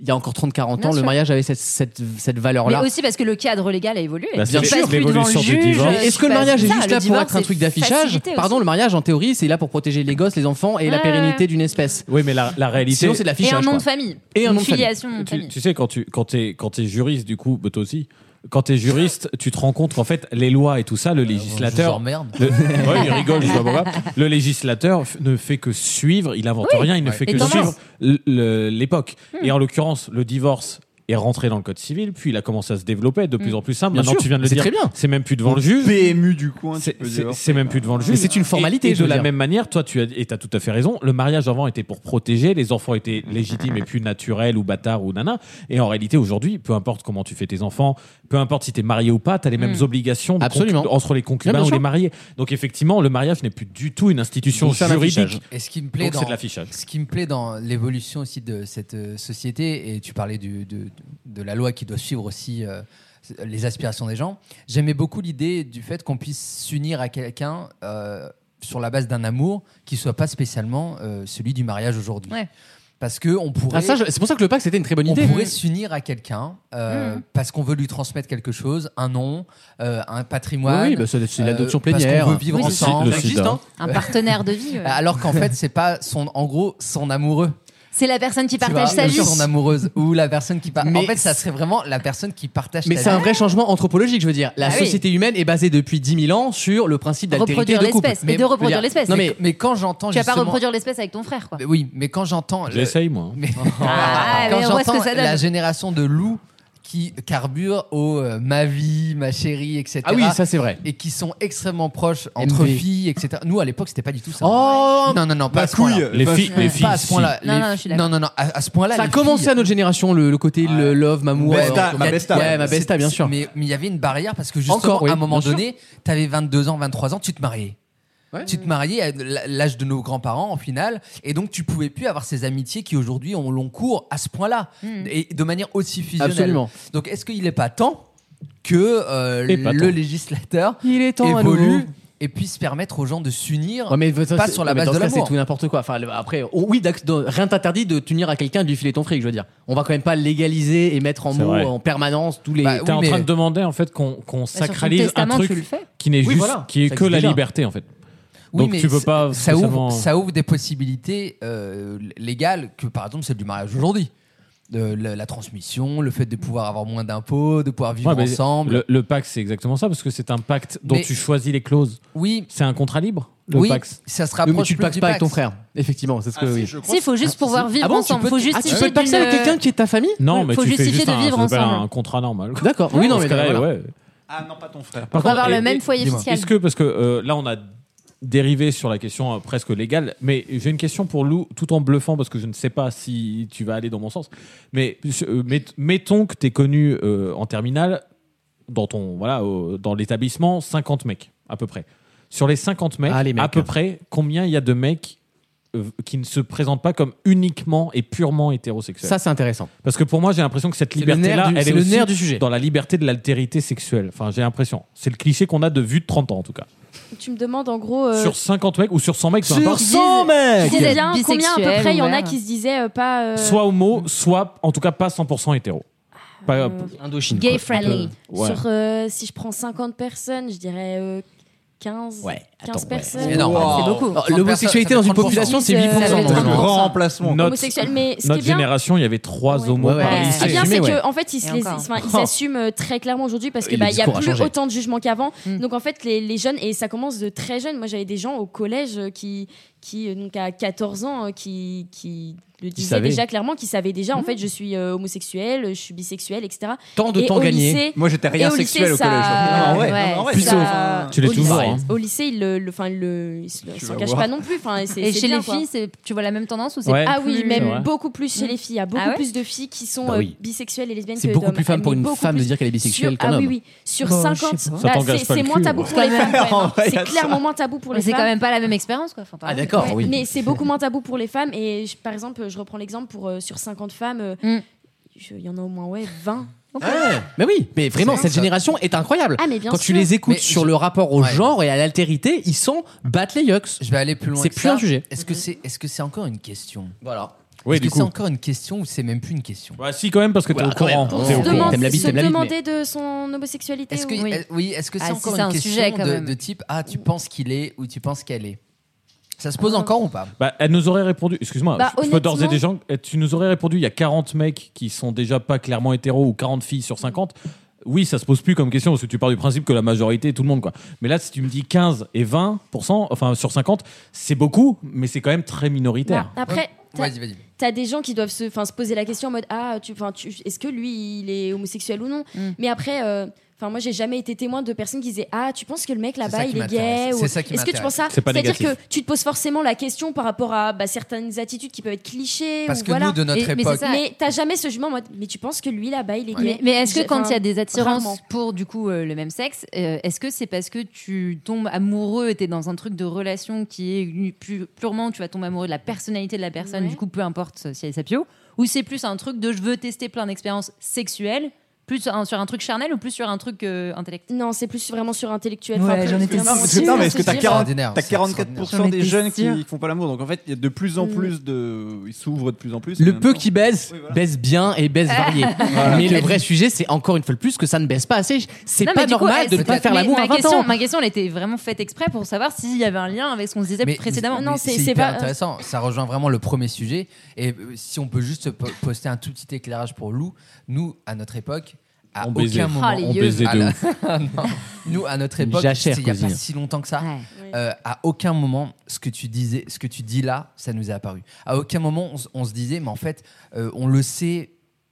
[SPEAKER 7] Il y a encore 30-40
[SPEAKER 4] Bien
[SPEAKER 7] ans, le
[SPEAKER 4] sûr.
[SPEAKER 7] mariage avait cette, cette, cette valeur-là.
[SPEAKER 4] Mais aussi parce que le cadre légal a évolué.
[SPEAKER 6] Bah,
[SPEAKER 4] Tu
[SPEAKER 6] bien
[SPEAKER 4] passes
[SPEAKER 6] sûr,
[SPEAKER 4] plus devant
[SPEAKER 6] l'évolution
[SPEAKER 4] le
[SPEAKER 6] du
[SPEAKER 4] juge,
[SPEAKER 6] divorce.
[SPEAKER 4] euh,
[SPEAKER 7] Mais Est-ce
[SPEAKER 4] tu
[SPEAKER 7] que le
[SPEAKER 4] passes-
[SPEAKER 7] mariage est
[SPEAKER 4] ça,
[SPEAKER 7] juste
[SPEAKER 4] le
[SPEAKER 7] là pour
[SPEAKER 4] divorce,
[SPEAKER 7] être un
[SPEAKER 4] c'est
[SPEAKER 7] truc d'affichage
[SPEAKER 4] facilité aussi.
[SPEAKER 7] Pardon, le mariage en théorie, c'est là pour protéger les gosses, les enfants et la
[SPEAKER 4] Ouais,
[SPEAKER 7] pérennité
[SPEAKER 4] ouais.
[SPEAKER 7] d'une espèce.
[SPEAKER 6] Oui, mais la, la réalité.
[SPEAKER 7] Sinon, c'est
[SPEAKER 4] Et
[SPEAKER 7] de
[SPEAKER 4] un
[SPEAKER 7] l'affichage.
[SPEAKER 4] nom
[SPEAKER 7] quoi.
[SPEAKER 4] de famille.
[SPEAKER 7] Et un
[SPEAKER 4] Une
[SPEAKER 7] nom de famille.
[SPEAKER 4] filiation de
[SPEAKER 6] tu,
[SPEAKER 4] famille.
[SPEAKER 6] tu sais, quand tu quand es, quand es juriste, du coup, bah, toi aussi, quand tu es juriste, tu te rends compte qu'en fait, les lois et tout ça, le
[SPEAKER 7] Euh,
[SPEAKER 6] législateur.
[SPEAKER 2] merde.
[SPEAKER 6] Le, Ouais, il rigole, je sais pas pourquoi. Le législateur f- ne fait que suivre, il invente rien, il ne
[SPEAKER 2] Ouais.
[SPEAKER 6] fait
[SPEAKER 4] Et Hmm.
[SPEAKER 6] que
[SPEAKER 4] tendance.
[SPEAKER 6] suivre l- le- l'époque. Et en l'occurrence, le divorce est rentré dans le code civil, puis il a commencé à se développer
[SPEAKER 4] Hmm.
[SPEAKER 6] de plus en plus simple.
[SPEAKER 7] Bien
[SPEAKER 6] Maintenant,
[SPEAKER 7] sûr,
[SPEAKER 6] tu viens de le
[SPEAKER 7] c'est
[SPEAKER 6] dire,
[SPEAKER 7] très bien.
[SPEAKER 6] c'est même plus devant le juge.
[SPEAKER 5] PMU du coin, tu
[SPEAKER 6] C'est-
[SPEAKER 5] peux
[SPEAKER 6] C'est
[SPEAKER 5] dire.
[SPEAKER 6] c'est même plus devant le
[SPEAKER 7] Mais
[SPEAKER 6] juge.
[SPEAKER 7] c'est une formalité,
[SPEAKER 6] Et, et
[SPEAKER 7] je
[SPEAKER 6] de
[SPEAKER 7] veux
[SPEAKER 6] la
[SPEAKER 7] dire.
[SPEAKER 6] même manière, toi, tu as, et as tout à fait raison. Le mariage avant était pour protéger, les enfants étaient légitimes et plus naturels ou bâtards ou nana. Et en réalité, aujourd'hui, peu importe comment tu fais tes enfants, peu importe si t'es marié ou pas, t'as les mêmes
[SPEAKER 4] Mm.
[SPEAKER 6] obligations de
[SPEAKER 7] Hmm. Absolument.
[SPEAKER 6] concu- entre les
[SPEAKER 7] Bien,
[SPEAKER 6] concubins
[SPEAKER 7] bien
[SPEAKER 6] ou
[SPEAKER 7] sûr.
[SPEAKER 6] les mariés. Donc effectivement, le mariage n'est plus du tout une institution
[SPEAKER 7] Donc, c'est un affichage.
[SPEAKER 6] juridique.
[SPEAKER 2] Et ce qui me plaît
[SPEAKER 6] Donc c'est
[SPEAKER 2] dans
[SPEAKER 6] de l'affichage.
[SPEAKER 2] ce qui me plaît dans l'évolution aussi de cette euh, société et tu parlais du, de, de la loi qui doit suivre aussi euh, les aspirations des gens. J'aimais beaucoup l'idée du fait qu'on puisse s'unir à quelqu'un euh, sur la base d'un amour qui soit pas spécialement euh, celui du mariage aujourd'hui.
[SPEAKER 4] Ouais.
[SPEAKER 2] Parce que on pourrait
[SPEAKER 7] Ah, ça, je- c'est pour ça que le pack, c'était une très bonne
[SPEAKER 2] on
[SPEAKER 7] idée.
[SPEAKER 2] pourrait s'unir à quelqu'un euh,
[SPEAKER 4] Mhm.
[SPEAKER 2] parce qu'on veut lui transmettre quelque chose, un nom, euh, un patrimoine.
[SPEAKER 7] Oui, oui, bah, c'est c'est
[SPEAKER 2] euh,
[SPEAKER 7] l'adoption
[SPEAKER 2] parce qu'on
[SPEAKER 7] plénière. hein.
[SPEAKER 2] veut vivre
[SPEAKER 4] Oui, c'est ça.
[SPEAKER 2] ensemble.
[SPEAKER 6] Le sida.
[SPEAKER 4] Un partenaire de vie. euh. ouais.
[SPEAKER 2] Alors qu'en fait, c'est pas son, en gros, son amoureux.
[SPEAKER 4] C'est la personne qui
[SPEAKER 2] tu
[SPEAKER 4] partage
[SPEAKER 2] vois,
[SPEAKER 4] sa
[SPEAKER 2] ou
[SPEAKER 4] vie.
[SPEAKER 2] Son amoureuse ou la personne qui partage. En
[SPEAKER 7] Mais
[SPEAKER 2] fait, ça serait vraiment la personne qui partage
[SPEAKER 7] Mais
[SPEAKER 2] ta
[SPEAKER 7] c'est
[SPEAKER 2] vie.
[SPEAKER 7] un vrai changement anthropologique, je veux dire. La
[SPEAKER 4] Ah oui.
[SPEAKER 7] société humaine est basée depuis 10 000 ans sur le principe d'altérité
[SPEAKER 4] Reproduire
[SPEAKER 7] de couple.
[SPEAKER 4] l'espèce.
[SPEAKER 7] Mais
[SPEAKER 4] Et de
[SPEAKER 7] je veux
[SPEAKER 4] reproduire
[SPEAKER 7] dire-
[SPEAKER 4] l'espèce.
[SPEAKER 7] Non,
[SPEAKER 4] Tu
[SPEAKER 7] mais
[SPEAKER 2] Mais quand j'entends
[SPEAKER 4] vas pas
[SPEAKER 2] justement-
[SPEAKER 4] reproduire l'espèce avec ton frère, quoi.
[SPEAKER 2] Mais oui, mais quand j'entends. le-
[SPEAKER 6] J'essaye, moi.
[SPEAKER 2] Mais-
[SPEAKER 4] Ah,
[SPEAKER 2] quand
[SPEAKER 4] mais on voit ce que
[SPEAKER 2] j'entends
[SPEAKER 4] ça donne.
[SPEAKER 2] la génération de loups qui carbure au euh, ma vie, ma chérie, etc.
[SPEAKER 7] Ah oui, ça c'est vrai.
[SPEAKER 2] Et qui sont extrêmement proches entre
[SPEAKER 7] MV.
[SPEAKER 2] filles, etc. Nous, à l'époque, c'était pas du tout ça.
[SPEAKER 7] Oh
[SPEAKER 2] non, non, non, pas
[SPEAKER 5] Ma
[SPEAKER 2] à ce point-là.
[SPEAKER 5] couille
[SPEAKER 6] Les
[SPEAKER 5] va-
[SPEAKER 6] filles, les filles.
[SPEAKER 2] Pas à ce point-là.
[SPEAKER 4] Non,
[SPEAKER 2] Les-
[SPEAKER 4] non, je suis d'accord.
[SPEAKER 2] non, non, non, à, à ce point-là.
[SPEAKER 7] Ça a
[SPEAKER 2] les
[SPEAKER 7] commencé
[SPEAKER 2] filles-
[SPEAKER 7] à notre génération, le, le côté le love, mamour.
[SPEAKER 5] Besta,
[SPEAKER 7] euh,
[SPEAKER 5] ma
[SPEAKER 7] y a-
[SPEAKER 5] besta.
[SPEAKER 7] Ouais, ma besta, bien sûr.
[SPEAKER 2] Mais mais il y avait une barrière parce que justement,
[SPEAKER 7] Encore, oui,
[SPEAKER 2] à un moment
[SPEAKER 7] bien sûr.
[SPEAKER 2] donné, t'avais 22 ans, 23 ans, tu te mariais.
[SPEAKER 7] Ouais.
[SPEAKER 2] Tu te mariais à l- l'âge de nos grands-parents en finale, et donc tu pouvais plus avoir ces amitiés qui aujourd'hui ont long cours à ce point-là,
[SPEAKER 4] Mm.
[SPEAKER 2] et de manière aussi fusionnelle.
[SPEAKER 7] Hmm. Absolument.
[SPEAKER 2] Donc est-ce qu'il n'est pas temps que euh,
[SPEAKER 6] Et pas
[SPEAKER 2] le
[SPEAKER 6] temps.
[SPEAKER 2] législateur
[SPEAKER 7] Il est
[SPEAKER 2] évolue et puisse permettre aux gens de s'unir
[SPEAKER 7] Ouais, mais ça,
[SPEAKER 2] Pas
[SPEAKER 7] c'est-
[SPEAKER 2] sur la
[SPEAKER 7] mais
[SPEAKER 2] base
[SPEAKER 7] dans
[SPEAKER 2] de
[SPEAKER 7] ce cas,
[SPEAKER 2] l'amour.
[SPEAKER 7] C'est tout n'importe quoi. Enfin, le- après, oh, oui, d'ac- dans- rien t'interdit de t'unir à quelqu'un et de lui filer ton fric, je veux dire. On va quand même pas légaliser et mettre en
[SPEAKER 6] C'est
[SPEAKER 7] mots
[SPEAKER 6] vrai.
[SPEAKER 7] en permanence tous les.
[SPEAKER 2] Bah,
[SPEAKER 6] T'es en
[SPEAKER 2] Oui, mais-
[SPEAKER 6] train de demander en fait qu'on qu'on
[SPEAKER 4] Bah, sur ton
[SPEAKER 6] sacralise un
[SPEAKER 4] testament,
[SPEAKER 6] truc
[SPEAKER 4] tu le fais.
[SPEAKER 6] qui n'est
[SPEAKER 7] Oui,
[SPEAKER 6] juste,
[SPEAKER 7] voilà,
[SPEAKER 6] qui est
[SPEAKER 7] ça
[SPEAKER 6] que
[SPEAKER 7] existe
[SPEAKER 6] la
[SPEAKER 7] déjà.
[SPEAKER 6] liberté en fait.
[SPEAKER 2] Oui,
[SPEAKER 6] Donc
[SPEAKER 2] mais
[SPEAKER 6] tu peux
[SPEAKER 2] ça-
[SPEAKER 6] pas
[SPEAKER 2] Ça ouvre,
[SPEAKER 6] spécialement-
[SPEAKER 2] ça ouvre des possibilités euh, légales que, par exemple, celle du mariage aujourd'hui. De la, la transmission, le fait de pouvoir avoir moins d'impôts, de pouvoir vivre
[SPEAKER 6] Ouais, mais
[SPEAKER 2] ensemble.
[SPEAKER 6] Le, le pacte, c'est exactement ça, parce que c'est un pacte dont
[SPEAKER 2] Mais-
[SPEAKER 6] tu choisis les clauses.
[SPEAKER 2] Oui,
[SPEAKER 6] C'est un contrat libre, le
[SPEAKER 2] oui,
[SPEAKER 6] pacte.
[SPEAKER 2] ça
[SPEAKER 7] Oui,
[SPEAKER 2] se
[SPEAKER 7] mais
[SPEAKER 2] rapproche
[SPEAKER 7] tu te
[SPEAKER 2] plus
[SPEAKER 7] paxes
[SPEAKER 2] du
[SPEAKER 7] pas avec ton
[SPEAKER 2] pacte.
[SPEAKER 7] frère. Effectivement, c'est ce que.
[SPEAKER 5] Ah,
[SPEAKER 7] oui.
[SPEAKER 5] si, je crois
[SPEAKER 4] Si, il faut juste pouvoir vivre
[SPEAKER 7] Ah bon, tu
[SPEAKER 4] ensemble.
[SPEAKER 2] peux-
[SPEAKER 4] faut
[SPEAKER 2] ah, tu
[SPEAKER 7] Ah,
[SPEAKER 4] justifier
[SPEAKER 7] tu peux te paxer avec
[SPEAKER 4] d'une-
[SPEAKER 7] quelqu'un qui est de ta famille
[SPEAKER 6] Non,
[SPEAKER 4] Faut-
[SPEAKER 6] mais
[SPEAKER 4] faut
[SPEAKER 6] tu fais
[SPEAKER 4] justifier
[SPEAKER 6] juste
[SPEAKER 4] de
[SPEAKER 6] un,
[SPEAKER 4] vivre
[SPEAKER 6] ça s'appelle
[SPEAKER 4] ensemble.
[SPEAKER 6] un contrat normal. quoi.
[SPEAKER 7] D'accord. Oui,
[SPEAKER 6] Dans
[SPEAKER 7] non, mais
[SPEAKER 6] ce cas-là,
[SPEAKER 7] d'accord, voilà.
[SPEAKER 6] ouais.
[SPEAKER 5] Ah non, pas ton frère.
[SPEAKER 6] Par
[SPEAKER 4] On va avoir
[SPEAKER 6] et-
[SPEAKER 4] le même foyer
[SPEAKER 2] dis-moi.
[SPEAKER 4] fiscal.
[SPEAKER 6] Est-ce que, parce que euh, là, on a dérivé sur la question euh, presque légale, mais j'ai une question pour Lou, tout en bluffant, parce que je ne sais pas si tu vas aller dans mon sens. Mais euh, met- mettons que tu es connu euh, en terminale, dans ton voilà, au- dans l'établissement, 50 mecs, à peu près. Sur les 50 mecs,
[SPEAKER 7] Ah, les
[SPEAKER 6] à
[SPEAKER 7] mecs,
[SPEAKER 6] peu
[SPEAKER 7] hein.
[SPEAKER 6] près, combien il y a de mecs euh, qui ne se présentent pas comme uniquement et purement hétérosexuels
[SPEAKER 7] Ça, c'est intéressant.
[SPEAKER 6] Parce que pour moi, j'ai l'impression que cette
[SPEAKER 7] C'est le nerf
[SPEAKER 6] liberté-là,
[SPEAKER 7] du-
[SPEAKER 6] elle est,
[SPEAKER 7] c'est le
[SPEAKER 6] aussi
[SPEAKER 7] nerf du sujet.
[SPEAKER 6] dans la liberté de l'altérité sexuelle. Enfin, j'ai l'impression. C'est le cliché qu'on a de vue de 30 ans, en tout cas.
[SPEAKER 8] Tu me demandes en gros. euh,
[SPEAKER 6] Sur 50 mecs ou sur 100 mecs, peu importe.
[SPEAKER 4] mecs
[SPEAKER 8] combien, combien à peu près il y en a
[SPEAKER 4] ouvert.
[SPEAKER 8] qui se disaient euh, pas. euh,
[SPEAKER 6] soit homo, soit en tout cas pas 100% hétéro. Pas-
[SPEAKER 8] euh,
[SPEAKER 7] Indochine.
[SPEAKER 4] Gay friendly.
[SPEAKER 6] ouais.
[SPEAKER 8] Sur, euh, si je prends 50 personnes, je dirais euh, 15,
[SPEAKER 7] Ouais, attends,
[SPEAKER 8] 15
[SPEAKER 7] ouais.
[SPEAKER 8] personnes.
[SPEAKER 2] C'est énorme.
[SPEAKER 4] Ah, C'est beaucoup.
[SPEAKER 2] Trente
[SPEAKER 7] L'homosexualité
[SPEAKER 2] personnes,
[SPEAKER 7] dans
[SPEAKER 2] ça
[SPEAKER 7] une
[SPEAKER 2] fait 30%.
[SPEAKER 7] population, c'est
[SPEAKER 8] Ça fait
[SPEAKER 7] 8%.
[SPEAKER 8] trente
[SPEAKER 7] dans le
[SPEAKER 8] pour
[SPEAKER 7] monde.
[SPEAKER 8] cent.
[SPEAKER 5] Grand remplacement.
[SPEAKER 6] Notre,
[SPEAKER 8] Homosexuel, mais ce qui est
[SPEAKER 6] notre
[SPEAKER 8] bien,
[SPEAKER 6] génération, il y avait trois
[SPEAKER 8] Ouais.
[SPEAKER 6] homos
[SPEAKER 7] Ouais,
[SPEAKER 6] par
[SPEAKER 7] ouais.
[SPEAKER 8] Ouais,
[SPEAKER 6] lycée.
[SPEAKER 8] ce qui est bien,
[SPEAKER 7] assumé,
[SPEAKER 8] Ah, c'est
[SPEAKER 7] ouais.
[SPEAKER 8] qu'en fait, ils
[SPEAKER 4] Et
[SPEAKER 8] se les-
[SPEAKER 4] encore.
[SPEAKER 8] enfin, ils
[SPEAKER 6] Oh.
[SPEAKER 8] s'assument euh, très clairement aujourd'hui parce
[SPEAKER 7] Et
[SPEAKER 8] que
[SPEAKER 7] le
[SPEAKER 8] bah, il y a
[SPEAKER 7] discours a
[SPEAKER 8] plus
[SPEAKER 7] changé.
[SPEAKER 8] autant de jugements qu'avant.
[SPEAKER 4] Mm.
[SPEAKER 8] Donc en fait, les, les jeunes et ça commence de très jeunes. Moi, j'avais des gens au collège euh, qui qui euh, donc à 14 ans euh, qui qui le disaient
[SPEAKER 6] savaient.
[SPEAKER 8] déjà clairement, qui savaient déjà en fait, je suis euh, homosexuel, je suis bisexuel, etc.
[SPEAKER 7] Tant de
[SPEAKER 8] et
[SPEAKER 7] temps
[SPEAKER 8] au
[SPEAKER 7] gagné.
[SPEAKER 8] lycée,
[SPEAKER 5] Moi, j'étais rien
[SPEAKER 8] et au lycée,
[SPEAKER 5] sexuel au
[SPEAKER 8] ça-
[SPEAKER 5] collège. hein.
[SPEAKER 4] Non, ouais,
[SPEAKER 5] non,
[SPEAKER 4] ouais,
[SPEAKER 5] non, ouais.
[SPEAKER 7] Puisseau.
[SPEAKER 8] ça-
[SPEAKER 6] Tu l'es
[SPEAKER 8] au lycée-
[SPEAKER 6] toujours, hein.
[SPEAKER 8] Au lycée, ils le, le, enfin, le, ils se-
[SPEAKER 5] Tu vas
[SPEAKER 8] s'engagent
[SPEAKER 5] voir.
[SPEAKER 8] pas non plus. Enfin, c'est-
[SPEAKER 4] Et
[SPEAKER 8] c'est
[SPEAKER 4] chez
[SPEAKER 8] bien,
[SPEAKER 4] les
[SPEAKER 8] quoi.
[SPEAKER 4] filles, c'est- tu vois la même tendance ou c'est
[SPEAKER 6] Ouais.
[SPEAKER 8] Ah oui,
[SPEAKER 4] plus-
[SPEAKER 6] C'est
[SPEAKER 8] même
[SPEAKER 6] vrai.
[SPEAKER 8] beaucoup plus chez les filles. Il y a beaucoup
[SPEAKER 4] Ah ouais
[SPEAKER 8] plus de filles qui sont
[SPEAKER 7] Bah oui.
[SPEAKER 8] euh, bisexuelles et lesbiennes que
[SPEAKER 7] C'est beaucoup
[SPEAKER 8] d'hommes.
[SPEAKER 7] plus femme pour
[SPEAKER 8] Mais
[SPEAKER 7] une
[SPEAKER 8] beaucoup
[SPEAKER 7] femme
[SPEAKER 8] plus
[SPEAKER 7] de dire qu'elle est bisexuelle
[SPEAKER 8] sur-
[SPEAKER 7] qu'un
[SPEAKER 8] Ah oui,
[SPEAKER 7] homme.
[SPEAKER 8] oui. Sur
[SPEAKER 2] Bon, je
[SPEAKER 8] 50,
[SPEAKER 2] sais pas.
[SPEAKER 8] bah,
[SPEAKER 6] Ça t'engage
[SPEAKER 8] c'est
[SPEAKER 6] pas le
[SPEAKER 8] c'est moins
[SPEAKER 6] cul,
[SPEAKER 8] tabou
[SPEAKER 7] hein.
[SPEAKER 6] ouais.
[SPEAKER 8] pour les femmes. quand même.
[SPEAKER 5] En vrai, y
[SPEAKER 8] C'est
[SPEAKER 5] a ça.
[SPEAKER 8] clairement moins tabou pour
[SPEAKER 4] Mais
[SPEAKER 8] les
[SPEAKER 4] c'est quand
[SPEAKER 8] femmes.
[SPEAKER 4] même pas la même expérience quoi. Faut pas-
[SPEAKER 7] Ah, d'accord,
[SPEAKER 8] Ouais,
[SPEAKER 7] oui.
[SPEAKER 8] Mais c'est beaucoup moins tabou pour les femmes. Et je- par exemple, je reprends l'exemple pour euh, sur 50 femmes, euh,
[SPEAKER 4] Mm.
[SPEAKER 8] je- il y en a au moins ouais 20.
[SPEAKER 7] Mais oui, mais vraiment,
[SPEAKER 2] Ah C'est
[SPEAKER 7] cette
[SPEAKER 2] ça.
[SPEAKER 7] génération est incroyable.
[SPEAKER 8] Ah mais bien
[SPEAKER 7] Quand tu
[SPEAKER 8] sûr.
[SPEAKER 7] les écoutes
[SPEAKER 2] Mais
[SPEAKER 7] sur
[SPEAKER 2] je-
[SPEAKER 7] le rapport au
[SPEAKER 2] Ouais.
[SPEAKER 7] genre et à l'altérité, ils sont battent les yucks.
[SPEAKER 2] Je vais aller plus loin.
[SPEAKER 7] C'est
[SPEAKER 2] que
[SPEAKER 7] plus
[SPEAKER 2] ça.
[SPEAKER 7] un sujet.
[SPEAKER 2] Est-ce que c'est est -ce c'est encore une question
[SPEAKER 7] Voilà.
[SPEAKER 6] Oui,
[SPEAKER 2] Est-ce
[SPEAKER 6] du
[SPEAKER 2] que c'est
[SPEAKER 6] coup.
[SPEAKER 2] encore une question ou c'est même plus une question
[SPEAKER 6] Bah, si, quand même, parce que t'es
[SPEAKER 7] Ouais,
[SPEAKER 6] au
[SPEAKER 7] quand
[SPEAKER 6] courant.
[SPEAKER 7] même.
[SPEAKER 6] T'es
[SPEAKER 8] se
[SPEAKER 6] au
[SPEAKER 7] T'aimes
[SPEAKER 6] courant.
[SPEAKER 8] demande-
[SPEAKER 7] la bite,
[SPEAKER 8] se
[SPEAKER 7] t'aimes la bite,
[SPEAKER 8] demander de son homosexualité.
[SPEAKER 2] Est-ce
[SPEAKER 8] ou-
[SPEAKER 2] que
[SPEAKER 4] Oui.
[SPEAKER 2] est- oui, est-ce que c'est
[SPEAKER 4] Ah, si,
[SPEAKER 2] encore
[SPEAKER 4] c'est
[SPEAKER 2] une
[SPEAKER 4] un
[SPEAKER 2] question
[SPEAKER 4] sujet, quand
[SPEAKER 2] de,
[SPEAKER 4] même.
[SPEAKER 2] de type ah tu penses qu'il est ou tu penses qu'elle est Ça se
[SPEAKER 4] Ah.
[SPEAKER 2] pose encore ou pas
[SPEAKER 6] Bah, elle nous aurait répondu, excuse-moi,
[SPEAKER 8] Ah. Bah,
[SPEAKER 6] je peux d'ores et
[SPEAKER 8] honnêtement-
[SPEAKER 6] déjà, tu nous aurais répondu, il y a 40 mecs qui sont déjà pas clairement hétéros ou 40 filles sur 50. Oui, ça se pose plus comme question parce que tu pars du principe que la majorité est tout le monde. quoi. Mais là, si tu me dis 15 et 20 enfin sur 50, c'est beaucoup, mais c'est quand même très minoritaire.
[SPEAKER 8] Bah, après. t'as-
[SPEAKER 2] Vas-y, vas-y.
[SPEAKER 8] T'as des gens qui doivent se, enfin, se poser la question en mode ah tu, enfin, tu- est-ce que lui il est homosexuel ou non
[SPEAKER 4] Mm.
[SPEAKER 8] Mais après, euh, enfin moi j'ai jamais été témoin de personnes qui disaient ah tu penses que le mec
[SPEAKER 2] C'est ça
[SPEAKER 8] là-bas
[SPEAKER 2] qui
[SPEAKER 8] il est
[SPEAKER 2] m'intéresse.
[SPEAKER 8] gay ou
[SPEAKER 2] C'est ça qui
[SPEAKER 8] est-ce que tu penses
[SPEAKER 2] m'intéresse.
[SPEAKER 8] ça
[SPEAKER 6] C'est pas
[SPEAKER 8] C'est-à-dire que
[SPEAKER 6] négatif.
[SPEAKER 8] tu te poses forcément la question par rapport à bah, certaines attitudes qui peuvent être clichés
[SPEAKER 2] Parce
[SPEAKER 8] ou
[SPEAKER 2] que
[SPEAKER 8] voilà.
[SPEAKER 2] nous de notre
[SPEAKER 4] Et- mais
[SPEAKER 2] époque
[SPEAKER 4] c'est ça.
[SPEAKER 8] Mais t'as jamais ce jugement en mode mais tu penses que lui là-bas il est
[SPEAKER 4] Mais,
[SPEAKER 8] gay
[SPEAKER 4] mais est-ce que
[SPEAKER 8] J'ai-
[SPEAKER 4] quand
[SPEAKER 8] enfin,
[SPEAKER 4] il y a des attirances
[SPEAKER 8] rarement.
[SPEAKER 4] pour du coup euh, le même sexe, euh, est-ce que c'est parce que tu tombes amoureux et t'es dans un truc de relation qui est une- pu- purement tu vas tomber amoureux de la personnalité de la personne,
[SPEAKER 8] Ouais.
[SPEAKER 4] euh, du coup peu importe si elle est sapio, ou c'est plus un truc de je veux tester plein d'expériences sexuelles Plus sur un, sur un truc charnel ou plus sur un truc euh, intellect
[SPEAKER 8] Non, c'est plus vraiment sur intellectuel.
[SPEAKER 4] Ouais,
[SPEAKER 8] après,
[SPEAKER 4] j'en étais
[SPEAKER 8] c'est
[SPEAKER 5] Non, mais
[SPEAKER 4] sûre,
[SPEAKER 5] non, mais
[SPEAKER 8] c'est
[SPEAKER 5] est-ce que t'as
[SPEAKER 8] sûr.
[SPEAKER 5] 40
[SPEAKER 2] extraordinaire,
[SPEAKER 5] t'as
[SPEAKER 2] c'est extraordinaire.
[SPEAKER 5] 44% des
[SPEAKER 4] J'en étais
[SPEAKER 5] jeunes qui
[SPEAKER 4] sûre.
[SPEAKER 5] qui font pas l'amour. Donc en fait, il y a de plus en
[SPEAKER 8] Mm.
[SPEAKER 5] plus de. Ils s'ouvrent de plus en plus. mais en
[SPEAKER 7] Le
[SPEAKER 5] même
[SPEAKER 7] peu
[SPEAKER 5] temps-
[SPEAKER 7] qui baise,
[SPEAKER 5] Oui, voilà.
[SPEAKER 7] baise bien et
[SPEAKER 8] Ah.
[SPEAKER 7] baise varié. Mais le vrai sujet, c'est encore une fois de plus que ça ne baise pas assez. C'est
[SPEAKER 4] Non,
[SPEAKER 7] pas
[SPEAKER 4] mais du coup,
[SPEAKER 7] normal
[SPEAKER 8] eh,
[SPEAKER 4] est-ce
[SPEAKER 7] de ne
[SPEAKER 4] que-
[SPEAKER 7] pas faire
[SPEAKER 4] mais
[SPEAKER 7] l'amour
[SPEAKER 4] ma
[SPEAKER 7] à 20
[SPEAKER 4] question,
[SPEAKER 7] ans.
[SPEAKER 4] Ma question, elle était vraiment faite exprès pour savoir s'il y avait un lien avec ce qu'on se disait
[SPEAKER 2] Mais-
[SPEAKER 4] précédemment.
[SPEAKER 2] mais
[SPEAKER 8] Non, c'est-
[SPEAKER 2] c'est
[SPEAKER 8] c'est
[SPEAKER 2] hyper
[SPEAKER 8] pas- euh,
[SPEAKER 2] intéressant. Ça rejoint vraiment le premier sujet. Et euh, si on peut juste po- poster un tout petit éclairage pour Lou, nous, à notre époque, à
[SPEAKER 6] On
[SPEAKER 2] aucun
[SPEAKER 6] baisait.
[SPEAKER 2] moment.
[SPEAKER 4] les
[SPEAKER 6] On
[SPEAKER 4] yeux.
[SPEAKER 6] baisait
[SPEAKER 2] Ah,
[SPEAKER 6] de
[SPEAKER 2] là.
[SPEAKER 6] ouf.
[SPEAKER 2] Non. Nous, à notre
[SPEAKER 7] Une
[SPEAKER 2] époque,
[SPEAKER 7] jachère,
[SPEAKER 2] c'était il n'y a pas
[SPEAKER 7] cousine.
[SPEAKER 2] si longtemps que ça.
[SPEAKER 4] Ouais.
[SPEAKER 2] Euh, à aucun moment, ce que tu disais, ce que tu dis là, ça nous est apparu. À aucun moment, on, s- on se disait, mais en fait, euh, on le sait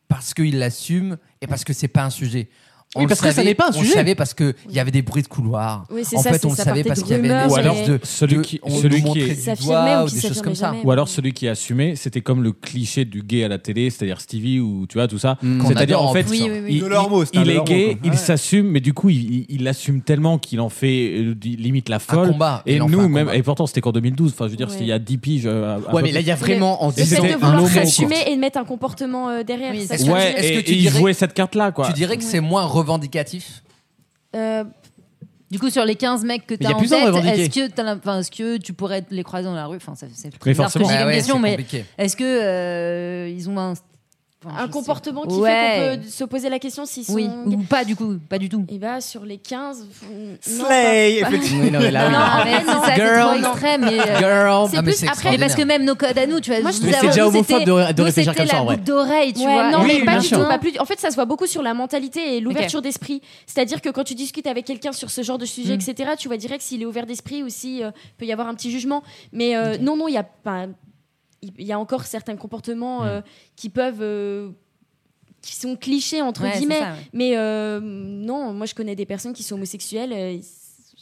[SPEAKER 2] parce qu'il l'assume et parce que c'est pas un sujet. On
[SPEAKER 7] Oui,
[SPEAKER 2] le
[SPEAKER 7] parce que ça
[SPEAKER 2] savait-
[SPEAKER 7] n'est pas un
[SPEAKER 2] On le
[SPEAKER 7] sujet.
[SPEAKER 2] savait parce qu'il y avait des bruits de couloir.
[SPEAKER 8] Oui, c'est
[SPEAKER 2] En
[SPEAKER 8] ça,
[SPEAKER 2] fait,
[SPEAKER 8] c'est-
[SPEAKER 2] on le
[SPEAKER 8] ça
[SPEAKER 2] savait
[SPEAKER 8] partait
[SPEAKER 2] parce
[SPEAKER 8] de
[SPEAKER 2] qu'il y avait
[SPEAKER 8] rumeurs,
[SPEAKER 2] des
[SPEAKER 6] Ou alors
[SPEAKER 8] mais-
[SPEAKER 2] de-
[SPEAKER 6] celui
[SPEAKER 2] de-
[SPEAKER 6] qui-
[SPEAKER 2] on
[SPEAKER 6] celui
[SPEAKER 2] nous
[SPEAKER 6] qui
[SPEAKER 2] montrait
[SPEAKER 6] est-
[SPEAKER 2] du
[SPEAKER 8] S'affirmer
[SPEAKER 2] doigt
[SPEAKER 8] ou
[SPEAKER 2] ou
[SPEAKER 8] qui
[SPEAKER 2] des choses
[SPEAKER 8] s'affirmer
[SPEAKER 2] comme ça.
[SPEAKER 8] jamais.
[SPEAKER 6] Ou alors celui qui assumait, c'était comme le cliché du gay à la télé, c'est-à-dire Stevie ou tu vois tout ça.
[SPEAKER 7] Mm.
[SPEAKER 6] C'est-à-dire
[SPEAKER 2] Qu'on
[SPEAKER 6] en fait,
[SPEAKER 2] adore en
[SPEAKER 4] Oui,
[SPEAKER 2] plus,
[SPEAKER 4] oui,
[SPEAKER 6] il,
[SPEAKER 4] oui.
[SPEAKER 5] De leur mot, c'est
[SPEAKER 6] il-
[SPEAKER 5] un
[SPEAKER 6] il
[SPEAKER 5] de
[SPEAKER 6] est
[SPEAKER 5] leur
[SPEAKER 6] gay,
[SPEAKER 5] mot, quoi.
[SPEAKER 6] il
[SPEAKER 5] Ouais.
[SPEAKER 6] s'assume, mais du coup il, il- il l'assume tellement qu'il en fait euh, di- limite la
[SPEAKER 2] Un
[SPEAKER 6] folle.
[SPEAKER 2] combat.
[SPEAKER 6] Et
[SPEAKER 2] Il en fait
[SPEAKER 6] nous
[SPEAKER 2] un
[SPEAKER 6] même,
[SPEAKER 2] combat.
[SPEAKER 6] et pourtant c'était qu'en 2012. Enfin je veux dire,
[SPEAKER 8] Ouais.
[SPEAKER 6] s'il y a 10 piges. euh, à- à peu
[SPEAKER 7] Ouais, mais là, il y a vraiment, en
[SPEAKER 8] Le fait
[SPEAKER 6] c'était
[SPEAKER 8] de
[SPEAKER 7] disant
[SPEAKER 6] un
[SPEAKER 8] vouloir
[SPEAKER 6] homo, quoi.
[SPEAKER 8] s'assumer et de mettre un comportement euh, derrière.
[SPEAKER 4] Oui,
[SPEAKER 8] ça,
[SPEAKER 2] c'est
[SPEAKER 8] je veux
[SPEAKER 2] ça.
[SPEAKER 6] Ouais,
[SPEAKER 8] dire.
[SPEAKER 2] Est-ce
[SPEAKER 6] et,
[SPEAKER 2] que tu
[SPEAKER 6] et il
[SPEAKER 2] dirais-
[SPEAKER 6] jouait cette carte-là, quoi.
[SPEAKER 2] Tu dirais que
[SPEAKER 8] Ouais.
[SPEAKER 2] c'est moins revendicatif
[SPEAKER 8] Euh,
[SPEAKER 4] Du coup, sur les 15 mecs que
[SPEAKER 7] Mais
[SPEAKER 4] t'as
[SPEAKER 7] y a
[SPEAKER 4] en
[SPEAKER 7] plus à
[SPEAKER 4] tête,
[SPEAKER 7] revendiquer.
[SPEAKER 4] est-ce que, t'as la- enfin, est-ce que tu pourrais les croiser dans la rue Enfin, ça- c'est très
[SPEAKER 6] Mais
[SPEAKER 4] bizarre que
[SPEAKER 6] forcément.
[SPEAKER 4] j'ai
[SPEAKER 7] Ah
[SPEAKER 2] Ouais,
[SPEAKER 4] la
[SPEAKER 2] ouais,
[SPEAKER 4] question,
[SPEAKER 2] c'est
[SPEAKER 4] mais
[SPEAKER 2] compliqué.
[SPEAKER 4] est-ce que euh, ils ont un, enfin,
[SPEAKER 8] un
[SPEAKER 4] je
[SPEAKER 8] comportement
[SPEAKER 4] sais
[SPEAKER 8] qui
[SPEAKER 4] pas.
[SPEAKER 8] fait
[SPEAKER 4] Ouais.
[SPEAKER 8] qu'on peut se poser la question s'ils sont.
[SPEAKER 4] Oui, ou pas du coup, pas du tout.
[SPEAKER 8] Et bah sur les 15. non,
[SPEAKER 5] Slay,
[SPEAKER 8] pas-
[SPEAKER 5] effectivement.
[SPEAKER 7] Oui, non, mais là, oui.
[SPEAKER 4] non, mais c'est ça, c'est
[SPEAKER 7] Girl.
[SPEAKER 4] trop extrême. Mais, euh,
[SPEAKER 7] Girl.
[SPEAKER 8] C'est
[SPEAKER 2] Ah,
[SPEAKER 8] plus
[SPEAKER 2] mais c'est
[SPEAKER 8] après,
[SPEAKER 4] mais
[SPEAKER 2] extraordinaire.
[SPEAKER 4] parce que même nos codes à nous, tu vois,
[SPEAKER 8] Moi,
[SPEAKER 4] je
[SPEAKER 8] je
[SPEAKER 4] vous
[SPEAKER 8] trouve-
[SPEAKER 7] Mais c'est déjà
[SPEAKER 4] avoue,
[SPEAKER 7] homophobe
[SPEAKER 4] c'était-
[SPEAKER 7] de, de
[SPEAKER 4] nous,
[SPEAKER 7] réfléchir
[SPEAKER 4] c'était
[SPEAKER 7] comme ça,
[SPEAKER 4] la
[SPEAKER 7] en vrai.
[SPEAKER 4] boucle d'oreille, tu
[SPEAKER 8] Ouais,
[SPEAKER 4] vois.
[SPEAKER 8] non,
[SPEAKER 7] Oui,
[SPEAKER 8] mais pas
[SPEAKER 7] bien
[SPEAKER 8] du
[SPEAKER 7] sûr.
[SPEAKER 8] tout, pas plus. En fait, ça se voit beaucoup sur la mentalité et l'ouverture d'esprit. C'est-à-dire que quand tu discutes avec quelqu'un sur ce genre de sujet,
[SPEAKER 4] Mm.
[SPEAKER 8] etc., tu vois direct s'il est ouvert d'esprit ou s'il euh, peut y avoir un petit jugement. Mais euh, non, non, il y a pas. Il y a encore certains comportements euh,
[SPEAKER 4] Mm.
[SPEAKER 8] qui peuvent. euh, qui sont clichés, entre
[SPEAKER 4] Ouais, c'est
[SPEAKER 8] guillemets.
[SPEAKER 4] ça, ouais.
[SPEAKER 8] Mais euh, non, moi, je connais des personnes qui sont homosexuelles. euh, ils-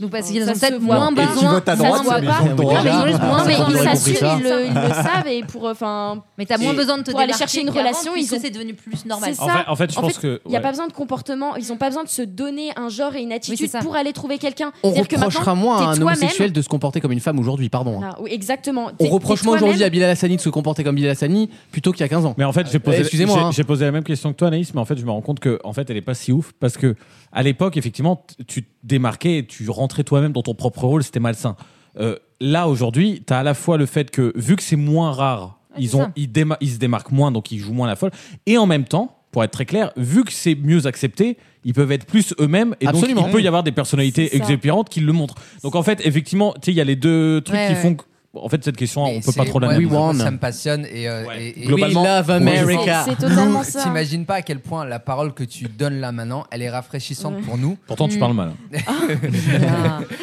[SPEAKER 4] Donc, parce
[SPEAKER 8] enfin,
[SPEAKER 4] qu'ils
[SPEAKER 8] ça
[SPEAKER 4] ont
[SPEAKER 8] se
[SPEAKER 4] peut-être
[SPEAKER 8] voit.
[SPEAKER 4] moins
[SPEAKER 5] Et tu
[SPEAKER 4] besoin.
[SPEAKER 5] votes à
[SPEAKER 4] ça
[SPEAKER 5] droite,
[SPEAKER 4] se voit
[SPEAKER 5] mais
[SPEAKER 4] pas.
[SPEAKER 5] ils ont le droit.
[SPEAKER 8] Non, mais ils ont juste
[SPEAKER 7] Ah,
[SPEAKER 8] moins,
[SPEAKER 7] ça,
[SPEAKER 8] Ah, mais
[SPEAKER 7] on
[SPEAKER 8] ils
[SPEAKER 7] aurait compris
[SPEAKER 8] s'assurent,
[SPEAKER 7] ça.
[SPEAKER 8] ils le, ils le savent et pour, euh, enfin,
[SPEAKER 4] Mais t'as moins besoin de te
[SPEAKER 8] pour aller
[SPEAKER 4] démarquer
[SPEAKER 8] chercher une
[SPEAKER 4] qu'avant,
[SPEAKER 8] relation,
[SPEAKER 4] puisque
[SPEAKER 8] ils ont-
[SPEAKER 4] c'est devenu plus normal.
[SPEAKER 8] C'est
[SPEAKER 6] En
[SPEAKER 8] ça.
[SPEAKER 6] fait, en fait, je
[SPEAKER 8] En
[SPEAKER 6] pense
[SPEAKER 8] fait,
[SPEAKER 6] que
[SPEAKER 8] Il n'y a
[SPEAKER 6] ouais.
[SPEAKER 8] pas besoin de comportement, ils n'ont pas besoin de se donner un genre et une
[SPEAKER 4] Oui,
[SPEAKER 8] attitude
[SPEAKER 4] c'est ça.
[SPEAKER 8] pour aller trouver quelqu'un.
[SPEAKER 7] On
[SPEAKER 8] C'est-à-dire que
[SPEAKER 7] reprochera
[SPEAKER 8] maintenant,
[SPEAKER 7] moins à
[SPEAKER 8] t'es
[SPEAKER 7] un
[SPEAKER 8] toi-même.
[SPEAKER 7] homosexuel de se comporter comme une femme aujourd'hui, pardon. hein.
[SPEAKER 8] Ah, oui, exactement. T'es-
[SPEAKER 7] On
[SPEAKER 8] t'es
[SPEAKER 7] reproche moins aujourd'hui
[SPEAKER 8] toi-même.
[SPEAKER 7] à Bilal Hassani de se comporter comme Bilal Hassani plutôt qu'il y a 15 ans.
[SPEAKER 6] Mais en fait, j'ai posé,
[SPEAKER 7] Euh, excusez-moi,
[SPEAKER 6] j'ai-
[SPEAKER 7] hein.
[SPEAKER 6] j'ai posé la même question que toi, Anaïs, mais en fait, je me rends compte que en fait, elle est pas si ouf parce que à l'époque, effectivement, t- tu te démarquais, et tu rentrais toi-même dans ton propre rôle, c'était malsain. Euh, là, aujourd'hui, tu as à la fois le fait que, vu que c'est moins rare,
[SPEAKER 2] Ah,
[SPEAKER 6] ils,
[SPEAKER 4] c'est
[SPEAKER 6] ont,
[SPEAKER 4] ça.
[SPEAKER 6] ils, déma- ils se démarquent moins, donc ils jouent moins la folle, et en même temps, pour être très clair, vu que c'est mieux accepté, ils peuvent être plus eux-mêmes et
[SPEAKER 7] Absolument.
[SPEAKER 6] donc il peut y avoir des personnalités
[SPEAKER 8] C'est ça.
[SPEAKER 6] exépirantes qui le montrent. Donc en fait, effectivement, tu sais, il y a les deux trucs
[SPEAKER 4] Ouais,
[SPEAKER 6] qui
[SPEAKER 4] ouais.
[SPEAKER 6] font que, en fait, cette question,
[SPEAKER 2] Mais
[SPEAKER 6] on peut
[SPEAKER 2] c'est-
[SPEAKER 6] pas trop
[SPEAKER 2] ouais,
[SPEAKER 6] l'analyser.
[SPEAKER 7] Oui,
[SPEAKER 2] moi,
[SPEAKER 7] one.
[SPEAKER 2] Ça me passionne. Et, euh,
[SPEAKER 6] Ouais.
[SPEAKER 2] et- et-
[SPEAKER 6] Globalement,
[SPEAKER 7] We love
[SPEAKER 6] oui, je-
[SPEAKER 7] America.
[SPEAKER 8] C'est totalement
[SPEAKER 2] Lou,
[SPEAKER 8] ça.
[SPEAKER 2] T'imagines pas à quel point la parole que tu donnes là maintenant, elle est rafraîchissante
[SPEAKER 8] Ouais. Ah.
[SPEAKER 2] pour nous.
[SPEAKER 6] Pourtant, tu
[SPEAKER 4] Mm.
[SPEAKER 6] parles mal.
[SPEAKER 7] hein.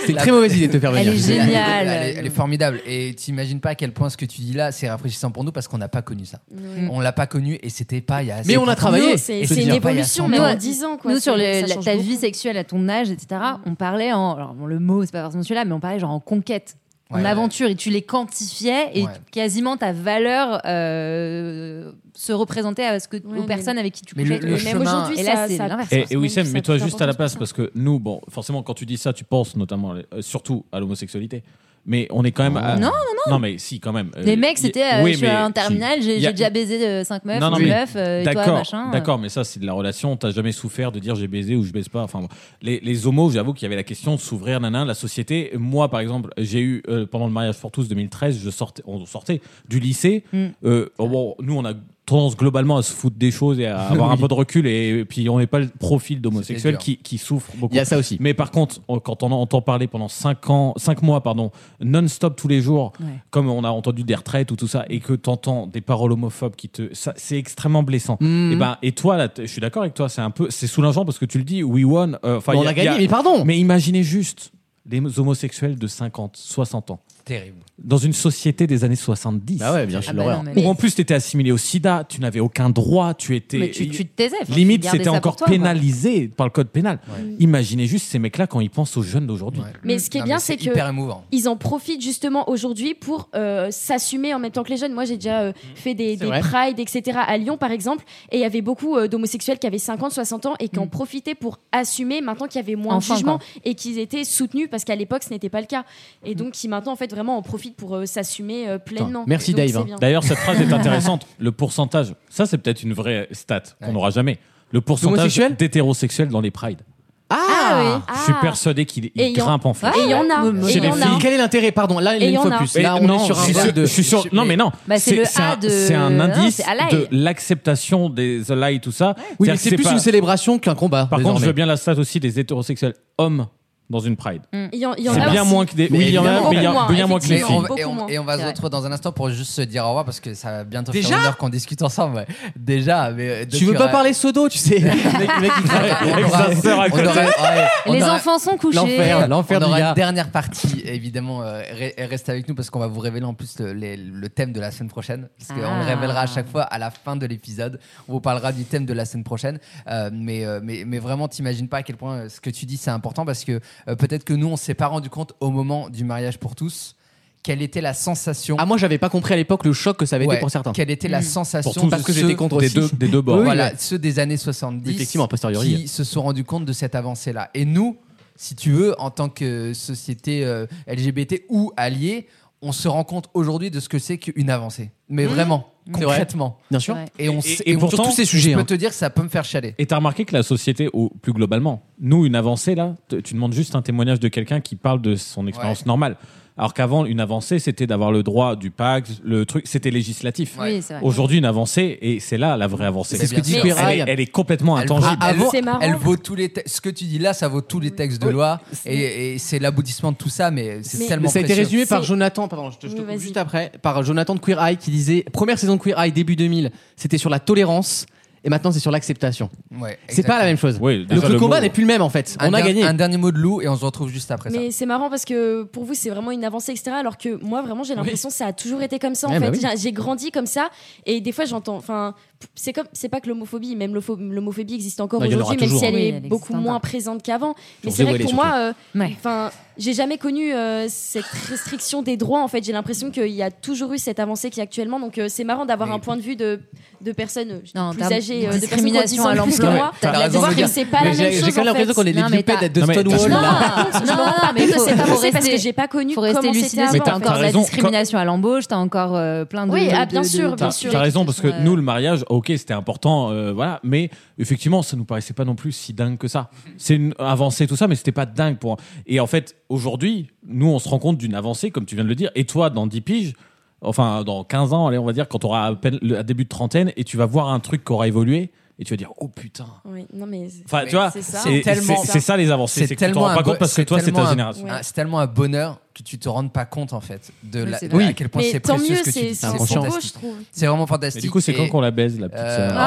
[SPEAKER 7] C'est une très mauvaise idée de te faire
[SPEAKER 4] Elle
[SPEAKER 7] venir.
[SPEAKER 4] est
[SPEAKER 7] je sais.
[SPEAKER 4] géniale. Génial.
[SPEAKER 2] Elle est, elle est formidable. Et t'imagines pas à quel point ce que tu dis là, c'est rafraîchissant pour nous parce qu'on n'a pas connu ça.
[SPEAKER 8] Ouais.
[SPEAKER 2] On l'a pas connu et c'était pas il y a.
[SPEAKER 7] Mais on a travaillé.
[SPEAKER 8] Nous, C'est
[SPEAKER 7] je
[SPEAKER 8] c'est
[SPEAKER 7] veux
[SPEAKER 8] une
[SPEAKER 7] dire.
[SPEAKER 2] pas il y a
[SPEAKER 8] évolution,
[SPEAKER 2] 100
[SPEAKER 8] mais
[SPEAKER 4] ans.
[SPEAKER 8] en 10 ans. Quoi.
[SPEAKER 4] Nous, sur
[SPEAKER 8] C'est-
[SPEAKER 4] le-
[SPEAKER 8] ça
[SPEAKER 4] la-
[SPEAKER 8] change
[SPEAKER 4] ta
[SPEAKER 8] beaucoup. Mm.
[SPEAKER 4] vie sexuelle à ton âge, etc., on parlait en. Alors, bon, le mot, c'est pas forcément celui-là, mais on parlait genre en conquête, en
[SPEAKER 2] Ouais.
[SPEAKER 4] aventure, et tu les quantifiais, et
[SPEAKER 2] Ouais.
[SPEAKER 4] quasiment ta valeur euh, se représentait à ce que,
[SPEAKER 8] Ouais,
[SPEAKER 4] aux
[SPEAKER 8] mais-
[SPEAKER 4] personnes avec qui tu
[SPEAKER 2] Mais
[SPEAKER 4] couchais.
[SPEAKER 2] le
[SPEAKER 8] Mais même
[SPEAKER 2] chemin-
[SPEAKER 8] aujourd'hui,
[SPEAKER 4] Et là,
[SPEAKER 8] ça-
[SPEAKER 4] c'est
[SPEAKER 8] ça-
[SPEAKER 4] l'inverse.
[SPEAKER 8] ça-
[SPEAKER 6] Et,
[SPEAKER 8] ça-
[SPEAKER 6] et Wissem,
[SPEAKER 8] ça-
[SPEAKER 6] mais toi
[SPEAKER 8] ça-
[SPEAKER 6] juste à la
[SPEAKER 8] ça-
[SPEAKER 6] place, parce que nous, bon, forcément, quand tu dis ça, tu penses notamment, euh, surtout à l'homosexualité. Mais on est quand même. à-
[SPEAKER 4] Non, non,
[SPEAKER 6] Non, mais si, quand même. Euh,
[SPEAKER 4] Les mecs, c'était euh,
[SPEAKER 6] oui,
[SPEAKER 4] je suis
[SPEAKER 6] mais
[SPEAKER 4] en
[SPEAKER 6] si.
[SPEAKER 4] terminale, j'ai
[SPEAKER 6] Il y a-
[SPEAKER 4] j'ai déjà baisé 5 meufs,
[SPEAKER 6] Non, non,
[SPEAKER 4] huit
[SPEAKER 6] mais-
[SPEAKER 4] meufs, euh, et toi,
[SPEAKER 6] D'accord,
[SPEAKER 4] machin. euh.
[SPEAKER 6] d'accord, mais ça c'est de la relation. T'as jamais souffert de dire j'ai baisé ou je baise pas. Enfin, bon. les, les homos, j'avoue qu'il y avait la question de s'ouvrir, nanan, la société. Moi, par exemple, j'ai eu euh, pendant le mariage pour tous 2013, je sortais, on sortait du lycée.
[SPEAKER 4] Mm.
[SPEAKER 6] Euh, oh, bon, nous, on a tendance globalement à se foutre des choses et à avoir un peu de recul. Et, puis, on n'est pas le profil d'homosexuel
[SPEAKER 2] dur.
[SPEAKER 6] qui, qui souffre beaucoup.
[SPEAKER 7] Il y a ça aussi.
[SPEAKER 6] Mais par contre, on- quand on en entend parler pendant 5 ans, 5 mois, pardon, non-stop tous les jours,
[SPEAKER 4] Ouais.
[SPEAKER 6] comme on a entendu des retraites ou tout ça, et que t'entends des paroles homophobes qui te, ça, c'est extrêmement blessant.
[SPEAKER 4] Mm.
[SPEAKER 7] Mhm.
[SPEAKER 6] Et ben, et toi, là, t- je suis d'accord avec toi, c'est un peu, c'est soulageant parce que tu le dis, we won. euh, enfin,
[SPEAKER 7] Mais
[SPEAKER 6] il
[SPEAKER 7] on
[SPEAKER 6] y
[SPEAKER 7] a
[SPEAKER 6] il y
[SPEAKER 7] gagné, mais pardon.
[SPEAKER 6] Mais imaginez juste les homosexuels de 50, 60 ans,
[SPEAKER 2] Terrible.
[SPEAKER 6] dans une société des années 70.
[SPEAKER 7] Ah ouais, bien
[SPEAKER 4] Ah
[SPEAKER 7] sûr,
[SPEAKER 4] bah
[SPEAKER 7] l'horreur.
[SPEAKER 4] non, mais-
[SPEAKER 6] Où en plus t'étais assimilé au sida, tu n'avais aucun droit, tu étais.
[SPEAKER 4] Mais tu, tu te taisais. enfin,
[SPEAKER 6] Limite,
[SPEAKER 4] tu gardais
[SPEAKER 6] c'était
[SPEAKER 4] ça
[SPEAKER 6] encore
[SPEAKER 4] pour toi, quoi. Mm.
[SPEAKER 6] pénalisé par le code pénal. Imaginez juste ces mecs-là quand ils pensent aux jeunes d'aujourd'hui.
[SPEAKER 8] Mais ce qui est
[SPEAKER 2] Non,
[SPEAKER 8] bien, c'est que-
[SPEAKER 2] hyper émouvant.
[SPEAKER 8] ils en profitent justement aujourd'hui pour euh, s'assumer en même temps que les jeunes. Moi, j'ai déjà euh, fait des,
[SPEAKER 7] C'est
[SPEAKER 8] des
[SPEAKER 7] vrai.
[SPEAKER 8] prides, etc. à Lyon, par exemple, et il y avait beaucoup euh, d'homosexuels qui avaient 50, 60 ans et qui en
[SPEAKER 4] Mm.
[SPEAKER 8] profitaient pour assumer maintenant qu'il y avait moins
[SPEAKER 4] Enfin,
[SPEAKER 8] de jugement et qu'ils étaient soutenus parce qu'à l'époque, ce n'était pas le cas. Et donc, qui maintenant, en fait, vraiment en profitent pour euh, s'assumer euh, pleinement.
[SPEAKER 7] Merci,
[SPEAKER 8] Donc,
[SPEAKER 7] Dave,
[SPEAKER 8] c'est
[SPEAKER 7] hein.
[SPEAKER 8] bien.
[SPEAKER 6] D'ailleurs, cette phrase est intéressante. Le pourcentage, ça c'est peut-être une vraie stat qu'on
[SPEAKER 2] Ouais.
[SPEAKER 6] n'aura jamais. le pourcentage
[SPEAKER 7] D'homosexuels
[SPEAKER 6] d'hétérosexuels dans les prides.
[SPEAKER 7] Ah,
[SPEAKER 8] oui.
[SPEAKER 6] Je suis
[SPEAKER 8] Ah.
[SPEAKER 6] persuadé qu'il
[SPEAKER 8] Et
[SPEAKER 6] il
[SPEAKER 8] il y en-
[SPEAKER 6] grimpe en fait.
[SPEAKER 8] Et il y en a.
[SPEAKER 4] Ouais,
[SPEAKER 8] Et
[SPEAKER 6] Chez
[SPEAKER 8] il y
[SPEAKER 6] les
[SPEAKER 8] en
[SPEAKER 7] oui.
[SPEAKER 8] a.
[SPEAKER 6] filles.
[SPEAKER 7] Quel est l'intérêt Pardon, là,
[SPEAKER 8] Et
[SPEAKER 7] une
[SPEAKER 8] y
[SPEAKER 7] fois
[SPEAKER 8] en
[SPEAKER 7] de
[SPEAKER 8] a.
[SPEAKER 7] plus.
[SPEAKER 6] Mais
[SPEAKER 7] Là, on
[SPEAKER 6] non,
[SPEAKER 7] est sur
[SPEAKER 6] je
[SPEAKER 7] un
[SPEAKER 6] suis
[SPEAKER 7] débat
[SPEAKER 6] sûr-
[SPEAKER 7] de-
[SPEAKER 6] je suis sûr- non, mais non.
[SPEAKER 4] Bah, c'est le A
[SPEAKER 6] un-
[SPEAKER 4] de-
[SPEAKER 6] c'est un
[SPEAKER 4] non,
[SPEAKER 8] Ah
[SPEAKER 6] indice
[SPEAKER 4] c'est Alaï.
[SPEAKER 6] de l'acceptation des allies, tout ça.
[SPEAKER 7] Oui,
[SPEAKER 6] C'est-à-dire
[SPEAKER 7] mais
[SPEAKER 6] que
[SPEAKER 7] c'est plus
[SPEAKER 6] pas-
[SPEAKER 7] une célébration qu'un combat.
[SPEAKER 6] Par contre, je
[SPEAKER 7] désormais.
[SPEAKER 6] veux bien la stat aussi des hétérosexuels hommes dans une pride.
[SPEAKER 8] Mm. Il y en- il y en
[SPEAKER 6] C'est
[SPEAKER 8] a
[SPEAKER 6] bien
[SPEAKER 8] aussi.
[SPEAKER 6] moins que des.
[SPEAKER 7] Mais
[SPEAKER 6] Oui, il y en a,
[SPEAKER 7] évidemment.
[SPEAKER 6] mais il y a-
[SPEAKER 8] Beaucoup
[SPEAKER 6] bien moins que les
[SPEAKER 2] Mais on,
[SPEAKER 6] filles.
[SPEAKER 2] et,
[SPEAKER 8] Beaucoup
[SPEAKER 2] on,
[SPEAKER 8] moins.
[SPEAKER 2] et on va
[SPEAKER 4] C'est
[SPEAKER 2] se
[SPEAKER 4] vrai.
[SPEAKER 2] retrouver dans un instant pour juste se dire au revoir parce que ça va bientôt
[SPEAKER 7] Déjà
[SPEAKER 2] faire une heure qu'on discute ensemble. ouais. Déjà, mais euh, donc
[SPEAKER 7] Tu veux
[SPEAKER 2] il y
[SPEAKER 7] pas
[SPEAKER 2] aura-
[SPEAKER 7] parler pseudo, tu sais. Le mec- le mec, il craque.
[SPEAKER 2] on
[SPEAKER 6] Avec
[SPEAKER 2] aura-
[SPEAKER 6] sa sœur à
[SPEAKER 2] on
[SPEAKER 6] côté.
[SPEAKER 2] aura- ouais, on
[SPEAKER 4] Les
[SPEAKER 2] aura-
[SPEAKER 4] enfants sont couchés.
[SPEAKER 7] L'enfer, l'enfer
[SPEAKER 2] on
[SPEAKER 7] du
[SPEAKER 2] aura une
[SPEAKER 7] gars.
[SPEAKER 2] dernière partie, évidemment. euh, re- restez avec nous parce qu'on va vous révéler en plus le, les- le thème de la semaine prochaine. Parce qu'on
[SPEAKER 4] Ah.
[SPEAKER 2] le révélera à chaque fois à la fin de l'épisode. On vous parlera du thème de la semaine prochaine. Euh, mais, euh, mais, mais vraiment, t'imagines pas à quel point euh, ce que tu dis c'est important parce que euh, peut-être que nous on s'est pas rendu compte au moment du mariage pour tous quelle était la sensation.
[SPEAKER 7] Ah, moi, j'avais pas compris à l'époque le choc que ça avait
[SPEAKER 2] Ouais,
[SPEAKER 7] été pour certains.
[SPEAKER 2] Quelle était la
[SPEAKER 4] Mm.
[SPEAKER 2] sensation
[SPEAKER 6] Pour tous,
[SPEAKER 7] parce que
[SPEAKER 2] de
[SPEAKER 7] j'étais
[SPEAKER 2] ceux-
[SPEAKER 7] contre
[SPEAKER 6] des
[SPEAKER 7] aussi.
[SPEAKER 6] deux, des deux bords.
[SPEAKER 7] Oui,
[SPEAKER 2] voilà,
[SPEAKER 7] ouais.
[SPEAKER 2] ceux des années 70
[SPEAKER 7] Effectivement, a posteriori.
[SPEAKER 2] qui se sont rendus compte de cette avancée-là. Et nous, si tu veux, en tant que société euh, LGBT ou alliés, on se rend compte aujourd'hui de ce que c'est qu'une avancée. Mais vraiment,
[SPEAKER 7] C'est vrai.
[SPEAKER 2] concrètement.
[SPEAKER 7] Bien sûr.
[SPEAKER 4] Ouais.
[SPEAKER 2] Et on
[SPEAKER 6] Et-
[SPEAKER 2] sait-
[SPEAKER 6] et
[SPEAKER 2] on-
[SPEAKER 6] pourtant,
[SPEAKER 2] sur tous ces
[SPEAKER 7] je
[SPEAKER 2] sujets, je
[SPEAKER 7] peux
[SPEAKER 2] peux te dire, ça peut me faire chialer.
[SPEAKER 6] hein. Et t'as remarqué que la société, au plus globalement, nous, une avancée, là, t- tu demandes juste un témoignage de quelqu'un qui parle de son expérience
[SPEAKER 2] Ouais.
[SPEAKER 6] normale. Alors qu'avant, une avancée, c'était d'avoir le droit du pacte, le truc, c'était législatif.
[SPEAKER 4] Oui, c'est vrai.
[SPEAKER 6] Aujourd'hui, une avancée, et c'est là la vraie avancée.
[SPEAKER 7] C'est
[SPEAKER 2] C'est
[SPEAKER 7] ce que dit
[SPEAKER 2] Mais-
[SPEAKER 6] Elle est,
[SPEAKER 7] Ferraille.
[SPEAKER 6] elle est complètement intangible.
[SPEAKER 7] Ah,
[SPEAKER 8] C'est marrant.
[SPEAKER 2] elle vaut tous les te- ce que tu dis là, ça vaut tous les textes de
[SPEAKER 7] Oui.
[SPEAKER 2] loi et, et c'est l'aboutissement de tout ça, mais c'est
[SPEAKER 8] Mais-
[SPEAKER 2] tellement
[SPEAKER 7] Ça a été
[SPEAKER 2] précieux.
[SPEAKER 7] résumé par
[SPEAKER 8] C'est-
[SPEAKER 7] Jonathan, pardon, je te, je te
[SPEAKER 8] Oui,
[SPEAKER 7] coupe
[SPEAKER 8] vas-y.
[SPEAKER 7] juste après, par Jonathan de Queer Eye qui disait première saison de Queer Eye début 2000, c'était sur la tolérance et maintenant c'est sur l'acceptation.
[SPEAKER 2] Ouais,
[SPEAKER 7] C'est pas la même chose.
[SPEAKER 6] Oui,
[SPEAKER 7] Donc
[SPEAKER 6] déjà,
[SPEAKER 7] le,
[SPEAKER 6] le
[SPEAKER 7] combat
[SPEAKER 6] mot-
[SPEAKER 7] n'est plus le même en fait.
[SPEAKER 2] Un
[SPEAKER 7] On a
[SPEAKER 2] der-
[SPEAKER 7] gagné.
[SPEAKER 2] Un dernier mot de loup et on se retrouve juste après ça.
[SPEAKER 8] Mais c'est marrant parce que pour vous, c'est vraiment une avancée, etc. Alors que moi, vraiment, j'ai l'impression que ça a toujours été comme ça.
[SPEAKER 7] Ouais,
[SPEAKER 8] en
[SPEAKER 7] bah
[SPEAKER 8] fait,
[SPEAKER 7] oui.
[SPEAKER 8] J'ai- j'ai grandi comme ça. Et des fois, j'entends. Enfin, p- c'est comme, c'est pas que l'homophobie, même l'opho- l'homophobie existe encore
[SPEAKER 7] Non, il y en aura
[SPEAKER 8] aujourd'hui, même
[SPEAKER 7] toujours,
[SPEAKER 8] si elle
[SPEAKER 4] hein. Oui,
[SPEAKER 8] est
[SPEAKER 4] elle existe
[SPEAKER 8] beaucoup
[SPEAKER 4] encore.
[SPEAKER 8] moins présente qu'avant. Mais
[SPEAKER 7] Aujourd'hui,
[SPEAKER 8] c'est vrai
[SPEAKER 7] où
[SPEAKER 8] que
[SPEAKER 7] elle
[SPEAKER 8] pour
[SPEAKER 7] est
[SPEAKER 8] moi, euh,
[SPEAKER 4] Ouais.
[SPEAKER 8] enfin, j'ai jamais connu euh, cette restriction des droits. En fait, j'ai l'impression qu'il y a toujours eu cette avancée qui est actuellement. Donc, euh, c'est marrant d'avoir
[SPEAKER 2] Mais-
[SPEAKER 8] un point de vue de de personnes euh,
[SPEAKER 4] Non, en
[SPEAKER 8] plus
[SPEAKER 4] termes
[SPEAKER 8] âgées,
[SPEAKER 4] de
[SPEAKER 8] euh, de personnes qui ont
[SPEAKER 4] discrimination
[SPEAKER 8] 10 ans
[SPEAKER 4] à
[SPEAKER 8] de plus que
[SPEAKER 2] l'emploi,
[SPEAKER 8] moi,
[SPEAKER 2] t'as
[SPEAKER 8] de
[SPEAKER 2] raison de
[SPEAKER 8] voir que
[SPEAKER 2] dire.
[SPEAKER 8] c'est pas la
[SPEAKER 7] Mais
[SPEAKER 8] même
[SPEAKER 7] J'ai j'ai
[SPEAKER 8] chose.
[SPEAKER 7] quand même
[SPEAKER 8] en fait.
[SPEAKER 7] l'impression qu'on est les
[SPEAKER 4] Non, mais
[SPEAKER 7] pipettes
[SPEAKER 4] t'as-
[SPEAKER 7] de
[SPEAKER 6] Non, mais
[SPEAKER 7] Stonewall.
[SPEAKER 8] Non,
[SPEAKER 7] là.
[SPEAKER 8] je me rends pas
[SPEAKER 4] mais
[SPEAKER 8] compte de
[SPEAKER 4] faut-
[SPEAKER 8] cette
[SPEAKER 4] faut
[SPEAKER 8] avancée parce
[SPEAKER 4] rester-
[SPEAKER 8] que j'ai pas connu
[SPEAKER 4] Il faut rester
[SPEAKER 8] comment c'était
[SPEAKER 4] lucide.
[SPEAKER 8] avant.
[SPEAKER 6] Mais
[SPEAKER 4] T'as
[SPEAKER 6] t'as-
[SPEAKER 4] encore
[SPEAKER 6] t'as
[SPEAKER 4] la
[SPEAKER 6] raison.
[SPEAKER 4] discrimination à l'embauche, t'as encore euh, plein de.
[SPEAKER 8] Oui, ah,
[SPEAKER 4] de-
[SPEAKER 8] bien
[SPEAKER 4] de-
[SPEAKER 8] sûr,
[SPEAKER 4] de-
[SPEAKER 8] bien
[SPEAKER 6] T'as
[SPEAKER 8] sûr.
[SPEAKER 6] t'as raison, parce que
[SPEAKER 4] Euh,
[SPEAKER 6] nous, le mariage, ok, c'était important, euh, voilà, mais effectivement, ça nous paraissait pas non plus si dingue que ça. C'est une avancée, tout ça, mais c'était pas dingue pour. Et en fait, aujourd'hui, nous, on se rend compte d'une avancée, comme tu viens de le dire, et toi, dans 10 piges, enfin, dans 15 ans, allez, on va dire, quand tu auras à peine le à début de trentaine, et tu vas voir un truc qui aura évolué, et tu vas dire, oh putain.
[SPEAKER 8] Oui, non, mais.
[SPEAKER 6] Enfin,
[SPEAKER 2] Mais
[SPEAKER 6] tu vois,
[SPEAKER 8] c'est ça.
[SPEAKER 6] et- et
[SPEAKER 2] C'est tellement-
[SPEAKER 6] c'est ça les avancées.
[SPEAKER 2] c'est
[SPEAKER 6] C'est que tu t'en
[SPEAKER 2] tellement
[SPEAKER 6] rends
[SPEAKER 2] un
[SPEAKER 6] pas
[SPEAKER 2] bo-
[SPEAKER 6] compte parce que
[SPEAKER 2] c'est
[SPEAKER 6] toi, c'est
[SPEAKER 2] tellement
[SPEAKER 6] ta
[SPEAKER 2] un-
[SPEAKER 6] génération.
[SPEAKER 8] Ouais.
[SPEAKER 2] Ah, c'est tellement un bonheur que tu te rendes pas compte en fait de,
[SPEAKER 4] Oui,
[SPEAKER 2] la-
[SPEAKER 4] c'est
[SPEAKER 2] de
[SPEAKER 4] vrai.
[SPEAKER 2] à quel point
[SPEAKER 8] Mais
[SPEAKER 2] c'est
[SPEAKER 8] tant
[SPEAKER 2] précieux
[SPEAKER 8] mieux,
[SPEAKER 2] ce que tu
[SPEAKER 8] c'est
[SPEAKER 2] dis.
[SPEAKER 8] c'est
[SPEAKER 2] C'est
[SPEAKER 8] trop beau, je
[SPEAKER 2] fantastique.
[SPEAKER 8] trouve.
[SPEAKER 2] C'est vraiment
[SPEAKER 6] Mais
[SPEAKER 2] fantastique.
[SPEAKER 6] du coup, c'est quand
[SPEAKER 2] Et-
[SPEAKER 6] qu'on la baise, la petite
[SPEAKER 2] Euh,
[SPEAKER 4] Oh
[SPEAKER 6] sœur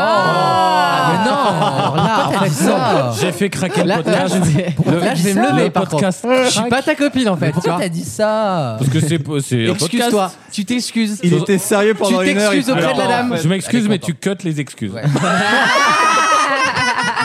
[SPEAKER 2] Ah, mais non
[SPEAKER 7] Oh, là, en
[SPEAKER 2] Pourquoi t'as
[SPEAKER 7] fait,
[SPEAKER 2] dit ça
[SPEAKER 6] J'ai fait craquer le
[SPEAKER 7] Là, là,
[SPEAKER 6] podcast.
[SPEAKER 7] je vais-
[SPEAKER 6] Le-
[SPEAKER 7] là, je vais me
[SPEAKER 6] le
[SPEAKER 7] lever par contre.
[SPEAKER 6] podcast.
[SPEAKER 7] Je suis pas ta copine en fait. tu
[SPEAKER 2] Pourquoi
[SPEAKER 7] vois.
[SPEAKER 2] t'as dit ça
[SPEAKER 6] Parce que c'est c'est un podcast.
[SPEAKER 7] Excuse-toi. Tu t'excuses.
[SPEAKER 5] Il était sérieux pendant une heure. il
[SPEAKER 7] t'excuses auprès
[SPEAKER 5] pleure.
[SPEAKER 7] de la dame.
[SPEAKER 6] Je m'excuse,
[SPEAKER 2] Elle est
[SPEAKER 6] mais tu cut les excuses.
[SPEAKER 2] Ouais.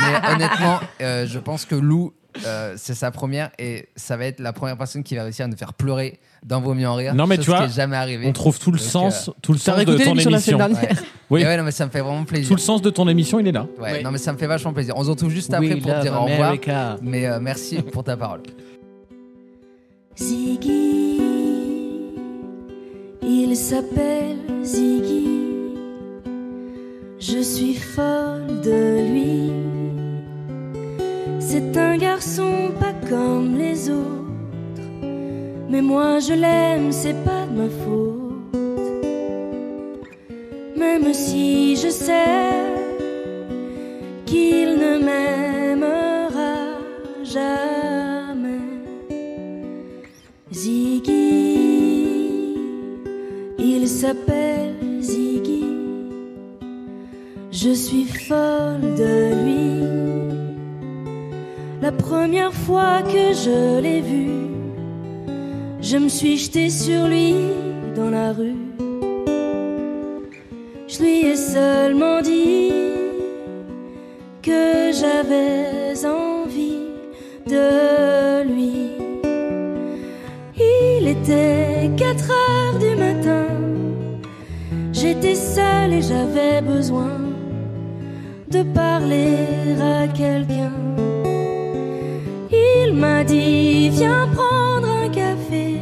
[SPEAKER 2] Mais honnêtement, euh, je pense que Lou, euh, c'est sa première et ça va être la première personne qui va réussir à nous faire pleurer dans Vaut mieux en rire.
[SPEAKER 6] Non, mais
[SPEAKER 2] chose
[SPEAKER 6] tu vois,
[SPEAKER 2] qui est jamais arrivé.
[SPEAKER 6] On trouve tout le
[SPEAKER 2] Donc,
[SPEAKER 6] sens, tout le
[SPEAKER 7] T'as
[SPEAKER 6] sens de
[SPEAKER 7] réécouté
[SPEAKER 6] ton
[SPEAKER 7] l'émission de la semaine
[SPEAKER 6] émission.
[SPEAKER 7] dernière
[SPEAKER 6] Oui.
[SPEAKER 2] Et ouais, non, mais ça me fait vraiment plaisir.
[SPEAKER 6] Tout le sens de ton émission, il est là.
[SPEAKER 2] Ouais,
[SPEAKER 7] Ouais.
[SPEAKER 2] Non, mais ça me fait vachement plaisir. On se retrouve juste après
[SPEAKER 7] We
[SPEAKER 2] pour te
[SPEAKER 7] love
[SPEAKER 2] dire au revoir.
[SPEAKER 7] America.
[SPEAKER 2] Mais euh, merci pour ta parole.
[SPEAKER 9] Ziggy, il s'appelle Ziggy. Je suis folle de lui. C'est un garçon pas comme les autres. Mais moi je l'aime, c'est pas de ma faute. Même si je sais qu'il ne m'aimera jamais. Ziggy, il s'appelle Ziggy. Je suis folle de lui. La première fois que je l'ai vu, je me suis jetée sur lui dans la rue. Je lui ai seulement dit que j'avais envie de lui. Il était 4 heures du matin. J'étais seule et j'avais besoin de parler à quelqu'un. Il m'a dit Viens prendre un café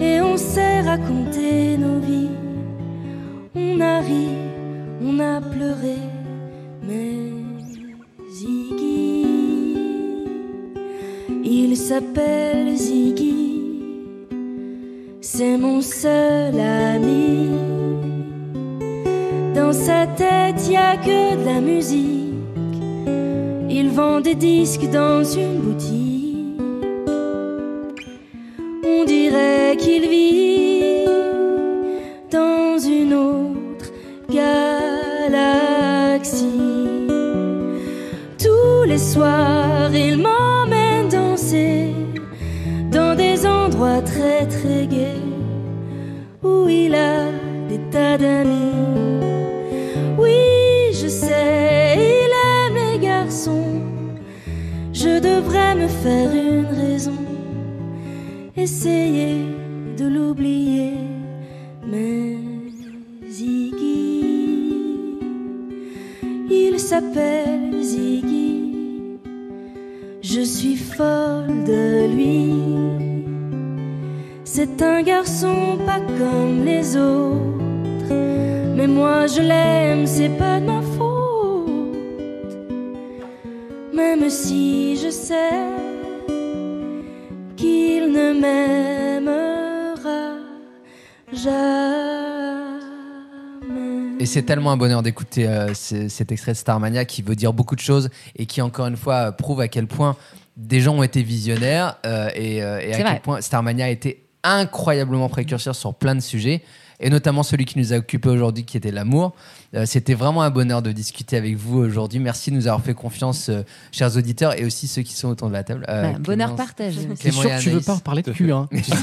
[SPEAKER 9] et on s'est raconté nos vies. On a ri, on a pleuré, mais Ziggy. Il s'appelle Ziggy. C'est mon seul ami. Dans sa tête, y a que de la musique. Il vend des disques dans une boutique. On dirait qu'il vit dans une autre galaxie. Tous les soirs, il m'emmène danser dans des endroits très très gais où il a des tas d'amis. Oui, je sais, il aime les garçons. Je devrais me faire une raison, essayer de l'oublier. Mais Ziggy, il s'appelle Ziggy. Je suis folle de lui. C'est un garçon pas comme les autres. Mais moi je l'aime, c'est pas de ma faute. Même si je sais qu'il ne m'aimera jamais.
[SPEAKER 2] Et c'est tellement un bonheur d'écouter euh, ce- cet extrait de Starmania qui veut dire beaucoup de choses et qui, encore une fois, euh, prouve à quel point des gens ont été visionnaires euh, et, euh, et à
[SPEAKER 4] C'est vrai.
[SPEAKER 2] quel point Starmania a été incroyablement précurseur sur plein de sujets et notamment celui qui nous a occupé aujourd'hui qui était l'amour. Euh, C'était vraiment un bonheur de discuter avec vous aujourd'hui. Merci de nous avoir fait confiance, euh, chers auditeurs et aussi ceux qui sont autour de la table. Euh,
[SPEAKER 4] Bah,
[SPEAKER 2] Clémence,
[SPEAKER 4] bonheur partagé.
[SPEAKER 7] C'est
[SPEAKER 2] Clément
[SPEAKER 7] sûr
[SPEAKER 2] et
[SPEAKER 7] que tu veux
[SPEAKER 2] Anaïs.
[SPEAKER 7] pas reparler de cul, hein.
[SPEAKER 6] Tu sais.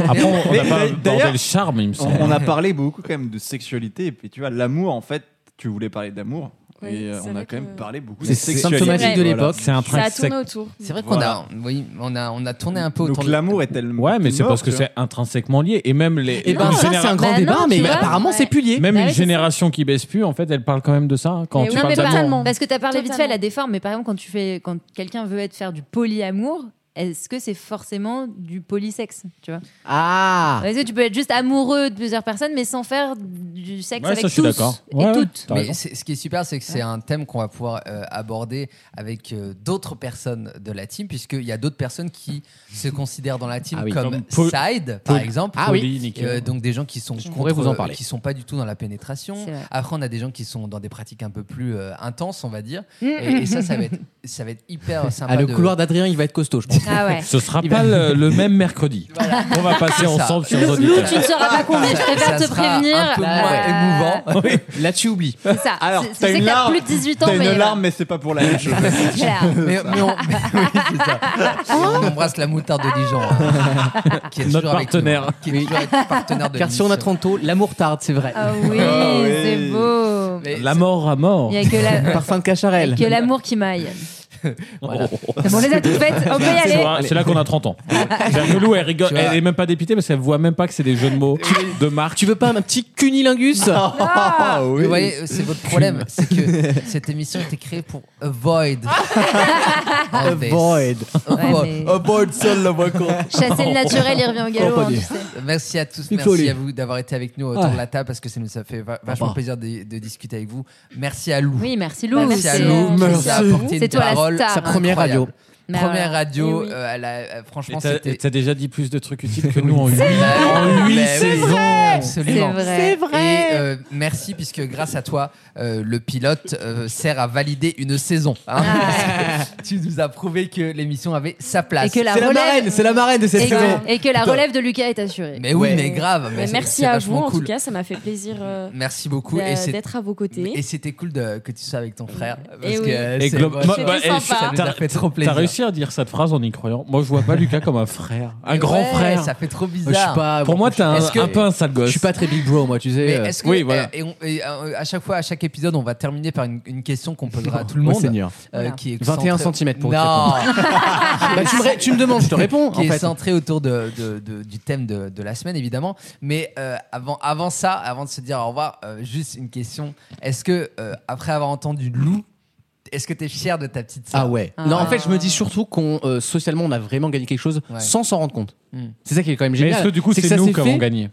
[SPEAKER 6] Après, on- on
[SPEAKER 5] Mais
[SPEAKER 6] n'a pas
[SPEAKER 5] d'ailleurs-
[SPEAKER 6] abordé le charme, il me
[SPEAKER 5] On,
[SPEAKER 6] semble.
[SPEAKER 5] on a parlé beaucoup quand même de sexualité et puis tu vois l'amour en fait tu voulais parler d'amour
[SPEAKER 8] Ouais,
[SPEAKER 5] et euh,
[SPEAKER 8] c'est
[SPEAKER 5] on a
[SPEAKER 8] vrai
[SPEAKER 5] quand même
[SPEAKER 8] que-
[SPEAKER 5] parlé beaucoup de
[SPEAKER 7] C'est
[SPEAKER 5] sexualité.
[SPEAKER 7] symptomatique de
[SPEAKER 8] Voilà.
[SPEAKER 7] l'époque.
[SPEAKER 6] C'est un
[SPEAKER 8] Ça a
[SPEAKER 6] principe.
[SPEAKER 8] tourné autour.
[SPEAKER 2] C'est vrai qu'on
[SPEAKER 5] Voilà.
[SPEAKER 2] a, oui, on a, on a tourné un peu autour
[SPEAKER 5] Donc
[SPEAKER 2] de
[SPEAKER 5] l'amour est tellement
[SPEAKER 6] Ouais, mais c'est
[SPEAKER 5] mort,
[SPEAKER 6] parce que
[SPEAKER 5] tu vois.
[SPEAKER 6] c'est intrinsèquement lié. Et même les.
[SPEAKER 7] Et
[SPEAKER 8] Non,
[SPEAKER 7] ben,
[SPEAKER 6] une
[SPEAKER 7] ça, c'est
[SPEAKER 6] généra-
[SPEAKER 7] un
[SPEAKER 4] Bah
[SPEAKER 7] grand
[SPEAKER 4] non,
[SPEAKER 7] débat,
[SPEAKER 4] tu
[SPEAKER 7] mais
[SPEAKER 4] vois,
[SPEAKER 7] apparemment,
[SPEAKER 8] ouais.
[SPEAKER 7] c'est plus lié.
[SPEAKER 6] Même
[SPEAKER 8] Bah
[SPEAKER 6] une
[SPEAKER 8] ouais, c'est
[SPEAKER 6] génération qui baisse plus, en fait, elle parle quand même de ça. hein, Quand
[SPEAKER 8] Mais
[SPEAKER 6] tu
[SPEAKER 8] oui,
[SPEAKER 6] parles
[SPEAKER 8] mais
[SPEAKER 6] d'amour.
[SPEAKER 8] totalement.
[SPEAKER 4] Parce que tu as parlé vite fait
[SPEAKER 8] Totalement.
[SPEAKER 4] là des formes, mais par exemple, quand, tu fais, quand quelqu'un veut être faire du polyamour, est-ce que c'est forcément du polysexe tu vois
[SPEAKER 7] Ah
[SPEAKER 4] Est-ce que tu peux être juste amoureux de plusieurs personnes, mais sans faire du sexe
[SPEAKER 6] Ouais,
[SPEAKER 4] avec
[SPEAKER 6] ça, je suis
[SPEAKER 4] tous
[SPEAKER 6] d'accord.
[SPEAKER 4] et
[SPEAKER 6] Ouais, ouais,
[SPEAKER 4] toutes
[SPEAKER 6] t'as
[SPEAKER 2] Mais
[SPEAKER 6] raison.
[SPEAKER 2] c'est- ce qui est super, c'est que c'est un thème qu'on va pouvoir euh, aborder avec euh, d'autres personnes de la team, puisqu'il y a d'autres personnes qui se considèrent dans la team
[SPEAKER 7] Ah oui.
[SPEAKER 2] comme,
[SPEAKER 6] Comme
[SPEAKER 2] side, par
[SPEAKER 6] Paul-
[SPEAKER 2] exemple.
[SPEAKER 7] Ah oui.
[SPEAKER 6] Pauline,
[SPEAKER 2] Euh,
[SPEAKER 6] Nickel.
[SPEAKER 2] donc des gens qui sont
[SPEAKER 7] pourrais
[SPEAKER 2] contre,
[SPEAKER 7] vous en
[SPEAKER 2] euh,
[SPEAKER 7] parler.
[SPEAKER 2] qui sont pas du tout dans la pénétration.
[SPEAKER 4] C'est vrai.
[SPEAKER 2] Après on a des gens qui sont dans des pratiques un peu plus euh, intenses, on va dire.
[SPEAKER 4] Mm,
[SPEAKER 2] Et, et ça, ça va être, ça va être hyper sympa.
[SPEAKER 7] Ah, le
[SPEAKER 2] de-
[SPEAKER 7] couloir d'Adrien, il va être costaud, je pense.
[SPEAKER 4] Ah ouais.
[SPEAKER 6] Ce sera
[SPEAKER 7] Il
[SPEAKER 6] pas le, le même mercredi.
[SPEAKER 2] Voilà.
[SPEAKER 6] On va passer
[SPEAKER 2] C'est ça.
[SPEAKER 6] ensemble sur
[SPEAKER 4] Le
[SPEAKER 6] les
[SPEAKER 4] flou,
[SPEAKER 6] auditeurs.
[SPEAKER 4] tu ne seras pas comblé. Je préfère
[SPEAKER 2] Ça
[SPEAKER 4] te
[SPEAKER 2] sera
[SPEAKER 4] prévenir.
[SPEAKER 2] un peu moins
[SPEAKER 4] Bah,
[SPEAKER 2] émouvant.
[SPEAKER 7] Là, tu oublies.
[SPEAKER 4] C'est ça.
[SPEAKER 5] Alors,
[SPEAKER 4] C'est-
[SPEAKER 5] t'as
[SPEAKER 4] c'est
[SPEAKER 5] une
[SPEAKER 4] que
[SPEAKER 5] larme,
[SPEAKER 4] plus de 18 ans,
[SPEAKER 5] T'as
[SPEAKER 4] mais
[SPEAKER 5] une larme, mais c'est pas pour la même chose.
[SPEAKER 4] c'est clair.
[SPEAKER 2] mais, mais on, mais oui, c'est ça. on embrasse la moutarde de Dijon, hein, qui est
[SPEAKER 6] Notre
[SPEAKER 2] toujours avec
[SPEAKER 6] partenaire.
[SPEAKER 2] nous, hein, qui est toujours avec- partenaire de
[SPEAKER 7] Car si on a
[SPEAKER 2] l'émission.
[SPEAKER 7] 30 taux, l'amour tarde, c'est vrai.
[SPEAKER 4] Ah oui,
[SPEAKER 5] Ah oui.
[SPEAKER 4] c'est beau.
[SPEAKER 2] Mais
[SPEAKER 6] La mort à mort.
[SPEAKER 4] Il n'y a que la-
[SPEAKER 7] Parfum de Cacharel.
[SPEAKER 4] que l'amour qui maille.
[SPEAKER 2] Voilà.
[SPEAKER 4] C'est bon, on les a toutes faites. On peut y
[SPEAKER 6] C'est
[SPEAKER 4] aller.
[SPEAKER 6] là- C'est là qu'on a 30 ans. Jeanne Leloup, elle rigole,
[SPEAKER 2] Tu vois.
[SPEAKER 6] elle est même pas dépitée parce qu'elle voit même pas que c'est des jeux de mots de marque.
[SPEAKER 7] Tu veux pas un petit cunilingus
[SPEAKER 5] Ah
[SPEAKER 2] Vous voyez, euh, c'est votre problème, c'est que cette émission était créée pour avoid. all this.
[SPEAKER 7] Void.
[SPEAKER 2] Avoid.
[SPEAKER 4] Ah. Ouais, mais-
[SPEAKER 2] Avoid seul la voix courte.
[SPEAKER 4] Chasser le naturel, il revient au galop.
[SPEAKER 7] pas
[SPEAKER 4] hein, tu
[SPEAKER 7] dire.
[SPEAKER 4] sais.
[SPEAKER 2] Merci à tous,
[SPEAKER 7] Il faut
[SPEAKER 2] merci
[SPEAKER 7] aller.
[SPEAKER 2] à vous d'avoir été avec nous autour
[SPEAKER 7] Ouais.
[SPEAKER 2] de la table parce que ça nous a fait va- vachement
[SPEAKER 7] revoir.
[SPEAKER 2] plaisir de, de discuter avec vous. Merci à Lou.
[SPEAKER 4] Oui, merci
[SPEAKER 2] Bah,
[SPEAKER 4] Lou.
[SPEAKER 2] merci à
[SPEAKER 4] c'est-
[SPEAKER 2] Lou qui nous
[SPEAKER 7] Merci.
[SPEAKER 2] a apporté
[SPEAKER 4] C'est
[SPEAKER 2] une
[SPEAKER 4] toi la
[SPEAKER 2] parole.
[SPEAKER 4] star, hein.
[SPEAKER 7] Sa première
[SPEAKER 2] incroyable.
[SPEAKER 7] radio.
[SPEAKER 4] Bah,
[SPEAKER 2] Première
[SPEAKER 4] ouais.
[SPEAKER 2] radio,
[SPEAKER 4] Eh oui.
[SPEAKER 2] euh, elle a- euh,
[SPEAKER 6] Et
[SPEAKER 2] franchement,
[SPEAKER 6] t'as-
[SPEAKER 2] c'était.
[SPEAKER 6] T'as déjà dit plus de trucs utiles que nous en 8
[SPEAKER 2] En
[SPEAKER 6] huit saisons.
[SPEAKER 4] C'est
[SPEAKER 2] Absolument.
[SPEAKER 4] vrai.
[SPEAKER 2] Et euh, merci, puisque grâce à toi, euh, le pilote euh, sert à valider une saison. hein. tu nous as prouvé que l'émission avait sa place.
[SPEAKER 4] Et que la
[SPEAKER 7] C'est la
[SPEAKER 4] relève-
[SPEAKER 7] marraine, c'est la marraine de cette
[SPEAKER 4] Et
[SPEAKER 7] saison.
[SPEAKER 4] que, et que la relève de Lucas est assurée.
[SPEAKER 2] Mais oui,
[SPEAKER 7] Ouais.
[SPEAKER 2] mais grave.
[SPEAKER 8] Mais
[SPEAKER 2] c'est-
[SPEAKER 8] merci
[SPEAKER 2] c'est
[SPEAKER 8] à vous,
[SPEAKER 2] vachement
[SPEAKER 8] en
[SPEAKER 2] cool.
[SPEAKER 8] tout cas, ça m'a fait plaisir euh,
[SPEAKER 2] Merci beaucoup. Et
[SPEAKER 8] d'a-
[SPEAKER 2] c'est-
[SPEAKER 8] d'être à vos
[SPEAKER 2] et
[SPEAKER 8] côtés.
[SPEAKER 2] c'était cool de- que tu sois avec ton frère. Parce
[SPEAKER 8] Et
[SPEAKER 2] que,
[SPEAKER 8] oui.
[SPEAKER 2] euh,
[SPEAKER 6] Et
[SPEAKER 2] c'est-
[SPEAKER 6] glo-
[SPEAKER 2] moi,
[SPEAKER 6] moi,
[SPEAKER 2] je-
[SPEAKER 8] bah,
[SPEAKER 2] ça
[SPEAKER 8] eh, sympa.
[SPEAKER 2] nous a fait trop
[SPEAKER 6] T'as
[SPEAKER 2] plaisir.
[SPEAKER 6] réussi à dire cette phrase en y croyant. Moi, je vois pas Lucas comme un frère, un grand
[SPEAKER 2] Ouais,
[SPEAKER 6] frère.
[SPEAKER 2] Ça fait trop
[SPEAKER 7] Je suis
[SPEAKER 2] bizarre.
[SPEAKER 7] pas.
[SPEAKER 6] Pour moi, t'es un,
[SPEAKER 7] Est-ce que-
[SPEAKER 6] un peu un sale gosse.
[SPEAKER 7] Je suis pas très big bro, moi, tu
[SPEAKER 2] Mais
[SPEAKER 7] sais. euh.
[SPEAKER 2] est-ce que- eh,
[SPEAKER 6] oui, voilà.
[SPEAKER 2] et on- et, euh, à chaque fois, à chaque épisode, on va terminer par une, une question qu'on posera à tout le
[SPEAKER 7] Mon
[SPEAKER 2] monde.
[SPEAKER 7] Oh, Seigneur.
[SPEAKER 2] euh,
[SPEAKER 4] Voilà.
[SPEAKER 2] qui est
[SPEAKER 7] 21
[SPEAKER 2] centrée-
[SPEAKER 7] cm pour
[SPEAKER 2] Non,
[SPEAKER 7] Bah, tu, me, ré- tu me demandes, je te réponds.
[SPEAKER 2] qui
[SPEAKER 7] en
[SPEAKER 2] est
[SPEAKER 7] fait.
[SPEAKER 2] centré autour de, de- de- du thème de, de la semaine, évidemment. Mais euh, avant, avant ça, avant de se dire au revoir, euh, juste une question. Est-ce que, euh, après avoir entendu Lou, est-ce que tu es fier de ta petite sœur
[SPEAKER 7] Ah ouais.
[SPEAKER 4] Ah.
[SPEAKER 7] Non, en fait, je me dis surtout qu'on euh, socialement, on a vraiment gagné quelque chose
[SPEAKER 2] Ouais.
[SPEAKER 7] sans s'en rendre compte.
[SPEAKER 2] Hmm.
[SPEAKER 7] C'est ça qui est quand même
[SPEAKER 6] Mais
[SPEAKER 7] génial.
[SPEAKER 6] est-ce que du coup,
[SPEAKER 7] que
[SPEAKER 6] c'est
[SPEAKER 7] ça
[SPEAKER 6] nous
[SPEAKER 7] s'est
[SPEAKER 6] qui
[SPEAKER 7] fait-
[SPEAKER 6] avons gagné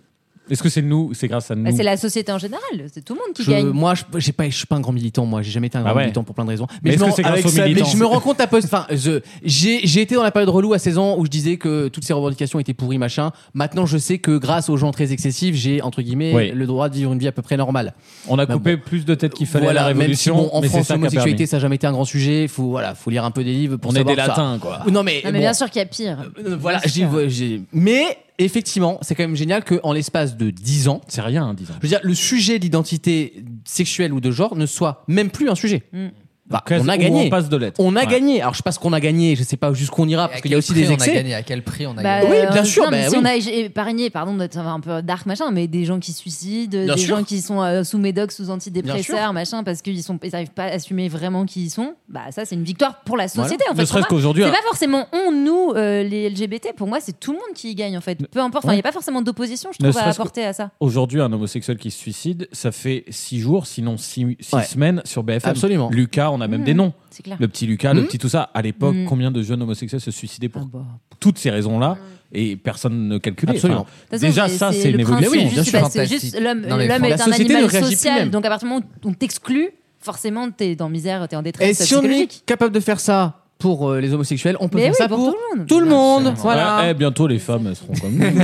[SPEAKER 6] Est-ce que c'est nous C'est grâce à nous
[SPEAKER 4] Bah, c'est la société en général, c'est tout le monde qui
[SPEAKER 7] Je-
[SPEAKER 4] gagne.
[SPEAKER 7] moi, je, j'ai pas, je suis pas un grand militant. Moi, j'ai jamais été un grand
[SPEAKER 6] Ah ouais.
[SPEAKER 7] militant pour plein de raisons.
[SPEAKER 6] Mais
[SPEAKER 7] je
[SPEAKER 6] est-ce
[SPEAKER 7] me
[SPEAKER 6] que
[SPEAKER 7] rends-
[SPEAKER 6] c'est grâce
[SPEAKER 7] avec
[SPEAKER 6] aux
[SPEAKER 7] ça, mais
[SPEAKER 6] militants
[SPEAKER 7] je me rends compte à post. Enfin, je- j'ai, j'ai été dans la période relou à 16 ans où je disais que toutes ces revendications étaient pourries, machin. Maintenant, je sais que grâce aux gens très excessifs, j'ai entre guillemets
[SPEAKER 6] Oui.
[SPEAKER 7] le droit de vivre une vie à peu près normale.
[SPEAKER 6] On a
[SPEAKER 7] Bah
[SPEAKER 6] coupé plus de têtes qu'il fallait
[SPEAKER 7] Voilà,
[SPEAKER 6] à la
[SPEAKER 7] même si,
[SPEAKER 6] révolution.
[SPEAKER 7] bon, en
[SPEAKER 6] mais c'est
[SPEAKER 7] France,
[SPEAKER 6] ça qui a
[SPEAKER 7] l'homosexualité,
[SPEAKER 6] permis.
[SPEAKER 7] ça n'a jamais été un grand sujet. Faut voilà, faut lire un peu des livres pour
[SPEAKER 6] On est
[SPEAKER 7] savoir
[SPEAKER 6] des
[SPEAKER 7] ça.
[SPEAKER 6] latins, quoi.
[SPEAKER 7] Non mais,
[SPEAKER 4] Non, mais
[SPEAKER 7] bon.
[SPEAKER 4] bien sûr qu'il y a pire.
[SPEAKER 7] Euh, voilà,
[SPEAKER 4] Bien
[SPEAKER 7] j'ai,
[SPEAKER 4] sûr.
[SPEAKER 2] hein.
[SPEAKER 7] j'ai- mais effectivement, c'est quand même génial qu'en l'espace de 10 ans,
[SPEAKER 6] C'est rien, hein, disons.
[SPEAKER 7] je veux dire, le sujet d'identité sexuelle ou de genre ne soit même plus un sujet.
[SPEAKER 4] Mm.
[SPEAKER 7] Bah,
[SPEAKER 6] Presque,
[SPEAKER 7] on a
[SPEAKER 6] ou
[SPEAKER 7] gagné.
[SPEAKER 6] On passe de lettres.
[SPEAKER 7] On a
[SPEAKER 6] Ouais.
[SPEAKER 7] gagné. Alors, je sais pas ce qu'on a gagné, je sais pas jusqu'où on ira,
[SPEAKER 2] Et à
[SPEAKER 7] parce qu'il
[SPEAKER 2] quel
[SPEAKER 7] y a aussi
[SPEAKER 2] prix
[SPEAKER 7] des
[SPEAKER 2] on a
[SPEAKER 7] excès.
[SPEAKER 2] gagné À quel prix on a
[SPEAKER 4] Bah,
[SPEAKER 2] gagné
[SPEAKER 7] Oui, bien
[SPEAKER 4] euh,
[SPEAKER 7] sûr,
[SPEAKER 4] non, mais
[SPEAKER 7] bah
[SPEAKER 4] si
[SPEAKER 7] oui.
[SPEAKER 4] on a é- épargné, pardon d'être un peu dark machin, mais des gens qui se suicident,
[SPEAKER 7] Bien
[SPEAKER 4] des
[SPEAKER 7] sûr.
[SPEAKER 4] gens qui sont euh, sous médoc, sous
[SPEAKER 7] Bien
[SPEAKER 4] antidépresseurs, machin, parce qu'ils sont, ils n'arrivent pas à assumer vraiment qui ils sont. Bah ça, c'est une victoire pour la
[SPEAKER 6] Voilà.
[SPEAKER 4] société. En fait,
[SPEAKER 6] ne serait-ce
[SPEAKER 4] remarque.
[SPEAKER 6] qu'aujourd'hui,
[SPEAKER 4] c'est pas forcément on, nous, euh, les LGBT. Pour moi, c'est tout le monde qui y gagne en fait. Peu importe. Enfin, il n'y a pas forcément d'opposition, je
[SPEAKER 6] Ne
[SPEAKER 4] trouve, à
[SPEAKER 6] serait-ce que-
[SPEAKER 4] apporter à ça.
[SPEAKER 6] aujourd'hui, un homosexuel qui se suicide, ça fait six jours, sinon six, six
[SPEAKER 7] Ouais.
[SPEAKER 6] semaines sur BFM.
[SPEAKER 7] Absolument.
[SPEAKER 6] Lucas, on a même
[SPEAKER 4] Mhm.
[SPEAKER 6] des noms.
[SPEAKER 4] C'est clair.
[SPEAKER 6] Le petit Lucas, le
[SPEAKER 7] Mhm.
[SPEAKER 6] petit tout ça. À l'époque,
[SPEAKER 4] Mhm.
[SPEAKER 6] combien de jeunes homosexuels se suicidaient pour
[SPEAKER 4] Ah bah. Mmh.
[SPEAKER 6] toutes ces raisons-là et personne ne calculait.
[SPEAKER 7] Absolument.
[SPEAKER 6] Enfin,
[SPEAKER 4] De toute façon,
[SPEAKER 6] déjà,
[SPEAKER 4] c'est-
[SPEAKER 6] ça,
[SPEAKER 4] c'est
[SPEAKER 6] c'est
[SPEAKER 4] le
[SPEAKER 6] une
[SPEAKER 4] principe,
[SPEAKER 6] évolution.
[SPEAKER 7] Oui, bien
[SPEAKER 4] juste,
[SPEAKER 2] sûr.
[SPEAKER 4] bah, c'est
[SPEAKER 2] Fantastique.
[SPEAKER 4] juste l'homme
[SPEAKER 2] Non, mais
[SPEAKER 4] l'homme
[SPEAKER 2] la
[SPEAKER 4] est un
[SPEAKER 7] société ne
[SPEAKER 4] animal
[SPEAKER 7] réagit plus
[SPEAKER 4] social,
[SPEAKER 7] même.
[SPEAKER 4] donc à partir du moment où on t'exclut, forcément t'es dans misère, t'es en détresse
[SPEAKER 7] Et si on est
[SPEAKER 4] psychologique.
[SPEAKER 7] capable de faire ça pour euh, les homosexuels, on peut
[SPEAKER 4] Mais
[SPEAKER 7] faire
[SPEAKER 4] oui,
[SPEAKER 7] ça
[SPEAKER 4] pour
[SPEAKER 7] pour
[SPEAKER 4] tout le monde.
[SPEAKER 7] tout le monde.
[SPEAKER 2] Absolument.
[SPEAKER 7] Voilà.
[SPEAKER 6] Ouais, eh, bientôt, les femmes elles seront comme nous.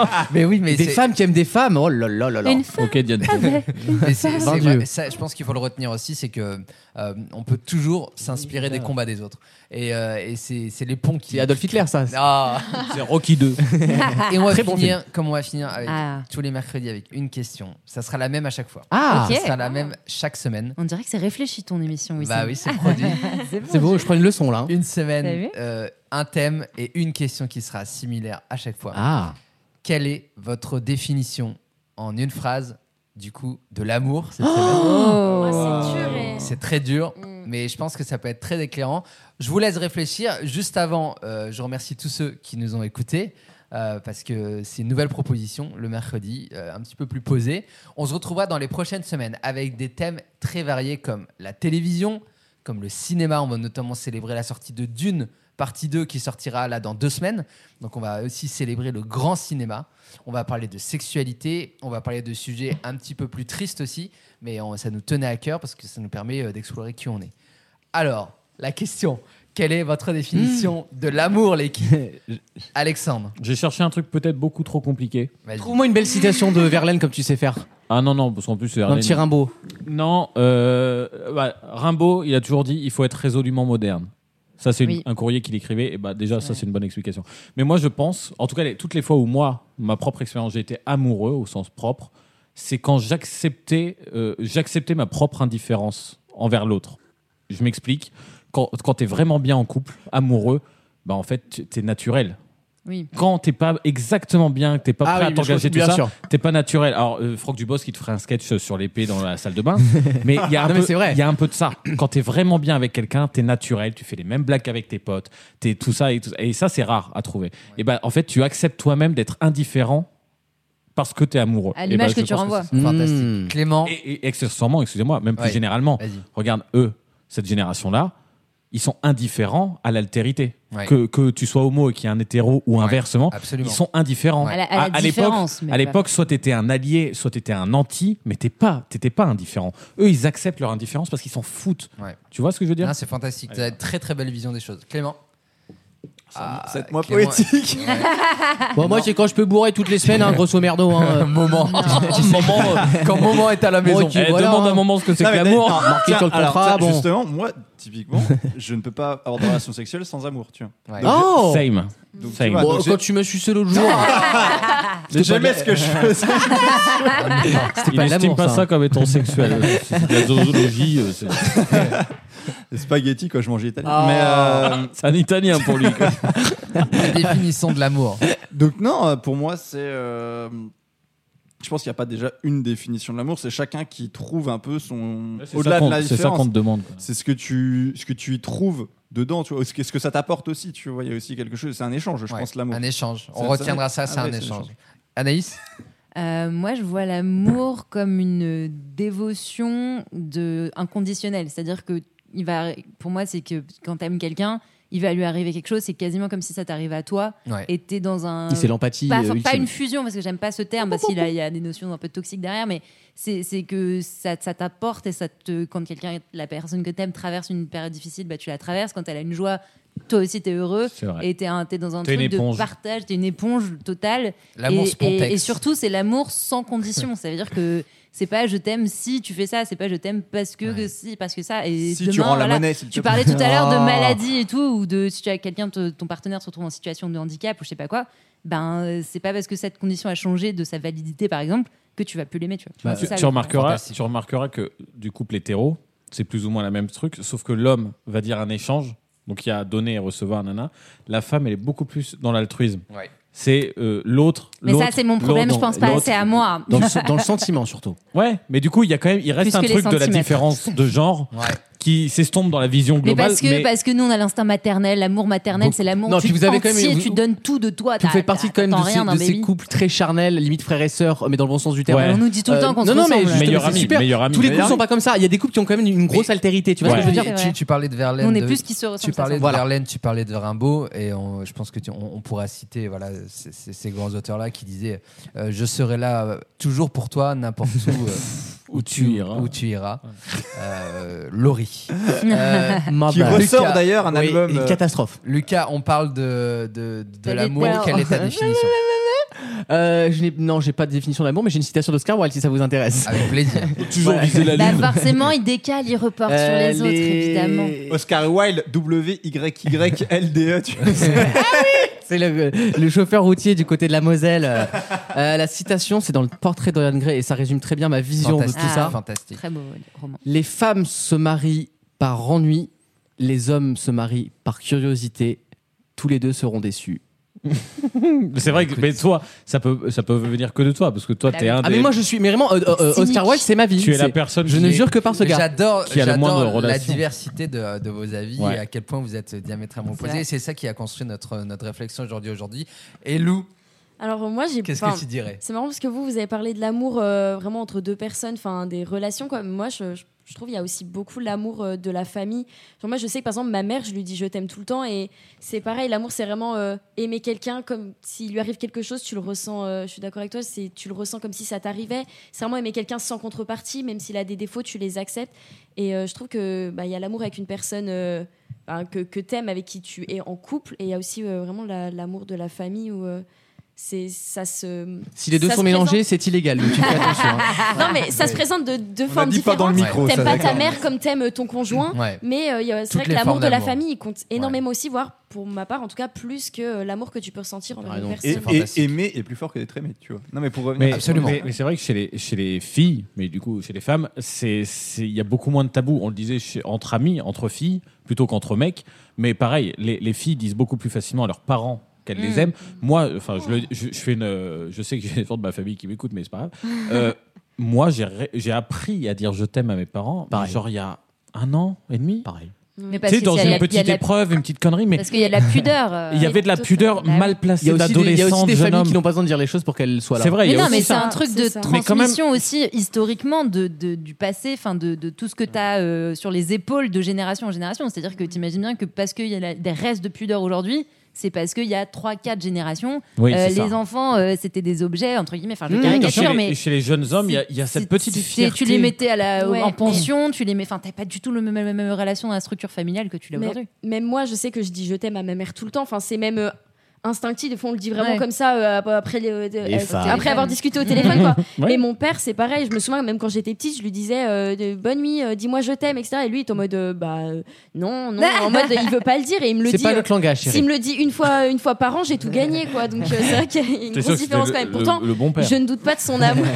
[SPEAKER 2] Mais oui, mais
[SPEAKER 7] des
[SPEAKER 2] c'est-
[SPEAKER 7] femmes qui aiment des femmes. Oh là là là là.
[SPEAKER 4] Une femme Ah
[SPEAKER 6] ok, Diane.
[SPEAKER 4] avec
[SPEAKER 2] mais c'est- c'est
[SPEAKER 7] Mon
[SPEAKER 2] vrai,
[SPEAKER 7] Dieu.
[SPEAKER 2] ça, je pense qu'il faut le retenir aussi, c'est que euh, on peut toujours s'inspirer des combats des autres. Et, euh, et c'est c'est les ponts qui.
[SPEAKER 7] C'est Adolf Hitler, ça.
[SPEAKER 2] Ah.
[SPEAKER 6] C'est Rocky 2.
[SPEAKER 2] Et on va
[SPEAKER 7] Très bon
[SPEAKER 2] finir, comme on va finir avec
[SPEAKER 4] Ah.
[SPEAKER 2] tous les mercredis avec une question. Ça sera la même à chaque fois.
[SPEAKER 7] Ah,
[SPEAKER 4] Ok.
[SPEAKER 2] Ça sera la même chaque semaine.
[SPEAKER 4] On dirait que c'est réfléchi ton émission, oui.
[SPEAKER 2] bah oui, c'est produit.
[SPEAKER 7] c'est beau. Je prends une leçon là.
[SPEAKER 2] Une
[SPEAKER 4] T'as
[SPEAKER 2] semaine,
[SPEAKER 4] vu
[SPEAKER 2] euh, un thème et une question qui sera similaire à chaque fois.
[SPEAKER 7] Ah.
[SPEAKER 2] Quelle est votre définition en une phrase du coup de l'amour cette semaine
[SPEAKER 8] Oh c'est dur. et-
[SPEAKER 2] C'est très dur,
[SPEAKER 8] Mm.
[SPEAKER 2] mais je pense que ça peut être très éclairant. Je vous laisse réfléchir. Juste avant, euh, je remercie tous ceux qui nous ont écoutés. euh, parce que c'est une nouvelle proposition le mercredi, euh, un petit peu plus posée. On se retrouvera dans les prochaines semaines avec des thèmes très variés comme la télévision, comme le cinéma. On va notamment célébrer la sortie de Dune, partie 2, qui sortira là dans deux semaines. Donc on va aussi célébrer le grand cinéma. On va parler de sexualité, on va parler de sujets un petit peu plus tristes aussi, mais on- ça nous tenait à cœur parce que ça nous permet euh, d'explorer qui on est. Alors, la question, quelle est votre définition de l'amour, l'équipe Alexandre,
[SPEAKER 6] J'ai cherché un truc peut-être beaucoup trop compliqué.
[SPEAKER 2] vas-y.
[SPEAKER 7] Trouve-moi une belle citation de Verlaine comme tu sais faire.
[SPEAKER 6] Ah non, non, parce qu'en plus, c'est
[SPEAKER 7] Un petit Rimbaud.
[SPEAKER 6] Non, euh, bah, Rimbaud, il a toujours dit il faut être résolument moderne. Ça, c'est une-
[SPEAKER 4] Oui.
[SPEAKER 6] un courrier qu'il écrivait. Et bah, déjà, ça,
[SPEAKER 4] vrai.
[SPEAKER 6] c'est une bonne explication. Mais moi, je pense, en tout cas, les- toutes les fois où moi, ma propre expérience, j'ai été amoureux au sens propre, c'est quand j'acceptais, euh, j'acceptais ma propre indifférence envers l'autre. Je m'explique. Quand, quand tu es vraiment bien en couple, amoureux, bah, en fait, tu es naturel.
[SPEAKER 4] Oui.
[SPEAKER 6] Quand t'es pas exactement bien, que t'es pas
[SPEAKER 7] Ah
[SPEAKER 6] prêt
[SPEAKER 7] oui,
[SPEAKER 6] à
[SPEAKER 7] mais je
[SPEAKER 6] t'engager, tout
[SPEAKER 7] bien
[SPEAKER 6] ça,
[SPEAKER 7] sûr.
[SPEAKER 6] T'es pas naturel. Alors, euh, Franck Dubos qui te ferait un sketch sur l'épée dans la salle de bain. Mais il y a un
[SPEAKER 7] Non, mais
[SPEAKER 6] peu,
[SPEAKER 7] c'est vrai.
[SPEAKER 6] il y a un peu de ça. Quand t'es vraiment bien avec quelqu'un, t'es naturel, tu fais les mêmes blagues avec tes potes, t'es tout ça et tout ça. Et ça, c'est rare à trouver. Et ben, en fait, tu acceptes toi-même d'être indifférent parce que t'es amoureux.
[SPEAKER 4] À
[SPEAKER 6] Et
[SPEAKER 4] l'image
[SPEAKER 6] ben,
[SPEAKER 4] que
[SPEAKER 6] je
[SPEAKER 4] tu
[SPEAKER 6] pense
[SPEAKER 4] renvoies.
[SPEAKER 6] c'est ça.
[SPEAKER 2] Fantastique.
[SPEAKER 7] Mmh.
[SPEAKER 2] Clément,
[SPEAKER 6] Et, et accessoirement, excusez-moi, même plus
[SPEAKER 2] Ouais.
[SPEAKER 6] généralement,
[SPEAKER 2] vas-y.
[SPEAKER 6] regarde, eux, cette génération-là, ils sont indifférents à l'altérité.
[SPEAKER 2] Ouais.
[SPEAKER 6] Que, que tu sois homo et qu'il y ait un hétéro ou
[SPEAKER 2] Ouais.
[SPEAKER 6] inversement,
[SPEAKER 2] Absolument.
[SPEAKER 6] ils sont indifférents.
[SPEAKER 4] À la, à
[SPEAKER 6] À-
[SPEAKER 4] la
[SPEAKER 6] à l'époque,
[SPEAKER 4] différence. mais
[SPEAKER 6] à
[SPEAKER 4] pas-
[SPEAKER 6] l'époque, soit t'étais un allié, soit t'étais un anti, mais t'es pas, t'étais pas indifférent. Eux, ils acceptent leur indifférence parce qu'ils s'en foutent.
[SPEAKER 2] Ouais.
[SPEAKER 6] Tu vois ce que je veux dire
[SPEAKER 2] Non, c'est fantastique. Tu as une très très belle vision des choses. Clément. Ah,
[SPEAKER 5] Cette moi
[SPEAKER 2] Clément-
[SPEAKER 5] poétique.
[SPEAKER 7] Bon, moi, c'est quand je peux bourrer toutes les semaines, hein, grosso merdo. hein.
[SPEAKER 2] moment.
[SPEAKER 5] euh,
[SPEAKER 6] moment, euh,
[SPEAKER 2] Quand moment est à la maison.
[SPEAKER 7] Bon,
[SPEAKER 5] Eh,
[SPEAKER 7] tu- voilà,
[SPEAKER 6] demande
[SPEAKER 7] hein.
[SPEAKER 6] un moment ce que c'est
[SPEAKER 5] Non,
[SPEAKER 6] que
[SPEAKER 5] mais
[SPEAKER 6] l'amour.
[SPEAKER 5] d'ailleurs-
[SPEAKER 7] marqué sur le
[SPEAKER 5] alors,
[SPEAKER 7] contrat,
[SPEAKER 5] tiens,
[SPEAKER 7] bon.
[SPEAKER 5] Justement, moi, typiquement, je ne peux pas avoir de relation sexuelle sans amour, tu vois.
[SPEAKER 2] Ouais.
[SPEAKER 7] Oh
[SPEAKER 6] Same.
[SPEAKER 5] Donc, tu
[SPEAKER 6] Same.
[SPEAKER 5] vois,
[SPEAKER 7] Bon,
[SPEAKER 5] donc,
[SPEAKER 7] Quand tu me suces l'autre jour,
[SPEAKER 5] j'ai- Jamais ce que je faisais.
[SPEAKER 6] Il
[SPEAKER 7] pas de
[SPEAKER 6] n'estime
[SPEAKER 7] l'amour,
[SPEAKER 6] pas
[SPEAKER 7] ça. hein.
[SPEAKER 6] ça comme étant sexuel. C'est de la zoologie. euh, c'est-
[SPEAKER 5] Les spaghettis, quoi, je mangeais italien. Mais, euh,
[SPEAKER 6] C'est un italien pour lui. quoi.
[SPEAKER 2] Oh. La définition de l'amour.
[SPEAKER 5] donc, non, euh, pour moi, c'est. euh, je pense qu'il n'y a pas déjà une définition de l'amour, c'est chacun qui trouve un peu son.
[SPEAKER 6] C'est ça
[SPEAKER 5] Au-delà de
[SPEAKER 6] qu'on-
[SPEAKER 5] la
[SPEAKER 6] C'est ça qu'on
[SPEAKER 5] différence.
[SPEAKER 6] te demande. quoi.
[SPEAKER 5] C'est ce que tu ce que tu y trouves dedans, tu vois, ce que, ce que ça t'apporte aussi, tu vois, il y a aussi quelque chose, c'est un échange, je
[SPEAKER 2] Ouais,
[SPEAKER 5] pense l'amour.
[SPEAKER 2] Un échange. On
[SPEAKER 5] Ça- ça-
[SPEAKER 2] retiendra ça,
[SPEAKER 5] ah
[SPEAKER 2] c'est
[SPEAKER 5] ouais,
[SPEAKER 2] un
[SPEAKER 5] c'est un
[SPEAKER 2] échange. Anaïs
[SPEAKER 4] Euh, moi, je vois l'amour comme une dévotion de inconditionnelle. C'est-à-dire que il va, pour moi, c'est que quand t'aimes quelqu'un, il va lui arriver quelque chose. C'est quasiment comme si ça t'arrivait à toi.
[SPEAKER 2] Ouais.
[SPEAKER 4] Et t'es dans un.
[SPEAKER 7] C'est l'empathie.
[SPEAKER 4] Pas,
[SPEAKER 7] euh,
[SPEAKER 4] for- pas
[SPEAKER 7] ultime.
[SPEAKER 4] une fusion, parce que j'aime pas ce terme, parce qu'il a- il y a des notions un peu toxiques derrière, mais c'est c'est que ça, ça t'apporte et ça te. Quand quelqu'un, la personne que t'aimes traverse une période difficile, bah, tu la traverses. Quand elle a une joie, toi aussi t'es heureux.
[SPEAKER 6] C'est vrai.
[SPEAKER 4] Et t'es un- t'es dans un
[SPEAKER 6] T'es une
[SPEAKER 4] truc de
[SPEAKER 6] éponge.
[SPEAKER 4] partage, t'es une éponge totale.
[SPEAKER 2] L'amour
[SPEAKER 4] Et-
[SPEAKER 2] spontex.
[SPEAKER 4] Et, et surtout, c'est l'amour sans condition. ça veut dire que c'est pas je t'aime si tu fais ça, c'est pas je t'aime parce que,
[SPEAKER 2] Ouais.
[SPEAKER 4] que si, parce que ça. Et
[SPEAKER 5] Si
[SPEAKER 4] demain,
[SPEAKER 5] tu rends la
[SPEAKER 4] voilà,
[SPEAKER 5] monnaie, s'il te
[SPEAKER 4] Tu
[SPEAKER 5] plaît.
[SPEAKER 4] parlais tout à l'heure de
[SPEAKER 5] Ah.
[SPEAKER 4] maladie et tout, ou de si tu as quelqu'un, te- ton partenaire se retrouve en situation de handicap ou je sais pas quoi. Ben, euh, c'est pas parce que cette condition a changé de sa validité, par exemple, que tu vas plus l'aimer. Tu, vois.
[SPEAKER 7] Bah,
[SPEAKER 4] C'est
[SPEAKER 6] tu,
[SPEAKER 4] ça,
[SPEAKER 6] tu
[SPEAKER 4] le-
[SPEAKER 6] remarqueras,
[SPEAKER 2] Fantastique.
[SPEAKER 6] tu remarqueras que du couple hétéro, c'est plus ou moins la même truc, sauf que l'homme va dire un échange, donc il y a donner et recevoir, nana. La femme, elle est beaucoup plus dans l'altruisme.
[SPEAKER 2] Ouais.
[SPEAKER 6] C'est euh, l'autre.
[SPEAKER 4] Mais ça,
[SPEAKER 6] l'autre,
[SPEAKER 4] c'est mon problème,
[SPEAKER 6] l'autre,
[SPEAKER 4] je pense pas
[SPEAKER 6] l'autre.
[SPEAKER 4] assez à moi.
[SPEAKER 7] Dans le, sen- dans le sentiment surtout.
[SPEAKER 6] Ouais, mais du coup, il y a quand même, il reste
[SPEAKER 4] Plus que
[SPEAKER 6] un
[SPEAKER 4] les
[SPEAKER 6] truc de la
[SPEAKER 4] centimètres.
[SPEAKER 6] différence de genre
[SPEAKER 2] Ouais.
[SPEAKER 6] qui s'estompe dans la vision
[SPEAKER 4] Mais
[SPEAKER 6] globale.
[SPEAKER 4] parce que, parce que nous, on a l'instinct maternel, l'amour maternel,
[SPEAKER 7] Beaucoup.
[SPEAKER 4] c'est l'amour
[SPEAKER 7] Non,
[SPEAKER 4] tu
[SPEAKER 7] puis vous avez quand même-
[SPEAKER 4] entier,
[SPEAKER 7] vous-
[SPEAKER 4] tu donnes tout de toi.
[SPEAKER 7] Tu
[SPEAKER 4] t'as-
[SPEAKER 7] fais partie
[SPEAKER 4] t'as-
[SPEAKER 7] quand même de,
[SPEAKER 4] t'attends
[SPEAKER 7] ces,
[SPEAKER 4] rien d'un
[SPEAKER 7] de ces
[SPEAKER 4] baby.
[SPEAKER 7] couples très charnels, limite frères et sœurs, mais dans le bon sens du terme.
[SPEAKER 6] Ouais.
[SPEAKER 4] On nous dit tout le
[SPEAKER 7] Euh,
[SPEAKER 4] temps qu'on se
[SPEAKER 7] non, non, mais
[SPEAKER 4] ressemble.
[SPEAKER 7] justement,
[SPEAKER 6] meilleur
[SPEAKER 7] c'est
[SPEAKER 6] ami,
[SPEAKER 7] super.
[SPEAKER 6] meilleur ami.
[SPEAKER 7] Tous les
[SPEAKER 5] Meilleur
[SPEAKER 7] couples sont
[SPEAKER 5] ami.
[SPEAKER 7] pas comme ça. Il y a des couples qui ont quand même une grosse altérité. Tu vois
[SPEAKER 6] Ouais.
[SPEAKER 7] ce que je veux dire
[SPEAKER 4] Ouais.
[SPEAKER 2] tu, tu parlais de Verlaine.
[SPEAKER 4] on est
[SPEAKER 2] de-
[SPEAKER 4] plus qui se ressemble.
[SPEAKER 2] Tu parlais de
[SPEAKER 7] Voilà.
[SPEAKER 2] Verlaine, tu parlais de Rimbaud, et on- je pense que tu- on, on pourra citer voilà ces, ces- ces grands auteurs-là qui disaient euh, Je serai là euh, toujours pour toi, n'importe où, euh,
[SPEAKER 6] Où tu iras.
[SPEAKER 2] Où tu iras. Euh, Laurie.
[SPEAKER 7] Euh, ma
[SPEAKER 5] Qui
[SPEAKER 7] bad.
[SPEAKER 5] ressort
[SPEAKER 2] Lucas.
[SPEAKER 5] d'ailleurs un
[SPEAKER 7] Oui,
[SPEAKER 5] album.
[SPEAKER 7] et
[SPEAKER 5] euh,
[SPEAKER 7] catastrophe.
[SPEAKER 2] Lucas, on parle de, de, de
[SPEAKER 4] Allez,
[SPEAKER 2] l'amour.
[SPEAKER 4] well.
[SPEAKER 2] Quelle est ta définition
[SPEAKER 7] Euh, je n'ai- non, j'ai pas de définition d'amour, mais j'ai une citation d'Oscar Wilde si ça vous intéresse.
[SPEAKER 2] Avec plaisir.
[SPEAKER 6] Toujours
[SPEAKER 7] Voilà.
[SPEAKER 6] viser la
[SPEAKER 4] Bah,
[SPEAKER 6] lune.
[SPEAKER 4] forcément, il décale, il reporte sur
[SPEAKER 7] Euh,
[SPEAKER 4] les autres, évidemment.
[SPEAKER 5] Oscar Wilde, W-Y-Y-L-D-E. E, tu sais.
[SPEAKER 7] C'est le, le chauffeur routier du côté de la Moselle. Euh, euh, la citation, c'est dans le portrait d'Oriane Gray et ça résume très bien ma vision de tout
[SPEAKER 2] Fantastique.
[SPEAKER 7] ça.
[SPEAKER 2] Fantastique.
[SPEAKER 4] Ah, Très beau roman.
[SPEAKER 7] Les femmes se marient par ennui, les hommes se marient par curiosité. Tous les deux seront déçus.
[SPEAKER 6] C'est vrai que,
[SPEAKER 2] Écoute.
[SPEAKER 6] mais toi, ça peut, ça peut venir que de toi, parce que toi,
[SPEAKER 4] Bah
[SPEAKER 6] t'es
[SPEAKER 4] oui.
[SPEAKER 6] un
[SPEAKER 7] Ah
[SPEAKER 6] des-
[SPEAKER 7] mais moi je suis, mais vraiment, euh, euh, euh, Oscar
[SPEAKER 4] Cynique.
[SPEAKER 7] Wilde, c'est ma vie.
[SPEAKER 6] tu es la
[SPEAKER 7] C'est-
[SPEAKER 6] personne.
[SPEAKER 7] Je
[SPEAKER 6] qui
[SPEAKER 7] ne
[SPEAKER 6] est-
[SPEAKER 7] jure que par ce gars.
[SPEAKER 2] J'adore,
[SPEAKER 6] Qui a le
[SPEAKER 2] j'adore
[SPEAKER 6] moins de
[SPEAKER 2] la
[SPEAKER 6] relations.
[SPEAKER 2] diversité de, de vos avis
[SPEAKER 6] Ouais.
[SPEAKER 2] et à quel point vous êtes diamétralement
[SPEAKER 4] C'est
[SPEAKER 2] opposés.
[SPEAKER 4] vrai.
[SPEAKER 2] C'est ça qui a construit notre, notre réflexion aujourd'hui. aujourd'hui. Et Lou,
[SPEAKER 8] Alors moi j'ai
[SPEAKER 2] qu'est-ce
[SPEAKER 8] enfin,
[SPEAKER 2] que tu dirais
[SPEAKER 8] C'est marrant parce que vous, vous avez parlé de l'amour euh, vraiment entre deux personnes, enfin des relations quoi. Moi, je, je- je trouve il y a aussi beaucoup l'amour euh, de la famille. Genre, moi, je sais que par exemple, ma mère, je lui dis je t'aime tout le temps et c'est pareil. L'amour, c'est vraiment euh, aimer quelqu'un comme s'il lui arrive quelque chose, tu le ressens. euh, je suis d'accord avec toi, c'est tu le ressens comme si ça t'arrivait. C'est vraiment aimer quelqu'un sans contrepartie, même s'il a des défauts, tu les acceptes. Et euh, je trouve que bah, il y a l'amour avec une personne. euh, ben, que, que t'aimes, avec qui tu es en couple, et il y a aussi euh, vraiment la- l'amour de la famille où euh, c'est ça se
[SPEAKER 7] Si les deux
[SPEAKER 8] ça
[SPEAKER 7] sont
[SPEAKER 8] se
[SPEAKER 7] mélangés, c'est illégal. donc tu fais attention. hein.
[SPEAKER 8] non, mais ça se présente de deux
[SPEAKER 5] On a
[SPEAKER 8] formes
[SPEAKER 5] dit pas dans le
[SPEAKER 8] différentes.
[SPEAKER 5] micro.
[SPEAKER 8] T'aimes
[SPEAKER 5] ça,
[SPEAKER 8] pas ta
[SPEAKER 5] d'accord.
[SPEAKER 8] mère comme t'aimes ton conjoint,
[SPEAKER 2] Ouais.
[SPEAKER 8] mais euh, y a- c'est
[SPEAKER 2] Toutes
[SPEAKER 8] vrai que
[SPEAKER 2] les
[SPEAKER 8] l'amour
[SPEAKER 2] formes
[SPEAKER 8] de la
[SPEAKER 2] d'amour.
[SPEAKER 8] famille il compte énormément aussi, voire pour ma part, en tout cas, plus que euh, l'amour que tu peux ressentir envers
[SPEAKER 7] Ah,
[SPEAKER 8] une
[SPEAKER 7] non.
[SPEAKER 5] Et,
[SPEAKER 8] personne.
[SPEAKER 5] et
[SPEAKER 2] fantastique.
[SPEAKER 5] aimer est plus fort que d'être aimé, tu vois. Non, mais pour revenir.
[SPEAKER 6] Mais,
[SPEAKER 2] Absolument.
[SPEAKER 6] Mais, mais c'est vrai que chez les, chez les filles, mais du coup chez les femmes, c'est c'est- il y a beaucoup moins de tabous. On le disait chez- entre amis, entre filles, plutôt qu'entre mecs. Mais pareil, les, les filles disent beaucoup plus facilement à leurs parents qu'elles les aiment. Moi, enfin, je, le- je, je fais une, euh, je sais que j'ai des gens de ma famille qui m'écoutent, mais c'est pas grave. Euh, moi, j'ai ré- j'ai appris à dire je t'aime à mes parents.
[SPEAKER 7] Pareil.
[SPEAKER 6] Genre il y a un an et demi.
[SPEAKER 7] Pareil.
[SPEAKER 4] Mais
[SPEAKER 6] Tu
[SPEAKER 4] parce
[SPEAKER 6] sais,
[SPEAKER 4] que il
[SPEAKER 6] dans
[SPEAKER 4] y a
[SPEAKER 6] une
[SPEAKER 4] la- il y a
[SPEAKER 6] petite
[SPEAKER 4] de la-
[SPEAKER 6] épreuve, une petite connerie, mais
[SPEAKER 4] Parce qu'il y a de la pudeur. euh.
[SPEAKER 6] il y avait de la
[SPEAKER 8] Tout à
[SPEAKER 6] pudeur
[SPEAKER 8] fait.
[SPEAKER 6] mal
[SPEAKER 7] Il y, a
[SPEAKER 6] placée
[SPEAKER 7] aussi des, il y a aussi
[SPEAKER 6] d'adolescente,
[SPEAKER 7] des
[SPEAKER 6] jeune
[SPEAKER 7] familles
[SPEAKER 6] homme.
[SPEAKER 7] qui n'ont pas besoin de dire les choses pour qu'elles soient là.
[SPEAKER 6] C'est vrai. il y
[SPEAKER 4] Mais
[SPEAKER 6] a
[SPEAKER 4] non,
[SPEAKER 6] aussi
[SPEAKER 4] mais
[SPEAKER 6] ça.
[SPEAKER 4] c'est un truc
[SPEAKER 8] C'est
[SPEAKER 4] de
[SPEAKER 8] ça.
[SPEAKER 6] Mais quand même-
[SPEAKER 4] transmission aussi historiquement de, de- du passé, enfin de, de tout ce que tu as sur les épaules de génération en génération. C'est-à-dire que tu imagines bien que parce qu'il y a la- des restes de pudeur aujourd'hui, c'est parce qu'il y a 3-4 générations,
[SPEAKER 6] Oui,
[SPEAKER 4] euh,
[SPEAKER 6] c'est
[SPEAKER 4] les
[SPEAKER 6] ça.
[SPEAKER 4] enfants, euh, c'était des objets, entre guillemets, enfin je
[SPEAKER 7] Mmh,
[SPEAKER 6] chez,
[SPEAKER 4] caricature,
[SPEAKER 6] les,
[SPEAKER 4] mais
[SPEAKER 6] chez les jeunes hommes, il y a, il y a
[SPEAKER 4] Si-
[SPEAKER 6] cette petite
[SPEAKER 4] si t'es-
[SPEAKER 6] fierté.
[SPEAKER 4] Tu les mettais à la,
[SPEAKER 8] Ouais.
[SPEAKER 4] en pension, tu les mets. Enfin, t'as pas du tout le même, la même relation à la structure familiale que tu l'as
[SPEAKER 8] Mais-
[SPEAKER 4] aujourd'hui.
[SPEAKER 8] Même moi, je sais que je dis je t'aime à ma mère tout le temps. Enfin, c'est même euh, instinctif. Des fois, on le dit vraiment
[SPEAKER 4] Ouais.
[SPEAKER 8] comme ça euh, ap- après, les- euh, de-
[SPEAKER 7] Les
[SPEAKER 8] euh,
[SPEAKER 7] femmes.
[SPEAKER 8] après avoir discuté au téléphone. Quoi.
[SPEAKER 6] Ouais.
[SPEAKER 8] Et mon père, c'est pareil. Je me souviens, même quand j'étais petite, je lui disais euh, de- bonne nuit, euh, dis-moi je t'aime, etc. Et lui, il est en mode euh, bah euh, non, non, en mode il veut pas le dire. Et il me le
[SPEAKER 7] C'est
[SPEAKER 8] dit.
[SPEAKER 7] pas
[SPEAKER 8] euh,
[SPEAKER 7] notre langage, chérie.
[SPEAKER 8] S'il me le dit une fois, une fois par an, j'ai tout gagné, quoi. Donc euh, c'est vrai qu'il y a une
[SPEAKER 6] T'es sûr
[SPEAKER 8] grosse
[SPEAKER 6] que c'était
[SPEAKER 8] différence
[SPEAKER 6] le-
[SPEAKER 8] quand même.
[SPEAKER 6] le-
[SPEAKER 8] Pourtant,
[SPEAKER 6] le, bon père.
[SPEAKER 8] je ne doute pas de son amour.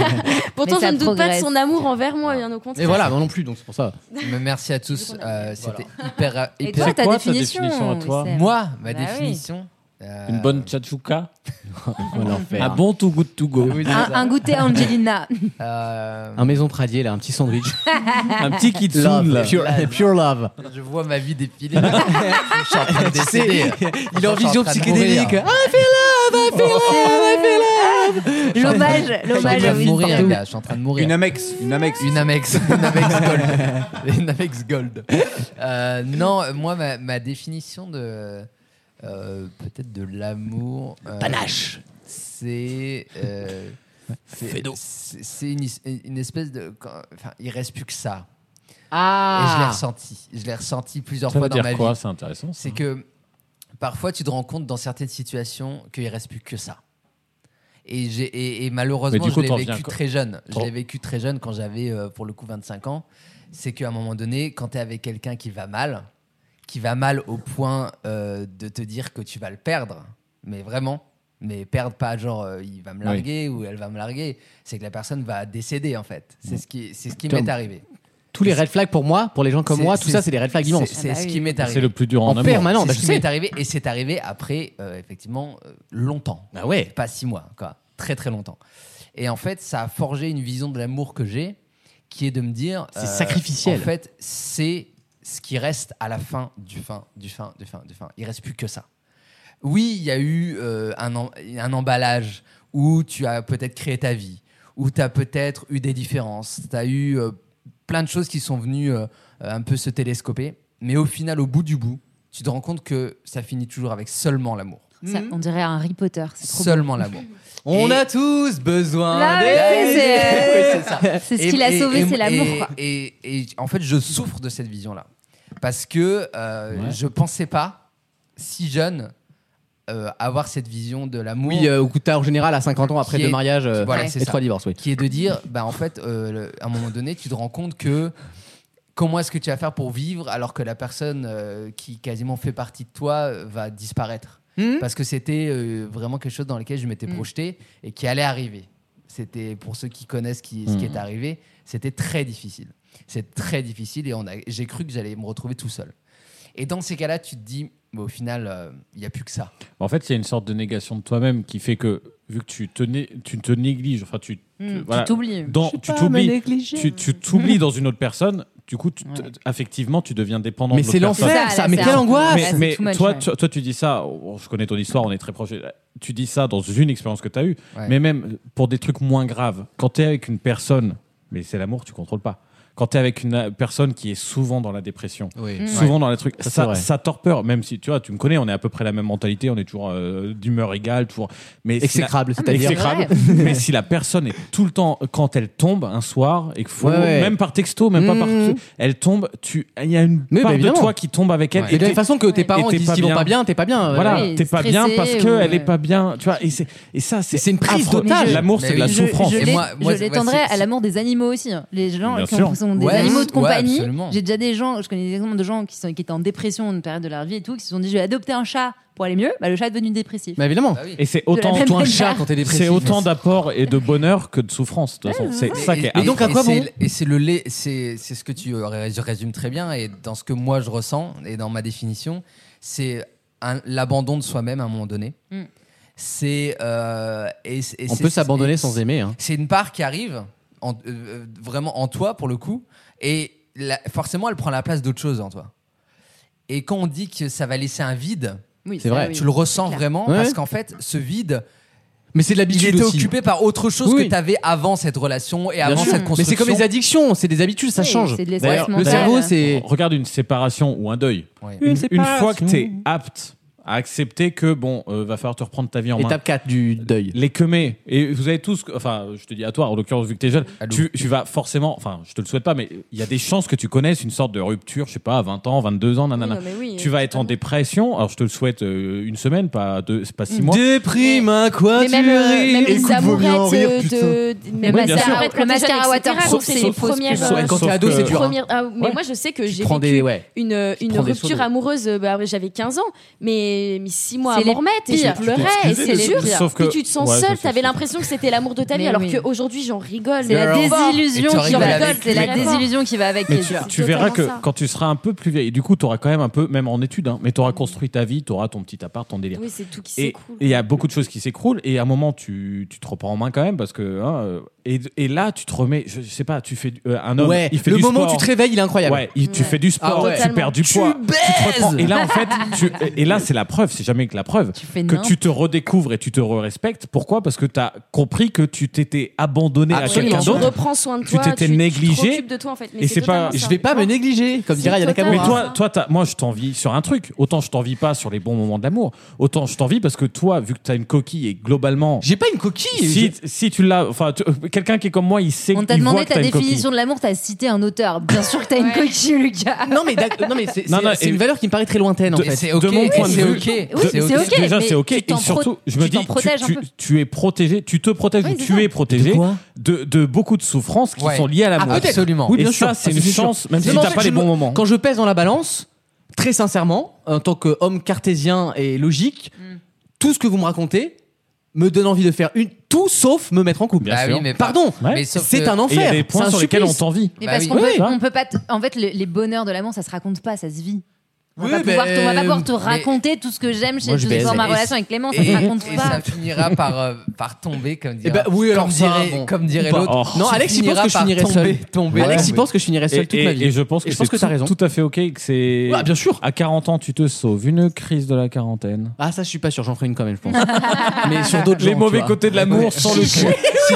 [SPEAKER 8] Pourtant,
[SPEAKER 4] Mais
[SPEAKER 8] je
[SPEAKER 4] ça
[SPEAKER 8] ne doute pas
[SPEAKER 4] progresse.
[SPEAKER 8] de son amour envers moi, bien au
[SPEAKER 7] Et
[SPEAKER 8] contraire.
[SPEAKER 7] voilà, moi non plus, donc c'est pour ça.
[SPEAKER 2] Mais merci à tous. euh, C'était hyper,
[SPEAKER 4] Et
[SPEAKER 2] hyper.
[SPEAKER 4] toi, ta
[SPEAKER 6] quoi, ta
[SPEAKER 4] définition,
[SPEAKER 6] définition à toi
[SPEAKER 4] Esther
[SPEAKER 2] Moi, ma
[SPEAKER 4] Bah oui.
[SPEAKER 2] définition. euh,
[SPEAKER 6] Une bonne tchatchouka, un
[SPEAKER 7] Un,
[SPEAKER 6] bon to good to go,
[SPEAKER 2] oui, c'est
[SPEAKER 4] Un,
[SPEAKER 2] ça.
[SPEAKER 4] un goûter à Angelina.
[SPEAKER 2] Euh,
[SPEAKER 7] un maison pradier, là, un petit sandwich.
[SPEAKER 6] un petit kitsune. là.
[SPEAKER 7] Pure, pure love.
[SPEAKER 2] Je vois ma vie défiler. je suis en train de décéder.
[SPEAKER 7] Il est en
[SPEAKER 2] Je suis
[SPEAKER 7] vision
[SPEAKER 2] train de
[SPEAKER 7] psychédélique.
[SPEAKER 2] mourir.
[SPEAKER 7] I feel love, I feel love, I feel love.
[SPEAKER 4] L'hommage,
[SPEAKER 2] Je suis en
[SPEAKER 4] l'hommage
[SPEAKER 2] train
[SPEAKER 4] à
[SPEAKER 2] de
[SPEAKER 4] Will
[SPEAKER 2] mourir,
[SPEAKER 4] Ferrell.
[SPEAKER 2] gars, je suis en train de mourir.
[SPEAKER 5] Une Amex. Une Amex.
[SPEAKER 2] Une Amex, une Amex Gold. Une Amex Gold. Euh, non, euh, moi, ma, ma définition de. euh, Peut-être de l'amour. euh,
[SPEAKER 7] Panache.
[SPEAKER 2] C'est. euh, c'est- c'est c'est une, is- une espèce de. quand- Enfin, il reste plus que ça. Et je l'ai
[SPEAKER 7] Ah
[SPEAKER 2] ressenti. Je l'ai ressenti plusieurs
[SPEAKER 6] Ça
[SPEAKER 2] fois
[SPEAKER 6] veut
[SPEAKER 2] dans
[SPEAKER 6] dire
[SPEAKER 2] ma
[SPEAKER 6] quoi
[SPEAKER 2] vie.
[SPEAKER 6] C'est intéressant. ça.
[SPEAKER 2] C'est que parfois, tu te rends compte dans certaines situations qu'il ne reste plus que ça. Et, j'ai- et- et
[SPEAKER 6] Mais
[SPEAKER 2] malheureusement,
[SPEAKER 6] du coup,
[SPEAKER 2] je l'ai
[SPEAKER 6] t'en
[SPEAKER 2] vécu
[SPEAKER 6] viens quoi-
[SPEAKER 2] très jeune. Je
[SPEAKER 6] T'en-
[SPEAKER 2] l'ai vécu très jeune quand j'avais, euh, pour le coup, 25 ans. C'est qu'à un moment donné, quand tu es avec quelqu'un qui va mal, qui va mal au point euh, de te dire que tu vas le perdre, mais vraiment, mais perdre pas genre euh, il va me larguer ou elle va me larguer, c'est que la personne va décéder en fait. C'est
[SPEAKER 6] Mm.
[SPEAKER 2] ce qui, c'est ce qui
[SPEAKER 7] Tom.
[SPEAKER 2] m'est arrivé.
[SPEAKER 7] Tous les red flags pour moi, pour les gens comme
[SPEAKER 2] C'est-
[SPEAKER 7] moi, tout
[SPEAKER 2] c'est-
[SPEAKER 7] ça, c'est des red flags
[SPEAKER 2] C'est
[SPEAKER 7] immenses.
[SPEAKER 2] c'est
[SPEAKER 4] Ah bah
[SPEAKER 2] ce
[SPEAKER 4] oui.
[SPEAKER 2] qui m'est
[SPEAKER 6] C'est
[SPEAKER 2] arrivé.
[SPEAKER 6] le plus dur en,
[SPEAKER 7] En
[SPEAKER 6] amour.
[SPEAKER 7] permanence, bah,
[SPEAKER 2] c'est
[SPEAKER 7] je
[SPEAKER 2] ce qui m'est
[SPEAKER 7] sais.
[SPEAKER 2] arrivé et c'est arrivé après euh, effectivement euh, longtemps,
[SPEAKER 7] Ah ouais.
[SPEAKER 2] pas six mois, quoi, très très longtemps. Et en fait, ça a forgé une vision de l'amour que j'ai, qui est de me dire euh,
[SPEAKER 7] C'est sacrificiel.
[SPEAKER 2] En fait, c'est ce qui reste à la fin du fin du fin du fin du fin. Il reste plus que ça. Oui, il y a eu euh, un, em- un emballage où tu as peut-être créé ta vie, où tu as peut-être eu des différences, tu as eu euh, plein de choses qui sont venues euh, euh, un peu se télescoper, mais au final, au bout du bout, tu te rends compte que ça finit toujours avec seulement l'amour.
[SPEAKER 4] Ça, on dirait un Harry Potter. C'est trop beau.
[SPEAKER 2] Seulement l'amour.
[SPEAKER 7] On
[SPEAKER 2] Et-
[SPEAKER 7] a tous besoin
[SPEAKER 4] Là,
[SPEAKER 7] d'aide.
[SPEAKER 4] oui, c'est-
[SPEAKER 7] Oui, c'est ça.
[SPEAKER 4] C'est ce
[SPEAKER 2] Et-
[SPEAKER 4] qui l'a
[SPEAKER 2] et-
[SPEAKER 4] sauvé,
[SPEAKER 2] et-
[SPEAKER 4] c'est l'amour.
[SPEAKER 2] et-
[SPEAKER 4] quoi.
[SPEAKER 2] Et, et en fait, je souffre de cette vision-là. Parce que euh, je pensais pas, si jeune, euh, avoir cette vision de l'amour.
[SPEAKER 7] Oui, euh, au coup de tard, en général, à 50 ans après
[SPEAKER 2] Qui
[SPEAKER 7] deux
[SPEAKER 2] est-
[SPEAKER 7] mariages euh,
[SPEAKER 2] Voilà,
[SPEAKER 7] et
[SPEAKER 2] c'est ça.
[SPEAKER 7] trois divorces, oui.
[SPEAKER 2] qui est de dire, bah en fait, euh, le- à un moment donné, tu te rends compte que comment est-ce que tu vas faire pour vivre alors que la personne euh, qui quasiment fait partie de toi euh, va disparaître
[SPEAKER 7] Mhm.
[SPEAKER 2] Parce que c'était euh, vraiment quelque chose dans lequel je m'étais
[SPEAKER 4] Mhm.
[SPEAKER 2] projeté et qui allait arriver. C'était pour ceux qui connaissent qui- ce qui
[SPEAKER 7] Hmm.
[SPEAKER 2] est arrivé, c'était très difficile. C'est très difficile et on a- j'ai cru que j'allais me retrouver tout seul. Et dans ces cas-là, tu te dis, bah, au final, euh, il n'y a plus que ça.
[SPEAKER 6] En fait, il y a une sorte de négation de toi-même qui fait que, vu que tu te, né- tu te négliges, enfin, tu
[SPEAKER 4] Hmm,
[SPEAKER 6] voilà.
[SPEAKER 4] Tu t'oublies.
[SPEAKER 6] dans, tu t'oublies, tu tu t'oublies dans une autre personne. Du coup, tu te-
[SPEAKER 4] Ouais.
[SPEAKER 6] affectivement, tu deviens dépendant.
[SPEAKER 7] Mais
[SPEAKER 6] de l'autre
[SPEAKER 7] c'est
[SPEAKER 6] personne.
[SPEAKER 7] l'enfer,
[SPEAKER 4] Ça,
[SPEAKER 7] ça.
[SPEAKER 4] là,
[SPEAKER 7] Mais
[SPEAKER 4] c'est
[SPEAKER 7] quelle
[SPEAKER 4] un-
[SPEAKER 7] angoisse
[SPEAKER 4] Ouais,
[SPEAKER 6] Mais,
[SPEAKER 4] c'est
[SPEAKER 6] mais
[SPEAKER 4] too much,
[SPEAKER 6] toi,
[SPEAKER 4] ouais.
[SPEAKER 6] toi, toi, tu dis ça. oh, Je connais ton histoire, on est très proche. Tu dis ça dans une expérience que tu as eue,
[SPEAKER 2] Ouais.
[SPEAKER 6] mais même pour des trucs moins graves. Quand tu es avec une personne, mais c'est l'amour, tu contrôles pas. Quand tu es avec une euh, personne qui est souvent dans la dépression,
[SPEAKER 7] Oui.
[SPEAKER 4] Mm.
[SPEAKER 6] souvent dans les trucs,
[SPEAKER 7] Ça,
[SPEAKER 6] ça,
[SPEAKER 7] c'est vrai.
[SPEAKER 6] ça, torpeur. Même si tu vois, tu me connais, on est à peu près la même mentalité, on est toujours euh, d'humeur égale, toujours. Mais si la-
[SPEAKER 7] Exécrable,
[SPEAKER 4] Ah, mais
[SPEAKER 7] c'est-à-dire.
[SPEAKER 4] c'est
[SPEAKER 6] exécrable. mais si la personne est tout le temps, quand elle tombe un soir, et que faut,
[SPEAKER 7] Ouais, ouais.
[SPEAKER 6] même par texto, même pas par.
[SPEAKER 4] Mm.
[SPEAKER 7] Mhm.
[SPEAKER 6] Elle tombe, tu, il y a une
[SPEAKER 7] Mais bah,
[SPEAKER 6] part de
[SPEAKER 7] évidemment.
[SPEAKER 6] toi qui tombe avec elle.
[SPEAKER 7] Et de la même façon que tes
[SPEAKER 4] Ouais.
[SPEAKER 7] parents
[SPEAKER 6] Et t'es
[SPEAKER 7] disent
[SPEAKER 6] pas
[SPEAKER 7] qu'ils vont
[SPEAKER 6] bien.
[SPEAKER 7] pas bien, t'es pas bien. euh,
[SPEAKER 6] Voilà,
[SPEAKER 4] Oui,
[SPEAKER 6] t'es pas
[SPEAKER 4] stressé
[SPEAKER 6] bien parce
[SPEAKER 4] ou, euh,
[SPEAKER 6] qu'elle est pas bien. Hein, Tu vois, et, c'est, et ça, c'est,
[SPEAKER 7] C'est une prise
[SPEAKER 6] affreux.
[SPEAKER 7] totale.
[SPEAKER 6] L'amour, c'est
[SPEAKER 2] Mais
[SPEAKER 6] de la
[SPEAKER 2] oui,
[SPEAKER 4] je,
[SPEAKER 6] souffrance.
[SPEAKER 4] Je
[SPEAKER 2] Et
[SPEAKER 4] l'ai-
[SPEAKER 2] moi-
[SPEAKER 4] Euh, je
[SPEAKER 2] moi,
[SPEAKER 4] l'étendrais
[SPEAKER 2] voici-
[SPEAKER 4] à l'amour des animaux aussi. hein. Les gens
[SPEAKER 6] Bien
[SPEAKER 4] qui ont,
[SPEAKER 6] sûr.
[SPEAKER 4] sont des
[SPEAKER 2] Ouais,
[SPEAKER 4] animaux de
[SPEAKER 2] ouais,
[SPEAKER 4] compagnie.
[SPEAKER 2] absolument.
[SPEAKER 4] J'ai déjà des gens, je connais des exemples de gens qui, sont, qui étaient en dépression une période de leur vie et tout, qui se sont dit je vais adopter un chat pour aller mieux. Bah, le chat est devenu dépressif.
[SPEAKER 7] Mais évidemment.
[SPEAKER 2] Bah oui.
[SPEAKER 6] Et c'est
[SPEAKER 4] Ah De la
[SPEAKER 6] autant,
[SPEAKER 4] même
[SPEAKER 6] toi, un
[SPEAKER 4] manière.
[SPEAKER 6] chat,
[SPEAKER 7] quand t'es dépressif.
[SPEAKER 6] c'est autant d'apport et de bonheur que de souffrance. De toute façon, c'est ça qui est.
[SPEAKER 7] et donc, à
[SPEAKER 2] et
[SPEAKER 7] quoi
[SPEAKER 2] c'est-
[SPEAKER 7] bon
[SPEAKER 2] Et c'est le lait, c'est c'est ce que tu euh, ré- résumes très bien et dans ce que moi je ressens et dans ma définition, c'est un- l'abandon de soi-même à un moment donné.
[SPEAKER 4] Mm.
[SPEAKER 2] C'est euh, et, c'est- et
[SPEAKER 7] On
[SPEAKER 2] c'est-
[SPEAKER 7] peut s'abandonner
[SPEAKER 2] et-
[SPEAKER 7] sans aimer. hein.
[SPEAKER 2] C'est une part qui arrive en- euh, euh, vraiment en toi pour le coup et la- forcément elle prend la place d'autre chose en toi. Et quand on dit que ça va laisser un vide,
[SPEAKER 4] Oui,
[SPEAKER 7] C'est
[SPEAKER 4] ça,
[SPEAKER 7] vrai.
[SPEAKER 4] oui.
[SPEAKER 2] tu le ressens
[SPEAKER 4] clair.
[SPEAKER 2] vraiment
[SPEAKER 7] Ouais.
[SPEAKER 2] parce qu'en fait ce vide
[SPEAKER 7] Mais c'est de
[SPEAKER 2] il
[SPEAKER 7] l'habitude
[SPEAKER 2] était
[SPEAKER 7] aussi.
[SPEAKER 2] occupé par autre chose
[SPEAKER 7] Oui.
[SPEAKER 2] que tu avais avant cette relation et
[SPEAKER 7] Bien
[SPEAKER 2] avant
[SPEAKER 7] sûr.
[SPEAKER 2] cette construction.
[SPEAKER 7] Mais c'est comme les addictions, c'est des habitudes, ça
[SPEAKER 4] Oui,
[SPEAKER 7] change.
[SPEAKER 4] c'est de l'espace
[SPEAKER 7] D'ailleurs, Le
[SPEAKER 4] mental.
[SPEAKER 7] cerveau, c'est.
[SPEAKER 6] Regarde une séparation ou un deuil.
[SPEAKER 2] Ouais.
[SPEAKER 6] Une, une fois que t'es apte à accepter que, bon, euh, va falloir te reprendre ta vie en main.
[SPEAKER 7] Étape 4 du deuil.
[SPEAKER 6] les quemés et vous avez tous enfin je te dis à toi en l'occurrence vu que t'es jeune
[SPEAKER 2] Allô.
[SPEAKER 6] tu, tu vas forcément enfin je te le souhaite pas mais il y a des chances que tu connaisses une sorte de rupture je sais pas à 20 ans 22 ans nanana
[SPEAKER 8] Oui, non, mais oui,
[SPEAKER 6] tu vas être en dépression alors je te le souhaite euh, une semaine pas deux pas six mois
[SPEAKER 7] Déprime, hein, quoi,
[SPEAKER 8] mais même, euh, même les
[SPEAKER 3] Écoute, vaut mieux en rire,
[SPEAKER 8] amourettes euh,
[SPEAKER 3] putain.
[SPEAKER 8] de, de- même
[SPEAKER 4] Oui,
[SPEAKER 8] les
[SPEAKER 6] bien sûr.
[SPEAKER 8] amourettes quand
[SPEAKER 4] Le
[SPEAKER 8] t'es jeune,
[SPEAKER 4] mascara
[SPEAKER 8] etc.,
[SPEAKER 4] waterproof,
[SPEAKER 8] donc c'est
[SPEAKER 4] c'est
[SPEAKER 8] les
[SPEAKER 4] faux,
[SPEAKER 8] premières
[SPEAKER 4] sauf-
[SPEAKER 8] euh,
[SPEAKER 7] Quand t'es
[SPEAKER 6] Sauf
[SPEAKER 7] ado,
[SPEAKER 6] que-
[SPEAKER 7] c'est dur. hein.
[SPEAKER 8] premières- ah, mais
[SPEAKER 7] Ouais.
[SPEAKER 8] moi je sais que
[SPEAKER 7] Tu
[SPEAKER 8] j'ai
[SPEAKER 7] prends
[SPEAKER 8] vécu
[SPEAKER 7] des. Ouais.
[SPEAKER 8] une, une
[SPEAKER 7] prends des
[SPEAKER 8] rupture
[SPEAKER 7] sauts de-
[SPEAKER 8] amoureuse, euh, bah, j'avais 15 ans, mais, mais 6 mois
[SPEAKER 4] C'est
[SPEAKER 8] à
[SPEAKER 4] les
[SPEAKER 8] m'en remettre, et
[SPEAKER 4] pires.
[SPEAKER 8] je
[SPEAKER 4] Tu t'es
[SPEAKER 8] pleurais, et
[SPEAKER 4] excusée
[SPEAKER 8] c'est
[SPEAKER 4] de-
[SPEAKER 8] sûr.
[SPEAKER 6] Sauf que-
[SPEAKER 8] Puis tu te sens
[SPEAKER 6] Ouais, ça,
[SPEAKER 8] seule,
[SPEAKER 6] c'est
[SPEAKER 8] t'avais
[SPEAKER 6] sûr.
[SPEAKER 8] l'impression que c'était l'amour de ta vie,
[SPEAKER 4] Mais
[SPEAKER 8] alors
[SPEAKER 4] oui.
[SPEAKER 8] qu'aujourd'hui j'en rigole.
[SPEAKER 4] C'est la
[SPEAKER 8] Fort.
[SPEAKER 2] Et
[SPEAKER 4] désillusion
[SPEAKER 2] tu
[SPEAKER 4] qui
[SPEAKER 2] rigoles
[SPEAKER 4] va
[SPEAKER 2] avec
[SPEAKER 4] avec. C'est la
[SPEAKER 8] les-
[SPEAKER 4] désillusion qui va avec.
[SPEAKER 6] mais
[SPEAKER 4] les-
[SPEAKER 6] tu,
[SPEAKER 8] c'est
[SPEAKER 6] tu verras
[SPEAKER 8] totalement
[SPEAKER 6] que
[SPEAKER 8] ça.
[SPEAKER 6] quand tu seras un peu plus vieil, et du coup, tu auras quand même un peu, même en études, hein, mais tu auras construit ta vie, tu auras ton petit appart, ton délire.
[SPEAKER 8] Oui, c'est tout qui
[SPEAKER 6] Et et
[SPEAKER 8] s'écroule.
[SPEAKER 6] il y a beaucoup de choses qui s'écroulent, et à un moment, tu, tu te reprends en main quand même, parce que hein, euh, Et, et là, tu te remets, je, je sais pas, tu fais du- euh, un homme,
[SPEAKER 7] ouais.
[SPEAKER 6] il fait
[SPEAKER 7] le
[SPEAKER 6] du
[SPEAKER 7] moment
[SPEAKER 6] sport.
[SPEAKER 7] où tu te réveilles, il est incroyable.
[SPEAKER 6] Ouais, il- tu
[SPEAKER 8] Ouais.
[SPEAKER 6] fais du sport,
[SPEAKER 7] Ah ouais.
[SPEAKER 6] tu perds du
[SPEAKER 7] Tu
[SPEAKER 6] poids. te reprends.
[SPEAKER 7] baises
[SPEAKER 6] Et là, en fait, tu, et là, c'est la preuve, c'est jamais que la preuve,
[SPEAKER 4] Tu fais
[SPEAKER 6] que
[SPEAKER 4] n'importe
[SPEAKER 6] tu te redécouvres et tu te respectes. Pourquoi Parce que tu as compris que tu t'étais abandonné à
[SPEAKER 7] Absolument.
[SPEAKER 6] quelqu'un
[SPEAKER 8] tu
[SPEAKER 6] d'autre.
[SPEAKER 8] reprends soin de
[SPEAKER 6] Tu
[SPEAKER 8] toi.
[SPEAKER 6] t'étais négligé.
[SPEAKER 8] Tu t'occupes de toi en fait. Mais
[SPEAKER 6] Et c'est pas-
[SPEAKER 8] totalement
[SPEAKER 7] Je
[SPEAKER 8] ça.
[SPEAKER 7] vais pas me
[SPEAKER 8] Tu vois
[SPEAKER 7] négliger, comme
[SPEAKER 8] C'est
[SPEAKER 7] dirait Yana
[SPEAKER 8] totalement
[SPEAKER 7] Kamura.
[SPEAKER 8] Ah,
[SPEAKER 6] Mais toi,
[SPEAKER 8] ça.
[SPEAKER 6] toi t'as- moi, je t'envie sur un truc. Autant je t'envie pas sur les bons moments de l'amour, autant je t'envie parce que toi, vu que t'as une coquille et globalement,
[SPEAKER 7] J'ai pas une coquille.
[SPEAKER 6] si, si tu l'as, enfin, tu- euh, quelqu'un qui est comme moi, il sait
[SPEAKER 4] On
[SPEAKER 6] il
[SPEAKER 4] t'a
[SPEAKER 6] voit
[SPEAKER 4] demandé
[SPEAKER 6] que t'as
[SPEAKER 4] ta
[SPEAKER 6] une coquille.
[SPEAKER 4] définition de l'amour, t'as cité un auteur. Bien sûr que t'as une
[SPEAKER 8] Ouais.
[SPEAKER 4] coquille, Lucas.
[SPEAKER 7] Non mais, d'ac- non, mais c'est
[SPEAKER 6] Non,
[SPEAKER 7] c'est-
[SPEAKER 6] non,
[SPEAKER 7] c'est
[SPEAKER 6] et-
[SPEAKER 7] une valeur qui me paraît très lointaine en
[SPEAKER 6] De-
[SPEAKER 7] fait.
[SPEAKER 2] c'est ok,
[SPEAKER 6] de mon point de
[SPEAKER 2] c'est
[SPEAKER 6] vue-
[SPEAKER 2] ok.
[SPEAKER 4] Oui,
[SPEAKER 6] De-
[SPEAKER 4] c'est
[SPEAKER 6] tu-
[SPEAKER 4] ok,
[SPEAKER 6] Déjà,
[SPEAKER 4] mais
[SPEAKER 6] c'est ok.
[SPEAKER 4] tu
[SPEAKER 6] Et
[SPEAKER 4] t'en
[SPEAKER 6] surtout,
[SPEAKER 4] pro-
[SPEAKER 6] je me
[SPEAKER 4] tu
[SPEAKER 6] dis,
[SPEAKER 4] t'en protèges un
[SPEAKER 6] tu,
[SPEAKER 4] peu.
[SPEAKER 6] tu es protégé, tu te protèges
[SPEAKER 4] Oui,
[SPEAKER 6] ou
[SPEAKER 4] c'est
[SPEAKER 6] tu
[SPEAKER 4] ça.
[SPEAKER 6] es protégé de, de beaucoup de souffrances qui
[SPEAKER 2] Ouais.
[SPEAKER 6] sont liées à
[SPEAKER 7] Ah,
[SPEAKER 6] l'amour.
[SPEAKER 7] peut-être.
[SPEAKER 2] Absolument.
[SPEAKER 7] Oui,
[SPEAKER 6] et ça,
[SPEAKER 7] bien sûr.
[SPEAKER 6] c'est
[SPEAKER 7] Ah,
[SPEAKER 6] une
[SPEAKER 7] c'est sûr.
[SPEAKER 6] chance, même
[SPEAKER 7] C'est
[SPEAKER 6] si
[SPEAKER 7] pour
[SPEAKER 6] t'as
[SPEAKER 7] ça
[SPEAKER 6] pas
[SPEAKER 7] que
[SPEAKER 6] les
[SPEAKER 7] je
[SPEAKER 6] bons
[SPEAKER 7] me-
[SPEAKER 6] moments.
[SPEAKER 7] Quand je pèse dans la balance, très sincèrement, en tant qu'homme cartésien et logique, tout ce que vous me racontez me donne envie de faire une tout sauf me mettre en couple.
[SPEAKER 6] Bien
[SPEAKER 2] Bah
[SPEAKER 6] sûr.
[SPEAKER 2] oui, mais pas-
[SPEAKER 7] Pardon,
[SPEAKER 6] Ouais.
[SPEAKER 2] mais sauf
[SPEAKER 7] c'est
[SPEAKER 2] que-
[SPEAKER 6] Et il
[SPEAKER 7] un
[SPEAKER 6] y
[SPEAKER 7] enfer.
[SPEAKER 6] a des
[SPEAKER 7] c'est
[SPEAKER 6] points
[SPEAKER 7] un
[SPEAKER 6] sur lesquels on
[SPEAKER 7] supplice.
[SPEAKER 6] t'envie.
[SPEAKER 4] Mais
[SPEAKER 2] Bah
[SPEAKER 4] parce
[SPEAKER 2] oui.
[SPEAKER 4] qu'on hein.
[SPEAKER 6] Oui,
[SPEAKER 4] peut,
[SPEAKER 6] ça.
[SPEAKER 4] on peut pas. t- En fait, le- les bonheurs de l'amour, ça se raconte pas, ça se vit. On,
[SPEAKER 7] Oui,
[SPEAKER 4] va,
[SPEAKER 7] ben,
[SPEAKER 4] pouvoir te- on va pas pouvoir te
[SPEAKER 7] mais-
[SPEAKER 4] raconter tout ce que j'aime chez
[SPEAKER 7] Moi, je
[SPEAKER 4] tout ce- dans
[SPEAKER 7] baise.
[SPEAKER 4] ma
[SPEAKER 2] Et-
[SPEAKER 4] relation avec Clément, ça
[SPEAKER 2] et,
[SPEAKER 4] se raconte
[SPEAKER 2] et
[SPEAKER 4] pas.
[SPEAKER 2] ça finira par, euh, par tomber, comme
[SPEAKER 7] Eh
[SPEAKER 2] dirait,
[SPEAKER 7] ben, oui, alors
[SPEAKER 2] comme
[SPEAKER 7] ça,
[SPEAKER 2] dirait,
[SPEAKER 7] bon.
[SPEAKER 2] comme dirait
[SPEAKER 6] Ou pas.
[SPEAKER 2] l'autre.
[SPEAKER 6] Oh.
[SPEAKER 7] Non,
[SPEAKER 2] Tu
[SPEAKER 7] Alex, il
[SPEAKER 2] finiras
[SPEAKER 7] pense que je
[SPEAKER 2] par
[SPEAKER 7] finirais
[SPEAKER 2] tomber,
[SPEAKER 7] seul.
[SPEAKER 2] tomber,
[SPEAKER 7] Alex, il
[SPEAKER 2] tomber.
[SPEAKER 7] pense que je finirais seul
[SPEAKER 6] Et,
[SPEAKER 7] toute ma vie.
[SPEAKER 6] et- et je pense que
[SPEAKER 7] Et je
[SPEAKER 6] c'est
[SPEAKER 7] pense que t'as
[SPEAKER 6] tout-
[SPEAKER 7] raison.
[SPEAKER 6] tout à fait ok que c'est
[SPEAKER 7] Ah, bien sûr.
[SPEAKER 6] à 40 ans tu te sauves une crise de la quarantaine
[SPEAKER 7] Ah, ça, je suis pas sûr, j'en ferai une quand même, je pense. mais sur d'autres gens.
[SPEAKER 6] les
[SPEAKER 7] tu
[SPEAKER 6] mauvais
[SPEAKER 7] vois.
[SPEAKER 6] côtés de l'amour sans le
[SPEAKER 2] si